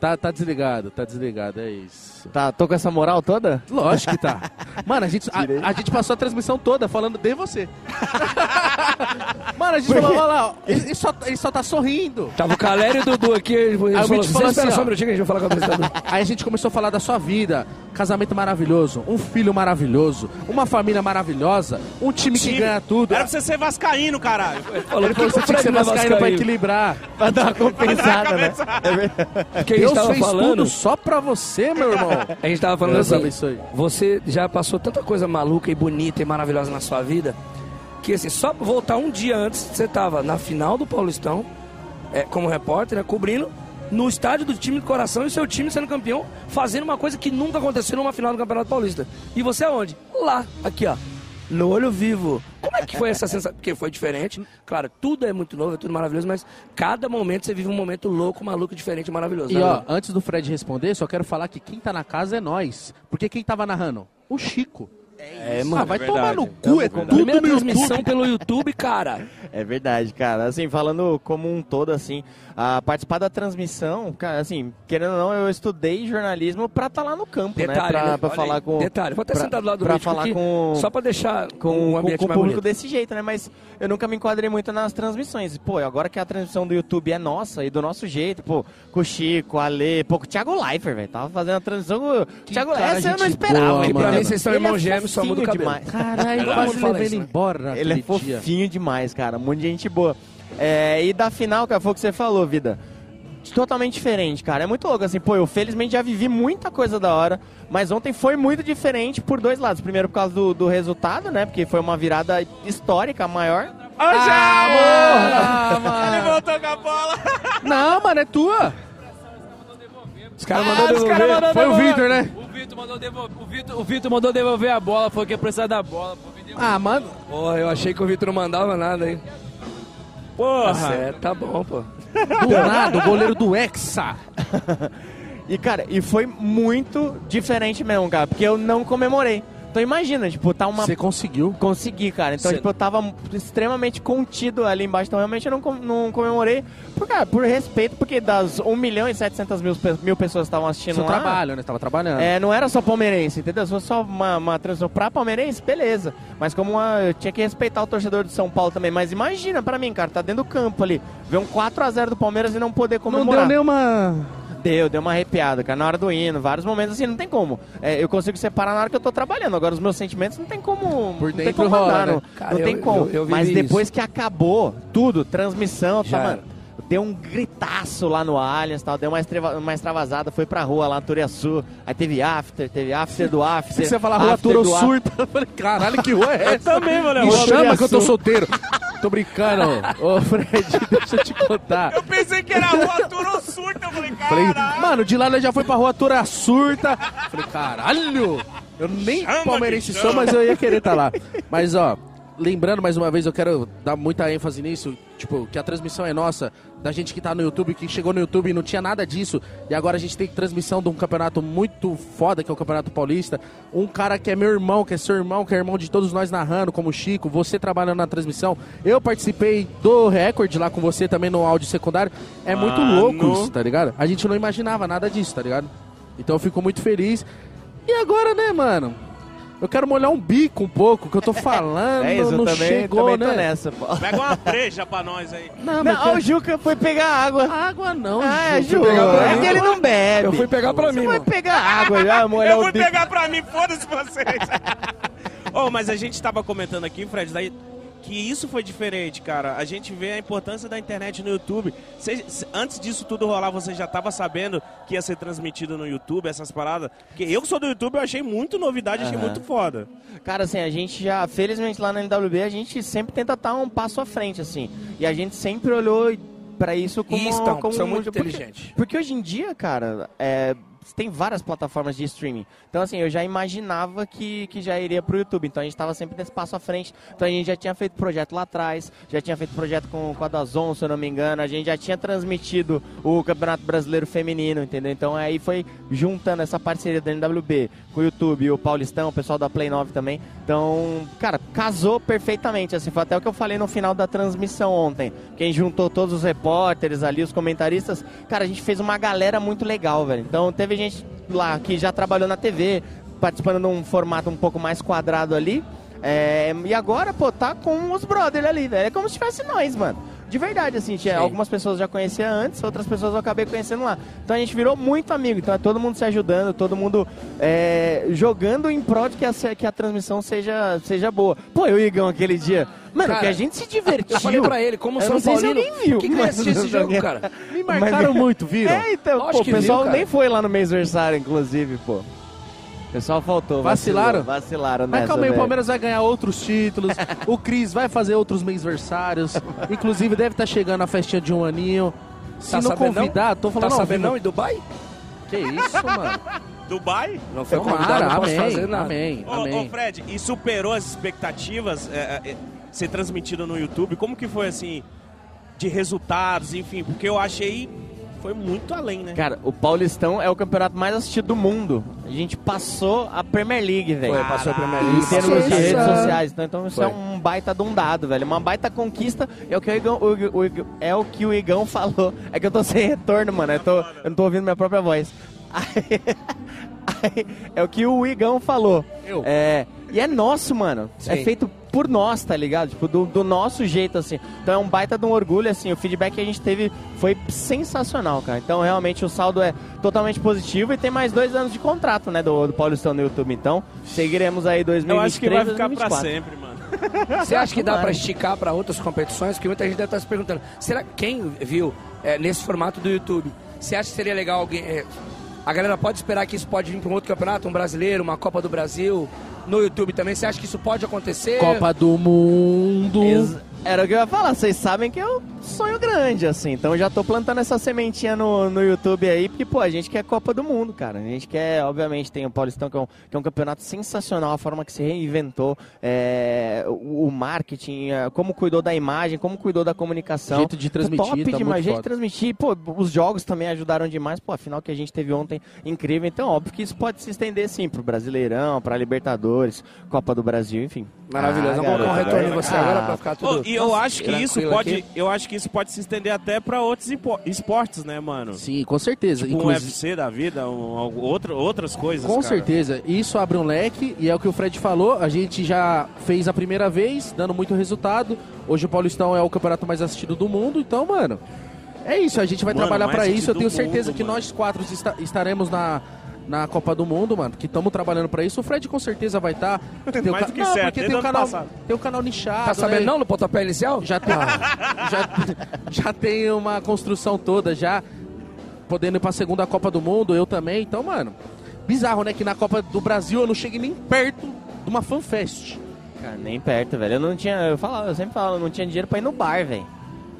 Speaker 3: Tá, tá desligado, tá desligado, é isso.
Speaker 11: Tá, tô com essa moral toda?
Speaker 3: Lógico que
Speaker 11: [LAUGHS]
Speaker 3: tá. Mano, a gente, a, a gente passou a transmissão toda falando de [LAUGHS] você. Mano, a gente falou, olha lá, ó, ele, ele só, ele só tá sorrindo.
Speaker 2: Tava o
Speaker 3: [LAUGHS]
Speaker 2: Calério e o Dudu aqui. Eles
Speaker 3: Aí o
Speaker 2: falaram,
Speaker 3: Mitch falou
Speaker 2: "Vocês
Speaker 3: assim,
Speaker 2: esperam só um
Speaker 3: ó." [LAUGHS]
Speaker 2: minutinho que a gente vai falar com o apresentador.
Speaker 3: Aí a gente começou a falar da sua vida. Casamento maravilhoso, um filho maravilhoso, uma família maravilhosa, um time, que ganha tudo.
Speaker 1: Era pra você ser vascaíno, caralho.
Speaker 3: Ele falou que você tinha que ser vascaíno
Speaker 2: [LAUGHS]
Speaker 3: pra equilibrar. Pra dar uma
Speaker 1: compensada, né?
Speaker 2: Porque a gente
Speaker 3: Deus
Speaker 2: tava
Speaker 3: fez
Speaker 2: falando-
Speaker 3: tudo só pra você, meu irmão.
Speaker 2: [LAUGHS] A gente tava falando
Speaker 3: Deus
Speaker 2: assim,
Speaker 3: abençoe.
Speaker 2: você já passou tanta coisa maluca e bonita e maravilhosa na sua vida, que assim, só voltar um dia antes, você tava na final do Paulistão, é, como repórter, né, cobrindo, no estádio do time do coração e o seu time sendo campeão, fazendo uma coisa que nunca aconteceu numa final do Campeonato Paulista. E você aonde? Lá, aqui ó. No olho vivo. Como é que foi essa sensação? Porque foi diferente. Claro, tudo é muito novo, é tudo maravilhoso, mas cada momento você vive um momento louco, maluco, diferente, maravilhoso.
Speaker 3: E
Speaker 2: né,
Speaker 3: ó,
Speaker 2: Lu?
Speaker 3: antes do Fred responder, só quero falar que quem tá na casa é nós. Porque quem tava narrando? O Chico.
Speaker 2: É,
Speaker 3: Ah, vai tomar no cu, é tudo
Speaker 2: Primeira
Speaker 3: no YouTube.
Speaker 2: transmissão pelo YouTube, cara.
Speaker 14: [LAUGHS] É verdade, cara. Assim, falando como um todo, assim, a participar da transmissão, cara, assim, querendo ou não, eu estudei jornalismo pra estar lá no campo, né?
Speaker 2: Detalhe,
Speaker 14: Pra,
Speaker 2: né?
Speaker 14: pra
Speaker 2: Olha
Speaker 14: falar
Speaker 2: aí,
Speaker 14: com.
Speaker 2: detalhe. Vou até
Speaker 14: pra-
Speaker 2: sentar do lado do
Speaker 14: pra
Speaker 2: Mítico
Speaker 14: falar
Speaker 2: aqui,
Speaker 14: com.
Speaker 2: só pra deixar um
Speaker 14: com, com-
Speaker 2: ambiente
Speaker 14: com o
Speaker 2: mais
Speaker 14: público
Speaker 2: bonito.
Speaker 14: desse jeito, né? Mas eu nunca me enquadrei muito nas transmissões. Pô, agora que a transmissão do YouTube é nossa e do nosso jeito, pô, com o Chico, Ale, pô, com o Thiago Leifert, velho. Tava fazendo a transmissão com o Thiago Leifert. Essa eu não
Speaker 3: gente
Speaker 14: esperava,
Speaker 3: boa,
Speaker 14: hein,
Speaker 3: mano.
Speaker 14: cara.
Speaker 3: Pra mim, vocês são
Speaker 14: Ele é
Speaker 3: irmãos gêmeos, só
Speaker 14: fofinho
Speaker 3: muda o cabelo.
Speaker 14: demais. Caralho,
Speaker 3: Todo
Speaker 14: quase
Speaker 3: mundo fala
Speaker 14: levei
Speaker 3: isso,
Speaker 14: ele
Speaker 3: né?
Speaker 14: embora. Ele é
Speaker 3: naquele dia.
Speaker 14: fofinho demais, cara. Um monte de gente boa. É, e da final, cara, foi o que você falou, vida. Totalmente diferente, cara. É muito louco, assim, pô, eu felizmente já vivi muita coisa da hora, mas ontem foi muito diferente por dois lados. Primeiro por causa do, do resultado, né? Porque foi uma virada histórica maior.
Speaker 3: Ah,
Speaker 1: Ele voltou com a bola.
Speaker 3: Não, mano, é tua.
Speaker 7: Ah, Os caras
Speaker 3: mandaram devolver. Foi o Vitor, né?
Speaker 7: O Vitor mandou devolver. O Vitor, o Vitor mandou devolver a bola, falou que ia precisar da bola. Pô.
Speaker 3: Ah, mano.
Speaker 2: Porra, eu achei que o Vitor não mandava nada, hein? Tá,
Speaker 1: Porra.
Speaker 2: certo, tá bom, pô.
Speaker 3: Do nada, o goleiro do Hexa.
Speaker 14: [LAUGHS] E, cara, e foi muito diferente mesmo, cara, porque eu não comemorei. Então imagina, tipo, tá uma.
Speaker 3: Você conseguiu?
Speaker 14: Consegui, cara. Então,
Speaker 3: Você-
Speaker 14: tipo, eu tava extremamente contido ali embaixo. Então, realmente, eu não, com- não comemorei. Por, cara, por respeito, porque das 1 milhão e 700 mil, pe- mil pessoas que estavam assistindo
Speaker 3: Seu
Speaker 14: lá...
Speaker 3: trabalho, né? Tava trabalhando.
Speaker 14: É, não era só palmeirense, entendeu? Se fosse só uma, uma transmissão pra palmeirense, beleza. Mas como uma- eu tinha que respeitar o torcedor de São Paulo também. Mas imagina pra mim, cara, tá dentro do campo ali, ver um 4x0 do Palmeiras e não poder
Speaker 3: não
Speaker 14: comemorar.
Speaker 3: deu nenhuma.
Speaker 14: Deu, deu uma arrepiada, cara. Na hora do hino, vários momentos assim, não tem como. É, eu consigo separar na hora que eu tô trabalhando. Agora, os meus sentimentos não tem como.
Speaker 3: Por
Speaker 14: não tem
Speaker 3: dentro
Speaker 14: como
Speaker 3: rola,
Speaker 14: andar,
Speaker 3: né?
Speaker 14: não.
Speaker 2: Cara,
Speaker 14: não
Speaker 2: eu-
Speaker 14: tem como.
Speaker 2: eu- eu vivi
Speaker 14: Mas depois
Speaker 2: isso.
Speaker 14: que acabou tudo, transmissão,
Speaker 2: Já
Speaker 14: tá,
Speaker 2: era.
Speaker 14: mano. Deu um gritaço lá no Allianz, tal, deu uma, estreva, uma extravasada, foi pra rua lá, Turiaçu. Aí teve after, teve after do after.
Speaker 3: Você ia falar rua
Speaker 14: after
Speaker 3: Turo
Speaker 14: do after.
Speaker 3: Surta. Eu falei, caralho, que rua é essa?
Speaker 1: Também, mano.
Speaker 3: Me
Speaker 1: eu-
Speaker 3: chama que eu tô solteiro. Tô brincando. Ô, Fred, [LAUGHS] deixa eu te contar.
Speaker 1: Eu [LAUGHS] pensei que era a rua Turo Surta. Eu falei,
Speaker 3: Falei,
Speaker 1: caralho.
Speaker 3: mano, de lá nós já foi pra rua Tora Surta. Falei, caralho! Eu nem
Speaker 1: Chama
Speaker 3: palmeirense
Speaker 1: que
Speaker 3: sou,
Speaker 1: chama.
Speaker 3: mas eu ia querer tá estar lá. Mas, ó, lembrando mais uma vez, eu quero dar muita ênfase nisso, tipo, que a transmissão é nossa, da gente que tá no YouTube, que chegou no YouTube e não tinha nada disso, e agora a gente tem transmissão de um campeonato muito foda, que é o Campeonato Paulista. Um cara que é meu irmão, que é seu irmão, que é irmão de todos nós narrando, como o Chico, você trabalhando na transmissão. Eu participei do recorde lá com você também no áudio secundário. É muito
Speaker 1: Mano.
Speaker 3: louco isso, tá ligado? A gente não imaginava nada disso, tá ligado? Então eu fico muito feliz. E agora, né, mano? Eu quero molhar um bico um
Speaker 14: [LAUGHS]
Speaker 3: pouco, que eu tô falando,
Speaker 14: É isso, eu
Speaker 3: não
Speaker 14: também,
Speaker 3: chegou,
Speaker 14: também
Speaker 3: né?
Speaker 14: tô nessa, pô.
Speaker 1: Pega uma breja pra nós aí.
Speaker 3: Não, mas
Speaker 14: Não, ó,
Speaker 1: é-
Speaker 3: quero-
Speaker 14: o Juca foi pegar água.
Speaker 3: água não,
Speaker 14: Ah,
Speaker 3: Ju.
Speaker 14: Juca,
Speaker 3: Pegar pra
Speaker 14: é
Speaker 3: mim.
Speaker 14: que ele não bebe.
Speaker 2: Eu fui pegar pra
Speaker 14: Você
Speaker 2: mim,
Speaker 14: vai
Speaker 2: mano.
Speaker 14: pegar água
Speaker 2: [LAUGHS]
Speaker 14: já, molhar
Speaker 1: Eu
Speaker 14: o
Speaker 1: fui
Speaker 14: bico.
Speaker 1: pegar pra mim, foda-se vocês. oh, mas a gente tava comentando aqui, Fred, daí que isso foi diferente, cara. A gente vê a importância da internet no YouTube. Cê- cê- antes disso tudo rolar, você já tava sabendo que ia ser transmitido no YouTube, essas paradas? Porque eu que sou do YouTube, eu achei muito novidade,
Speaker 3: é
Speaker 1: achei muito foda.
Speaker 14: Cara, assim, a gente já, felizmente lá na NWB, a gente sempre tenta estar um passo à frente, assim. E a gente sempre olhou pra isso como...
Speaker 2: E
Speaker 14: como
Speaker 2: estão, então,
Speaker 14: um
Speaker 2: são muito
Speaker 14: porque-
Speaker 2: inteligentes.
Speaker 14: Porque hoje em dia, cara, é, tem várias plataformas de streaming. Então, assim, eu já imaginava que, que já iria pro YouTube. Então, a gente tava sempre nesse passo à frente. Então, a gente já tinha feito projeto lá atrás, já tinha feito projeto com, com a Dazon, se eu não me engano. A gente já tinha transmitido o Campeonato Brasileiro Feminino, entendeu? Então, aí foi juntando essa parceria da NWB com o YouTube, o Paulistão, o pessoal da Play 9 também. Então, cara, casou perfeitamente. Assim, foi até o que eu falei no final da transmissão ontem. Quem juntou todos os repórteres ali, os comentaristas, cara, a gente fez uma galera muito legal, velho. Então teve gente lá que já trabalhou na TV, participando de um formato um pouco mais quadrado ali. É, e agora, pô, tá com os brothers ali, velho. É como se tivesse nós, mano. de verdade, assim, tinha algumas pessoas eu já conhecia antes, outras pessoas eu acabei conhecendo lá. Então a gente virou muito amigo, então é todo mundo se ajudando, todo mundo é, jogando em prol de que a, se- que a transmissão seja, seja boa. Pô, eu e o Igão aquele dia. Mano,
Speaker 2: Cara,
Speaker 14: que a gente se divertiu.
Speaker 2: [LAUGHS] eu falei pra ele, como
Speaker 14: Eu
Speaker 2: São
Speaker 14: não sei se
Speaker 2: Paulino,
Speaker 14: alguém viu.
Speaker 2: quem que vai
Speaker 14: [LAUGHS]
Speaker 2: assistir esse jogo, cara? Me marcaram muito, viram?
Speaker 14: É, então,
Speaker 2: Lógico
Speaker 14: pô, o
Speaker 2: que viu,
Speaker 14: pessoal
Speaker 2: cara.
Speaker 14: nem foi lá no mês aniversário, inclusive, pô. O pessoal faltou.
Speaker 3: Vacilaram?
Speaker 14: vacilou, Vacilaram, né?
Speaker 3: Mas calma aí, o Palmeiras vai ganhar outros títulos, o Cris vai fazer
Speaker 14: [LAUGHS]
Speaker 3: outros mêsversários, inclusive deve estar chegando a festinha de um aninho. Se
Speaker 2: Tá
Speaker 3: não
Speaker 2: sabendo não?
Speaker 3: convidar, tô falando
Speaker 2: Tá
Speaker 3: ao
Speaker 2: sabendo
Speaker 3: vivo.
Speaker 2: não [LAUGHS] em Dubai?
Speaker 3: Que isso, mano?
Speaker 1: [LAUGHS] Dubai?
Speaker 2: Não
Speaker 3: foi Tomara, convidado, não posso amém, fazer nada. amém,
Speaker 1: Ô,
Speaker 3: amém.
Speaker 1: ô, Fred, e superou as expectativas é, é, é, ser transmitido no YouTube? Como que foi, assim, de resultados, enfim? Porque eu achei... Foi muito além, né?
Speaker 14: Cara, o Paulistão é o campeonato mais assistido do mundo. A gente passou a Premier League, velho.
Speaker 2: Foi, passou a Premier League.
Speaker 14: Em termos de
Speaker 2: Nossa.
Speaker 14: redes sociais. Então, então isso
Speaker 2: Foi.
Speaker 14: é um baita de um dado, velho. Uma baita conquista. É o que o Igão, o Igão- o Igão- é o que o Igão [LAUGHS] falou. É que eu tô sem retorno, mano. Eu, tô, eu não tô ouvindo minha própria voz. Aí- aí, é o que o Igão falou.
Speaker 3: Eu.
Speaker 14: É, e é nosso, mano. É
Speaker 3: Sim.
Speaker 14: feito por nós, tá ligado? Tipo, do, do nosso jeito, assim. Então é um baita de um orgulho, assim. O feedback que a gente teve foi sensacional, cara. Então, realmente, o saldo é totalmente positivo e tem mais dois anos de contrato, né, do, do Paulistão no YouTube. Então, seguiremos aí 2023
Speaker 1: Eu acho que vai ficar pra
Speaker 14: 2024.
Speaker 1: sempre, mano.
Speaker 2: Você acha que dá
Speaker 14: Tomara.
Speaker 2: pra esticar pra outras competições? Porque muita gente deve estar se perguntando. Será que quem viu é, nesse formato do YouTube? Você acha que seria legal alguém... é, a galera pode esperar que isso pode vir pra um outro campeonato? Um brasileiro, uma Copa do Brasil? No YouTube também? Você acha que isso pode acontecer?
Speaker 3: Copa do Mundo.
Speaker 14: Ex- Era o que eu ia falar, vocês sabem que eu sonho grande, assim. Então já tô plantando essa sementinha no, no YouTube aí, porque, pô, a gente quer Copa do Mundo, cara. A gente quer, obviamente, tem o Paulistão, que é um, que é um campeonato sensacional, a forma que se reinventou, é, o, o marketing, é, como cuidou da imagem, como cuidou da comunicação.
Speaker 3: Jeito de transmitir,
Speaker 14: Top
Speaker 3: tá
Speaker 14: demais,
Speaker 3: muito
Speaker 14: jeito
Speaker 3: foda.
Speaker 14: de transmitir. Pô, os jogos também ajudaram demais. Pô, a final que a gente teve ontem, incrível. Então, óbvio que isso pode se estender, sim, pro Brasileirão, pra Libertadores, Copa do Brasil, enfim.
Speaker 2: Maravilhoso.
Speaker 3: Ah,
Speaker 2: Vamos colocar um
Speaker 14: garoto,
Speaker 2: retorno em
Speaker 3: né?
Speaker 14: garoto.
Speaker 2: você agora pra
Speaker 14: Ah,
Speaker 2: ficar tudo...
Speaker 1: Ô, e eu acho que isso
Speaker 2: tranquilo
Speaker 1: pode,
Speaker 2: aqui.
Speaker 1: eu acho que isso pode se estender até pra outros impo- esportes, né, mano?
Speaker 3: Sim, com certeza.
Speaker 1: Tipo um
Speaker 3: Inclusive-
Speaker 1: UFC da vida, um, algo- outro, outras coisas.
Speaker 3: Com
Speaker 1: cara.
Speaker 3: certeza, isso abre um leque e é o que o Fred falou. A gente já fez a primeira vez, dando muito resultado. Hoje o Paulistão é o campeonato mais assistido do mundo, então, mano, é isso. A gente vai
Speaker 1: Mano,
Speaker 3: trabalhar
Speaker 1: mais
Speaker 3: pra isso. Eu
Speaker 1: assistido
Speaker 3: tenho
Speaker 1: do
Speaker 3: certeza
Speaker 1: mundo,
Speaker 3: que
Speaker 1: mano.
Speaker 3: nós quatro esta- estaremos na, na Copa do Mundo, mano, que estamos trabalhando pra isso. O Fred com certeza vai estar.
Speaker 1: Mais do que certo, desde
Speaker 3: tem um o
Speaker 1: ano
Speaker 3: canal,
Speaker 1: passado.
Speaker 3: tem o canal nichado.
Speaker 2: Tá sabendo
Speaker 3: né?
Speaker 2: não no pontapé inicial?
Speaker 3: Já tem, já, já tem uma construção toda, já podendo ir pra segunda Copa do Mundo, eu também. Então, mano, bizarro, né? Que na Copa do Brasil eu não cheguei nem perto de uma fanfest.
Speaker 14: Cara, nem perto, velho. Eu não tinha. Eu, falava, eu sempre falava, eu não tinha dinheiro pra ir no bar, velho.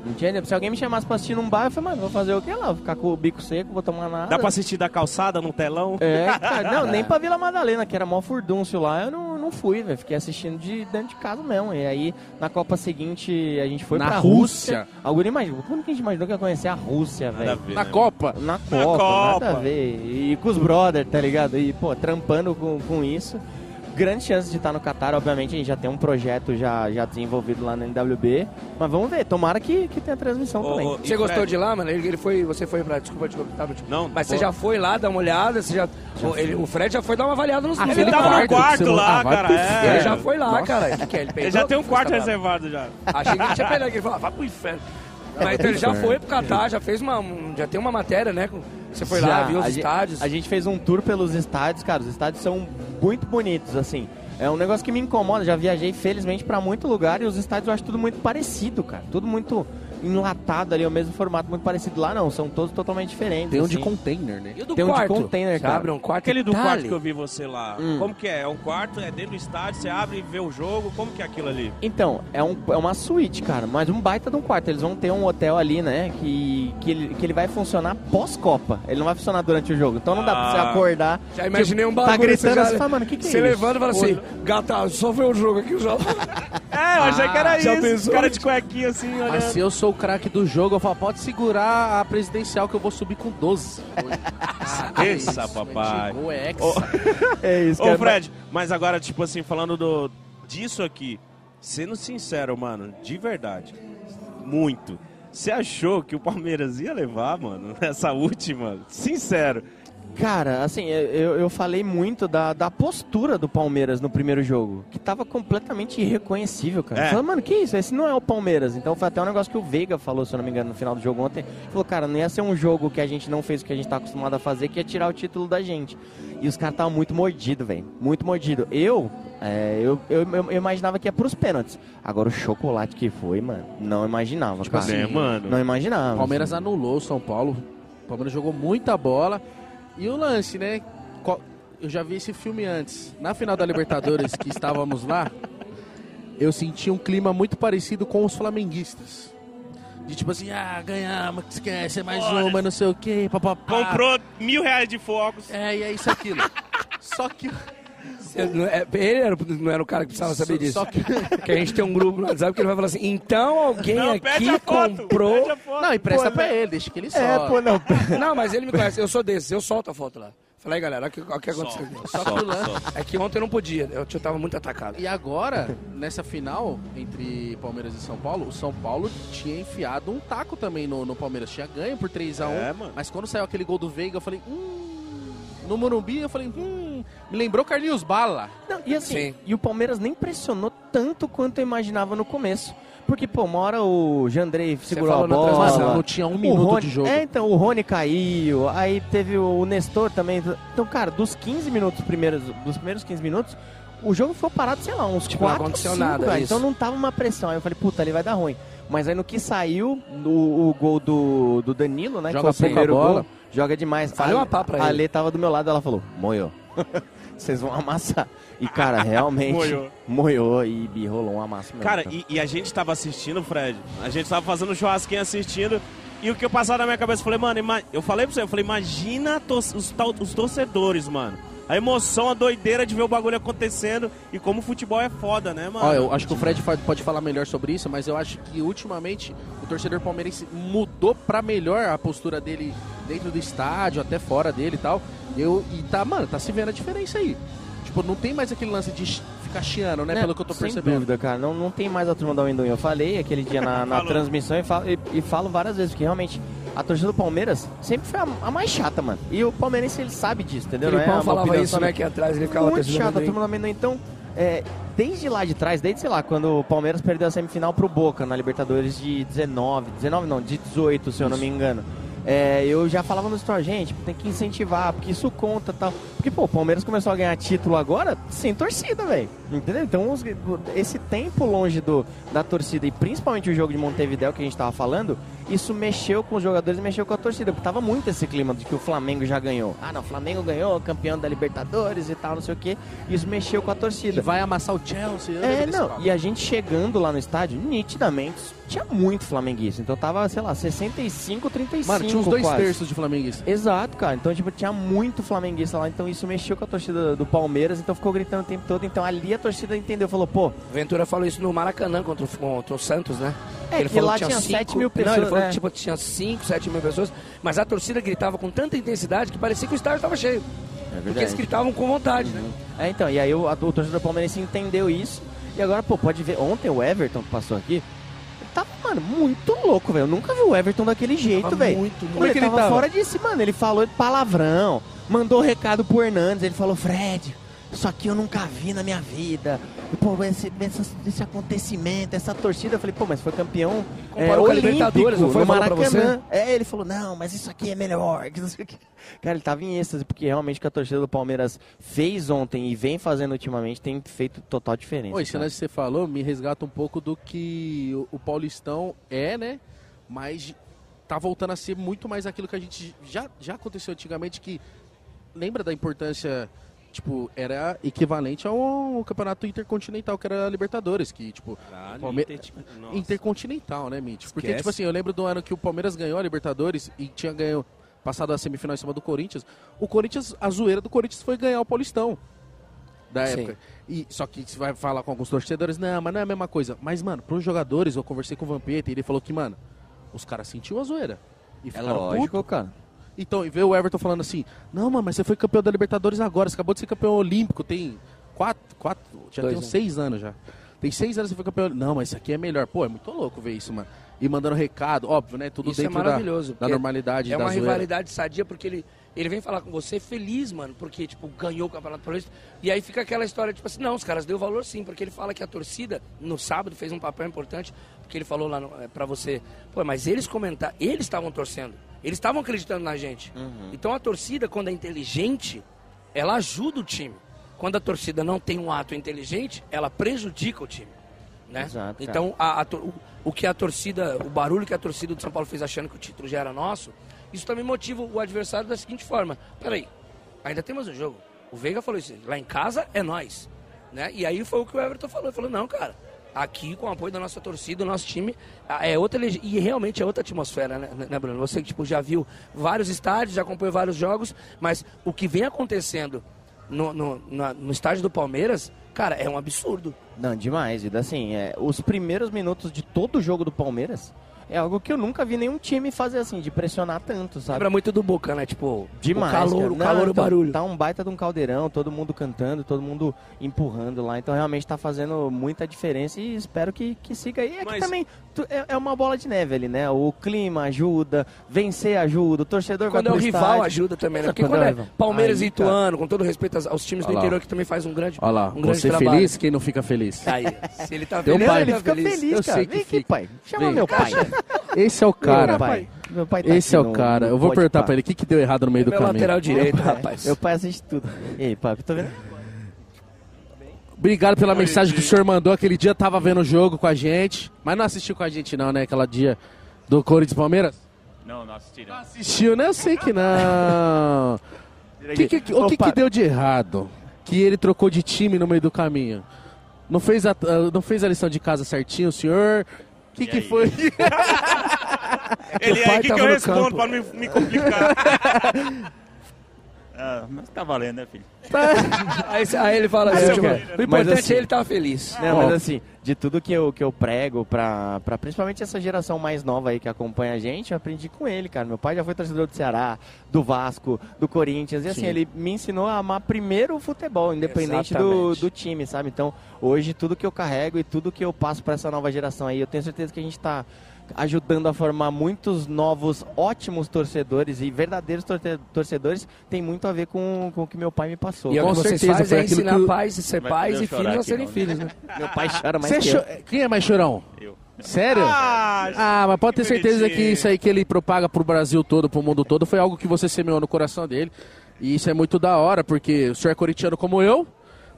Speaker 14: Não tinha dinheiro. Se alguém me chamasse pra assistir num bar, eu falei, mano, vou fazer o que lá? Vou ficar com o bico seco, vou tomar nada.
Speaker 1: Dá pra assistir da calçada no telão? [LAUGHS]
Speaker 14: É, cara, não, nem pra Vila Madalena, que era mó furdúncio lá, eu não, não fui, velho. Fiquei assistindo de dentro de casa mesmo. E aí, na Copa seguinte, a gente foi
Speaker 3: Na
Speaker 14: pra
Speaker 3: Rússia.
Speaker 14: Rússia. Alguém imagina, como que a gente imaginou que ia conhecer é a Rússia,
Speaker 1: Nada a
Speaker 14: velho?
Speaker 1: ver,
Speaker 3: Na
Speaker 1: né,
Speaker 3: Copa.
Speaker 14: Na Copa,
Speaker 1: Na Copa.
Speaker 14: nada a ver. E com os brother, tá ligado? E, pô, trampando com, com isso. Grande chance de estar no Qatar, obviamente, a gente já tem um projeto já, já desenvolvido lá na NWB. Mas vamos ver, tomara que, que tenha transmissão
Speaker 1: Ô,
Speaker 14: também.
Speaker 1: ô, e
Speaker 2: Você gostou
Speaker 1: Fred,
Speaker 2: de lá, mano? Ele, ele foi, você foi pra. Desculpa, desculpa, tava te-
Speaker 1: Não,
Speaker 2: Mas você
Speaker 1: pô.
Speaker 2: já foi lá dar uma olhada? Você já, o, ele- o Fred já foi dar uma avaliada nos
Speaker 1: Ah, ele
Speaker 2: nos
Speaker 1: tava no
Speaker 2: quartos.
Speaker 1: quarto lá,
Speaker 3: Ah, vai
Speaker 1: cara.
Speaker 3: pro
Speaker 1: é.
Speaker 2: Ele já foi lá, cara. O que que é? Ele
Speaker 1: Ele
Speaker 2: pegou?
Speaker 1: já tem um
Speaker 2: Você
Speaker 1: quarto
Speaker 2: tá bravo?
Speaker 1: reservado já.
Speaker 2: Achei que ele tinha pegado. Ele falou, ah, vai pro inferno. Mas então, ele já foi pro Catar, já fez uma. um- Já tem uma matéria, né? com- Você foi lá,
Speaker 14: Já,
Speaker 2: viu os
Speaker 14: a gente-
Speaker 2: estádios.
Speaker 14: a gente fez um tour pelos estádios, cara. Os estádios são muito bonitos, assim. É um negócio que me incomoda. Já viajei, felizmente, pra muito lugar e os estádios eu acho tudo muito parecido, cara. Tudo muito enlatado ali, é o mesmo formato, muito parecido. Lá não, são todos totalmente diferentes.
Speaker 3: Tem um de
Speaker 14: assim.
Speaker 3: container, né?
Speaker 2: e o do
Speaker 14: tem um de
Speaker 2: quarto?
Speaker 14: container,
Speaker 2: Você
Speaker 14: cara.
Speaker 2: abre um quarto
Speaker 1: Aquele do
Speaker 2: e tá
Speaker 1: quarto
Speaker 2: ali.
Speaker 1: que eu vi você lá.
Speaker 14: Hum.
Speaker 1: Como que é? É um quarto, é dentro do estádio, você abre e vê o jogo. Como que é aquilo ali?
Speaker 14: Então, é, um, é uma suíte, cara, mas um baita de um quarto. Eles vão ter um hotel ali, né? Que, que, ele, que ele vai funcionar pós-copa. Ele não vai funcionar durante o jogo. Então não dá pra você
Speaker 1: Ah.
Speaker 14: acordar.
Speaker 2: Já imaginei um
Speaker 14: tipo,
Speaker 2: bagulho.
Speaker 14: Tá gritando,
Speaker 2: já-
Speaker 14: você fala, mano, o que, que é
Speaker 2: Você
Speaker 14: isso?
Speaker 2: levanta e fala assim, gata, só vê o jogo aqui,
Speaker 14: [LAUGHS]
Speaker 2: já.
Speaker 1: É, eu achei que era
Speaker 2: Ah, já
Speaker 1: isso.
Speaker 2: pensou?
Speaker 1: Cara de cuequinha assim, olhando.
Speaker 3: Mas se eu sou o craque do jogo, eu falo, pode segurar a presidencial que eu vou subir com
Speaker 1: [LAUGHS]
Speaker 3: 12.
Speaker 1: Esqueça, papai.
Speaker 3: Chegou, é ex.
Speaker 14: [LAUGHS] É isso,
Speaker 1: Ô,
Speaker 14: cara.
Speaker 1: Fred, mas agora, tipo assim, falando do, disso aqui, sendo sincero, mano, de verdade, muito. [LAUGHS] Você achou que o Palmeiras ia levar, mano, nessa última? Sincero.
Speaker 14: Cara, assim, eu, eu falei muito da, da postura do Palmeiras no primeiro jogo, que tava completamente irreconhecível, cara.
Speaker 15: É.
Speaker 14: Eu Falei, mano, que isso? Esse não é o Palmeiras. Então foi até um negócio que o Veiga falou, se eu não me engano, no final do jogo ontem. Falou, cara, não ia ser um jogo que a gente não fez o que a gente tá acostumado a fazer, que ia tirar o título da gente. E os caras estavam muito mordidos, velho. Muito mordido. Eu, é, eu, eu, eu imaginava que ia pros pênaltis. Agora o chocolate que foi, mano, não imaginava,
Speaker 3: Tipo
Speaker 14: cara.
Speaker 3: assim, mano.
Speaker 14: Não imaginava.
Speaker 3: Palmeiras anulou o São Paulo. O Palmeiras jogou muita bola. E o lance, né? Co- Eu já vi esse filme antes. Na final da Libertadores, que estávamos lá, eu senti um clima muito parecido com os flamenguistas. De tipo assim, ah, ganhamos, esquece, é mais
Speaker 1: Foda-se.
Speaker 3: uma, não sei o quê, papapá.
Speaker 1: Comprou mil reais de fogos.
Speaker 3: É, e é isso aquilo.
Speaker 1: [LAUGHS]
Speaker 3: Só que.
Speaker 2: Eu não- é, Ele era- não era o cara que precisava saber disso.
Speaker 3: Só- só
Speaker 2: [LAUGHS] que... a gente tem um grupo no WhatsApp que ele vai falar assim: então alguém
Speaker 3: Não, pede
Speaker 2: aqui
Speaker 3: a foto,
Speaker 2: comprou.
Speaker 3: pede a foto. Não, empresta pra ele, deixa que ele
Speaker 2: É,
Speaker 3: solta.
Speaker 2: pô,
Speaker 3: [LAUGHS]
Speaker 2: não. não, mas ele me conhece, eu sou desses, eu solto a foto lá. Falei, galera, olha o que, olha o que aconteceu. aqui.
Speaker 3: Solta,
Speaker 2: que o lance-
Speaker 3: solta.
Speaker 2: É que ontem eu não podia, eu, eu tava muito atacado.
Speaker 3: E agora, nessa final entre Palmeiras e São Paulo, o São Paulo tinha enfiado um taco também no, no Palmeiras. Tinha ganho por 3x1.
Speaker 1: É, mano.
Speaker 3: Mas quando saiu aquele gol do Veiga, eu falei, hum. No Morumbi, eu falei, hum. Me lembrou Carlinhos Bala.
Speaker 14: Não, e assim, e o Palmeiras nem pressionou tanto quanto eu imaginava no começo. Porque, pô, uma hora o Jandrei segurou
Speaker 3: falou
Speaker 14: a
Speaker 3: na transmissão,
Speaker 14: bola.
Speaker 3: não tinha um
Speaker 14: o
Speaker 3: minuto
Speaker 14: Rony-
Speaker 3: de jogo.
Speaker 14: É, então, o Rony caiu, aí teve o Nestor também. Então, cara, dos 15 minutos primeiros, dos primeiros 15 minutos, o jogo foi parado, sei lá, uns
Speaker 2: Tipo, não
Speaker 14: 4,
Speaker 2: aconteceu
Speaker 14: 5,
Speaker 2: nada,
Speaker 14: velho.
Speaker 2: isso.
Speaker 14: Então não tava uma pressão. Aí eu falei, puta, ali vai dar ruim. Mas aí no que saiu, o, o gol do, do Danilo, né?
Speaker 3: Joga
Speaker 14: que foi o
Speaker 3: pouca
Speaker 14: primeiro
Speaker 3: bola.
Speaker 14: gol, joga demais.
Speaker 3: Valeu
Speaker 14: a,
Speaker 3: a pá pra
Speaker 14: A
Speaker 3: ele.
Speaker 14: Lê tava do meu lado, ela falou, moio. [LAUGHS] Vocês vão amassar. E, cara, realmente.
Speaker 1: Moiou.
Speaker 14: moiou e, e rolou um amasso mesmo.
Speaker 3: então.
Speaker 1: Cara, e, e a gente tava assistindo, Fred. A gente tava fazendo um churrasquinho assistindo. E o que eu passava na minha cabeça, eu falei, mano, ima- eu falei pra você, eu falei, imagina a tor- os, tal- os torcedores, mano. A emoção, a doideira de ver o bagulho acontecendo e como o futebol é foda, né, mano?
Speaker 3: Ó, eu
Speaker 1: [LAUGHS]
Speaker 3: acho que o Fred fa- pode falar melhor sobre isso, mas eu acho que ultimamente o torcedor palmeirense mudou pra melhor a postura dele dentro do estádio, até fora dele e tal. Eu, e tá, mano, tá se vendo a diferença aí. Tipo, não tem mais aquele lance de chi- ficar chiando, né?
Speaker 14: Né,
Speaker 3: Pelo que eu tô
Speaker 14: sem
Speaker 3: percebendo.
Speaker 14: dúvida, cara. Não, não tem mais a turma do amendoim. Eu falei aquele dia na, na
Speaker 3: Falou.
Speaker 14: transmissão e falo, e, e falo várias vezes, porque realmente a torcida do Palmeiras sempre foi a, a mais chata, mano. E o palmeirense, ele sabe disso, entendeu?
Speaker 2: Filipão
Speaker 14: uma
Speaker 2: falava
Speaker 14: opinião
Speaker 2: isso,
Speaker 14: só minha.
Speaker 2: né, que atrás ele ficava
Speaker 14: Muito
Speaker 2: torcendo
Speaker 14: chato a
Speaker 2: amendoim.
Speaker 14: turma do amendoim. Então, é, desde lá de trás, desde, sei lá, quando o Palmeiras perdeu a semifinal pro Boca na Libertadores de 19, 19 não, de 18, se eu não me engano. É, eu já falava no Store, gente, tem que incentivar, porque isso conta e tal. Porque, pô, o Palmeiras começou a ganhar título agora sem torcida, velho. Entendeu? Então, os- esse tempo longe do, da torcida, e principalmente o jogo de Montevideo que a gente tava falando, isso mexeu com os jogadores, mexeu com a torcida. Porque tava muito esse clima de que o Flamengo já ganhou. Ah, não, o Flamengo ganhou, campeão da Libertadores e tal, não sei o quê. Isso mexeu com a torcida.
Speaker 3: E vai amassar o Chelsea. eu lembro
Speaker 14: É,
Speaker 3: desse
Speaker 14: não.
Speaker 3: papo.
Speaker 14: E a gente chegando lá no estádio, nitidamente, tinha muito flamenguista. Então tava, sei lá, 65, 35.
Speaker 3: Mano, tinha uns dois
Speaker 14: quase.
Speaker 3: terços de flamenguista.
Speaker 14: Exato, cara. Então, tipo, tinha muito flamenguista lá. Então isso mexeu com a torcida do Palmeiras. Então ficou gritando o tempo todo. Então ali a torcida entendeu. Falou, pô.
Speaker 2: Ventura falou isso no Maracanã contra o, contra o Santos, né?
Speaker 14: É, que lá tinha
Speaker 2: cinco-
Speaker 14: 7 mil
Speaker 2: Não, ele
Speaker 14: pessoas,
Speaker 2: falou
Speaker 14: né?
Speaker 2: que tipo, tinha 5, 7 mil pessoas, mas a torcida gritava com tanta intensidade que parecia que o estádio estava
Speaker 3: É
Speaker 2: cheio. porque eles gritavam com vontade,
Speaker 3: Uhum.
Speaker 2: né?
Speaker 14: É, então, e aí o, a, o torcedor palmeirense entendeu isso. E agora, pô, pode ver, ontem o Everton que passou aqui. Ele tava, mano, muito louco, velho. Eu nunca vi o Everton daquele jeito, velho.
Speaker 3: muito louco.
Speaker 14: Mano,
Speaker 3: Como é
Speaker 14: Ele,
Speaker 3: que ele
Speaker 14: tava,
Speaker 3: tava?
Speaker 14: fora disso, mano. Ele falou palavrão, mandou recado pro Hernandes. Ele falou, Fred, isso aqui eu nunca vi na minha vida. E, Pô, esse, essa- esse acontecimento, essa torcida. Eu falei, pô, mas foi campeão é,
Speaker 2: Comparou com a
Speaker 14: olímpico,
Speaker 2: Libertadores, não foi?
Speaker 14: no
Speaker 2: Falou pra
Speaker 14: Maracanã.
Speaker 2: você?
Speaker 14: É, ele falou, não, mas isso aqui é melhor, que não sei o quê. Cara, ele tava em êxtase, porque realmente o que a torcida do Palmeiras fez ontem e vem fazendo ultimamente tem feito total diferença.
Speaker 3: Oi, esse
Speaker 14: cara.
Speaker 3: lance que você falou me resgata um pouco do que o, o Paulistão é, né? Mas tá voltando a ser muito mais aquilo que a gente já, já aconteceu antigamente, que lembra da importância, tipo, era equivalente ao, campeonato intercontinental, que era a Libertadores, que, tipo,
Speaker 1: Ah,
Speaker 3: o Palme-
Speaker 1: inter- nossa.
Speaker 3: intercontinental, né, Mitch? Porque,
Speaker 1: Esquece.
Speaker 3: tipo assim, eu lembro do ano que o Palmeiras ganhou a Libertadores e tinha ganho, passado a semifinal em cima do Corinthians, o Corinthians, a zoeira do Corinthians foi ganhar o Paulistão da
Speaker 2: Sim.
Speaker 3: época. E, só que você vai falar com alguns torcedores, não, mas não é a mesma coisa. Mas, mano, pros jogadores, eu conversei com o Vampeta e ele falou que, mano, os caras sentiam a zoeira.
Speaker 2: É
Speaker 3: E ficaram
Speaker 14: lógico,
Speaker 3: puto.
Speaker 14: cara.
Speaker 3: Então, e ver o Everton falando assim, não, mano, mas você foi campeão da Libertadores agora, você acabou de ser campeão olímpico, tem quatro, quatro já
Speaker 2: Dois
Speaker 3: tem uns
Speaker 2: anos.
Speaker 3: seis anos já. Tem seis anos que você foi campeão. Não, mas isso aqui é melhor. Pô, é muito louco ver isso, mano. e mandando recado, óbvio, né? Tudo
Speaker 2: Isso é
Speaker 3: dentro
Speaker 2: maravilhoso.
Speaker 3: da, da
Speaker 2: porque
Speaker 3: normalidade,
Speaker 2: É
Speaker 3: da
Speaker 2: uma
Speaker 3: zoeira.
Speaker 2: rivalidade sadia, porque ele, ele vem falar com você feliz, mano, porque, tipo, ganhou o Campeonato Paulista. E aí fica aquela história, tipo assim, não, os caras deu valor sim, porque ele fala que a torcida, no sábado, fez um papel importante, porque ele falou lá no, é, pra você, pô, mas eles comentar, eles estavam torcendo, eles estavam acreditando na gente.
Speaker 3: Uhum.
Speaker 2: Então a torcida, quando é inteligente, ela ajuda o time. Quando a torcida não tem um ato inteligente, ela prejudica o time.
Speaker 9: É.
Speaker 2: Né?
Speaker 9: tá.
Speaker 14: Exato, cara.
Speaker 2: então, a- a tor- o, o que a torcida, o barulho que a torcida do São Paulo fez achando que o título já era nosso, isso também motiva o adversário da seguinte forma: peraí, ainda tem mais um jogo. O Veiga falou isso, lá em casa é nós. Né? E aí foi o que o Everton falou: ele falou, não, cara, aqui com o apoio da nossa torcida, do nosso time, a- é outra leg- E realmente é outra atmosfera, né, né, Bruno? Você que tipo, já viu vários estádios, já acompanhou vários jogos, mas o que vem acontecendo no, no, na- no estádio do Palmeiras, cara, é um absurdo.
Speaker 14: Não, demais, Vida. Assim, é, os primeiros minutos de todo o jogo do Palmeiras é algo que eu nunca vi nenhum time fazer assim, de pressionar tanto, sabe?
Speaker 2: Lembra muito do Boca, né? Tipo,
Speaker 14: Demais.
Speaker 2: o calor,
Speaker 14: cara.
Speaker 2: o
Speaker 14: Não,
Speaker 2: calor, o
Speaker 14: então,
Speaker 2: barulho.
Speaker 14: Tá um baita de um caldeirão, todo mundo cantando, todo mundo empurrando lá. Então realmente tá fazendo muita diferença e espero que, que siga aí. É que
Speaker 1: Mas-
Speaker 14: também tu- é, é uma bola de neve ali, né? O clima ajuda, vencer ajuda, o torcedor
Speaker 2: Quando é
Speaker 14: vai
Speaker 2: o
Speaker 14: pro
Speaker 2: rival
Speaker 14: estádio.
Speaker 2: ajuda
Speaker 14: [LAUGHS]
Speaker 2: também, né?
Speaker 14: Exato,
Speaker 2: Porque quando é
Speaker 14: rival.
Speaker 2: Palmeiras
Speaker 14: Aí, tá.
Speaker 2: e
Speaker 14: cara.
Speaker 2: Ituano, com todo respeito aos, aos times do
Speaker 3: tá. Olha lá.
Speaker 2: interior que também faz um grande,
Speaker 3: Olha lá,
Speaker 2: um grande
Speaker 3: você
Speaker 2: trabalho.
Speaker 3: feliz, quem não fica feliz?
Speaker 2: Aí, se ele tá
Speaker 3: Teu
Speaker 2: feliz,
Speaker 3: pai.
Speaker 2: ele
Speaker 3: Ele
Speaker 2: tá
Speaker 3: fica
Speaker 2: feliz.
Speaker 3: feliz, Eu cara. sei que Vem aqui, fica. pai.
Speaker 14: Chama meu pai.
Speaker 3: Esse é o cara.
Speaker 14: Meu pai, meu pai tá
Speaker 3: Esse é
Speaker 14: aqui
Speaker 3: o
Speaker 14: no-
Speaker 3: cara.
Speaker 14: no
Speaker 3: Eu vou
Speaker 14: Pode
Speaker 3: perguntar
Speaker 14: Pá.
Speaker 3: pra ele o que, que deu errado no meio do caminho. [LAUGHS]
Speaker 14: Meu pai- Meu pai assiste tudo. E aí, papo, tô vendo?
Speaker 3: Obrigado pela mensagem que o senhor mandou. Aquele dia tava vendo o jogo com a gente, mas não assistiu com a gente não, né? Aquela dia do Corinthians e Palmeiras.
Speaker 4: Não, não assisti [LAUGHS] não.
Speaker 3: Assistiu, né? Eu sei que não. Que que- que- o que, que
Speaker 4: Opa.
Speaker 3: deu de errado? Que ele trocou de time no meio do caminho. Não fez a, ah, não fez a lição de casa certinho, o senhor? O que, que foi?
Speaker 4: Ele
Speaker 3: O
Speaker 1: é
Speaker 4: aí,
Speaker 3: pai
Speaker 4: que, que
Speaker 3: tava
Speaker 4: eu
Speaker 3: no
Speaker 4: respondo
Speaker 3: campo.
Speaker 4: pra não me, me
Speaker 3: [LAUGHS]
Speaker 4: complicar? [LAUGHS] ah, mas tá valendo, né, filho?
Speaker 2: [LAUGHS] aí, aí ele fala
Speaker 14: Mas
Speaker 2: assim,
Speaker 14: eu-
Speaker 2: tipo,
Speaker 14: mas
Speaker 2: o importante
Speaker 14: assim-
Speaker 2: é ele estar feliz.
Speaker 14: Não, mas assim, de tudo que eu, que eu prego pra, pra principalmente essa geração mais nova aí que acompanha a gente, eu aprendi com ele, cara. Meu pai já foi torcedor do Ceará, do Vasco, do Corinthians, e assim,
Speaker 7: Sim.
Speaker 14: ele me ensinou a amar primeiro o futebol, independente do,
Speaker 7: Exatamente.
Speaker 14: do time, sabe? Então, hoje tudo que eu carrego e tudo que eu passo pra essa nova geração aí, eu tenho certeza que a gente tá ajudando a formar muitos novos, ótimos torcedores e verdadeiros torte- torcedores, tem muito a ver com, com o que meu pai me passou.
Speaker 2: E é o que vocês fazem é ensinar pais a ser
Speaker 14: Vai
Speaker 2: pais
Speaker 14: poder
Speaker 2: e
Speaker 14: eu chorar
Speaker 2: filhos a
Speaker 14: aqui,
Speaker 2: serem
Speaker 14: não, né?
Speaker 2: filhos, né?
Speaker 14: Meu pai chora Tá mais
Speaker 3: Cê
Speaker 14: que
Speaker 3: cho-
Speaker 14: eu.
Speaker 3: Quem é mais chorão? Eu. Sério? Ah, mas pode ter certeza que isso aí que ele propaga pro Brasil todo, pro mundo todo, foi algo que você semeou no coração dele. E isso é muito da hora, porque o senhor é corintiano como eu,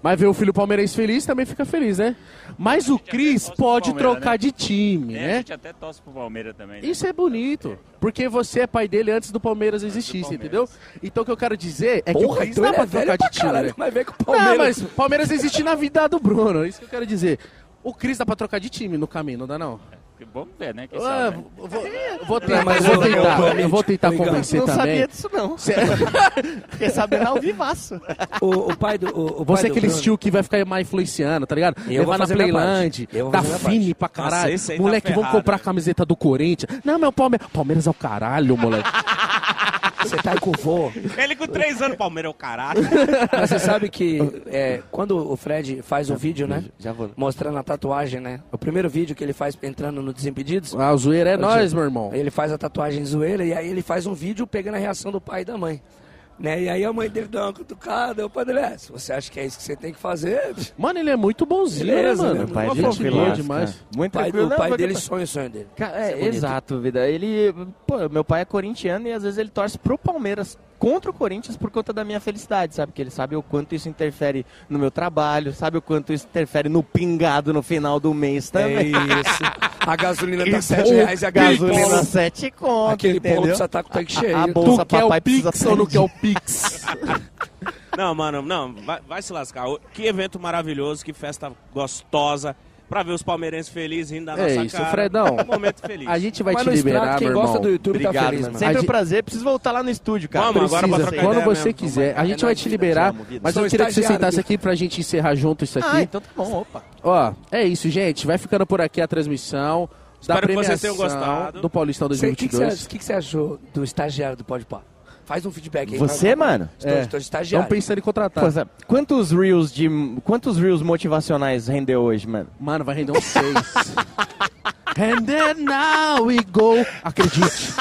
Speaker 3: mas ver o filho palmeirense feliz também fica feliz, né? Mas o Cris pode
Speaker 4: Palmeiras,
Speaker 3: trocar
Speaker 4: né?
Speaker 3: de time,
Speaker 4: É, a
Speaker 3: né?
Speaker 4: gente até tosse pro Palmeiras também. né?
Speaker 3: Isso é bonito, porque você é pai dele antes do Palmeiras existir, você entendeu? Então o que eu quero dizer é que o
Speaker 2: Porra,
Speaker 3: Cris
Speaker 2: então
Speaker 3: não
Speaker 2: ele
Speaker 3: é pra
Speaker 2: é velho
Speaker 3: trocar
Speaker 2: pra
Speaker 3: de time,
Speaker 2: caralho,
Speaker 3: né?
Speaker 2: mas vem com o
Speaker 3: Não,
Speaker 2: Palmeiras.
Speaker 3: mas Palmeiras existe na vida do Bruno, é isso que eu quero dizer. O Cris dá pra trocar de time no caminho, não dá não?
Speaker 4: É, Vamos ver, né? Quem
Speaker 3: Ah,
Speaker 4: sabe, né?
Speaker 3: vou, vou- vou
Speaker 4: Não,
Speaker 3: tentar,
Speaker 4: mas
Speaker 3: vou
Speaker 4: eu-
Speaker 3: tentar,
Speaker 4: eu-
Speaker 3: eu vou tentar
Speaker 4: Legal.
Speaker 3: convencer
Speaker 4: Não
Speaker 3: também.
Speaker 4: sabia
Speaker 14: disso, não.
Speaker 3: Cê-
Speaker 14: Fiquei sabendo ao vivaço.
Speaker 2: O, o pai do. O, o
Speaker 3: Você é
Speaker 2: pai do
Speaker 3: aquele
Speaker 2: Bruno-
Speaker 3: tio que vai ficar mais influenciando, tá ligado?
Speaker 2: Eu vou
Speaker 3: Levar na
Speaker 2: fazer minha
Speaker 3: Playland,
Speaker 2: parte. Eu vou
Speaker 3: dar
Speaker 2: fazer minha parte.
Speaker 3: fine pra caralho.
Speaker 2: Nossa, esse aí tá
Speaker 3: moleque, vamos
Speaker 2: ferrado,
Speaker 3: comprar a camiseta do Corinthians. Não, meu Palmeiras. Palmeiras é o caralho, moleque.
Speaker 2: [LAUGHS] Você tá com o
Speaker 3: [LAUGHS]
Speaker 2: vô.
Speaker 1: Ele com três anos, Palmeiras é o caralho.
Speaker 2: Mas você sabe
Speaker 3: [LAUGHS]
Speaker 2: que é, quando o Fred faz o vídeo, né? Mostrando a tatuagem, né? O primeiro vídeo que ele faz entrando no Desimpedidos.
Speaker 3: Ah, o zoeira é
Speaker 2: Eu
Speaker 3: nós,
Speaker 2: digo,
Speaker 3: meu irmão.
Speaker 2: Ele faz a tatuagem zoeira e aí ele faz um vídeo pegando a reação do pai e da mãe. Né? E aí a mãe dele dá uma cutucada, o pai dele, é, se você acha que é isso que você tem que fazer...
Speaker 3: Mano, ele é muito bonzinho,
Speaker 2: Beleza,
Speaker 3: né,
Speaker 2: né?
Speaker 3: mano?
Speaker 2: Meu pai
Speaker 3: Uma
Speaker 2: é gente
Speaker 3: fofinha
Speaker 2: boa,
Speaker 3: demais.
Speaker 2: cara. Muito Pai- tranquilo, o né? pai Porque- dele sonha o sonho dele.
Speaker 14: Cara,
Speaker 2: Isso é
Speaker 14: é,
Speaker 2: bonito.
Speaker 14: exato, vida. Ele, pô, meu pai é corintiano e às vezes ele torce pro Palmeiras contra o Corinthians por conta da minha felicidade, sabe? Porque ele sabe o quanto isso interfere no meu trabalho, sabe o quanto isso interfere no pingado no final do mês também.
Speaker 2: É isso. A gasolina
Speaker 14: [LAUGHS]
Speaker 2: tá
Speaker 14: Isso.
Speaker 2: 7 reais e a
Speaker 14: O gasolina
Speaker 2: gasolina
Speaker 14: 7 conto,
Speaker 2: Aquele bolo
Speaker 14: entendeu?
Speaker 2: precisa tá com o tanque
Speaker 14: A-
Speaker 2: cheio.
Speaker 14: a bolsa
Speaker 3: é
Speaker 2: Tu quer
Speaker 14: papai
Speaker 2: o
Speaker 14: precisa
Speaker 2: Pix ou não [LAUGHS] quer o
Speaker 3: Pix?
Speaker 1: Não, mano, não, vai, vai se lascar. O- Que evento maravilhoso, que festa gostosa. Pra ver os palmeirenses felizes rindo da
Speaker 3: É
Speaker 1: nossa
Speaker 3: isso,
Speaker 1: cara.
Speaker 3: Fredão.
Speaker 1: Um momento feliz.
Speaker 3: A gente vai te liberar, meu irmão.
Speaker 14: Obrigado, mano. Sempre um prazer. Preciso voltar lá no estúdio,
Speaker 2: Tá,
Speaker 14: cara.
Speaker 3: Vamos, agora pra
Speaker 14: Precisa.
Speaker 3: trocar Quando você quiser. A gente vai te liberar, mas eu queria que você sentasse aqui pra gente encerrar junto isso aqui.
Speaker 14: Ah, então tá bom, opa.
Speaker 3: Ó, é isso, gente. Vai ficando por aqui a transmissão da
Speaker 2: Espero que
Speaker 3: premiação
Speaker 2: vocês tenham gostado.
Speaker 3: do Paulistão
Speaker 2: Sei, O que que
Speaker 3: 2022.
Speaker 2: você- o que que você achou do estagiário do Pode Pá? Faz um feedback aí.
Speaker 14: Você,
Speaker 2: pra-
Speaker 14: mano?
Speaker 2: Estou,
Speaker 14: É.
Speaker 2: estou de estagiário.
Speaker 14: Tão
Speaker 3: pensando em contratar.
Speaker 14: Pô, sabe, quantos reels de quantos reels motivacionais rendeu hoje, mano?
Speaker 3: Mano, vai render uns seis. And then now we go. Acredite.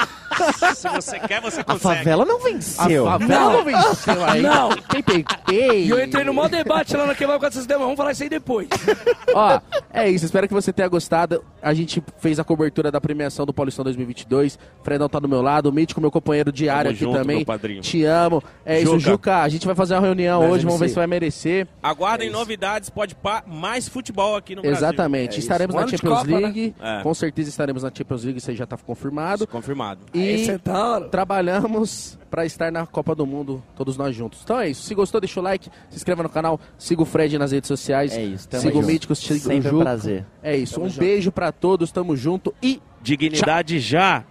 Speaker 1: Se você quer, você
Speaker 3: A
Speaker 1: consegue.
Speaker 3: favela
Speaker 15: não
Speaker 3: venceu. A favela não venceu aí.
Speaker 2: Não.
Speaker 3: PPP.
Speaker 2: E eu entrei no maior debate lá na queimada com essas demas. Vamos falar isso aí depois.
Speaker 3: Ó, é isso. Espero que você tenha gostado. A gente fez a cobertura da premiação do Paulistão 2022. Fredão tá do meu lado. O Mítico, meu companheiro diário
Speaker 1: Tamo
Speaker 3: aqui
Speaker 1: junto,
Speaker 3: também.
Speaker 1: meu padrinho.
Speaker 3: Te amo. É isso,
Speaker 1: Juca.
Speaker 3: Juca. A gente vai fazer uma reunião
Speaker 1: Mas
Speaker 3: hoje. Vamos ver
Speaker 1: MC.
Speaker 3: se vai merecer.
Speaker 1: Aguardem novidades, pode pá, mais futebol aqui no Brasil.
Speaker 3: É
Speaker 15: É
Speaker 3: Exatamente. estaremos na Champions
Speaker 15: né?
Speaker 3: League.
Speaker 1: É.
Speaker 3: Com certeza estaremos na Champions League, isso aí já está confirmado.
Speaker 1: Confirmado.
Speaker 3: E
Speaker 1: Aí,
Speaker 15: tá,
Speaker 1: Centauro.
Speaker 3: trabalhamos para estar na Copa do Mundo, todos nós juntos. Então é isso. Se gostou, deixa o like, se inscreva no canal, siga o Fred nas redes sociais.
Speaker 15: É isso, tamo
Speaker 3: Siga o
Speaker 15: junto.
Speaker 3: Mítico, siga
Speaker 15: Sempre
Speaker 3: o
Speaker 15: um
Speaker 3: Ju.
Speaker 15: prazer.
Speaker 3: É isso.
Speaker 15: Tamo
Speaker 3: um
Speaker 15: junto.
Speaker 3: beijo para todos, tamo junto e
Speaker 1: Dignidade já.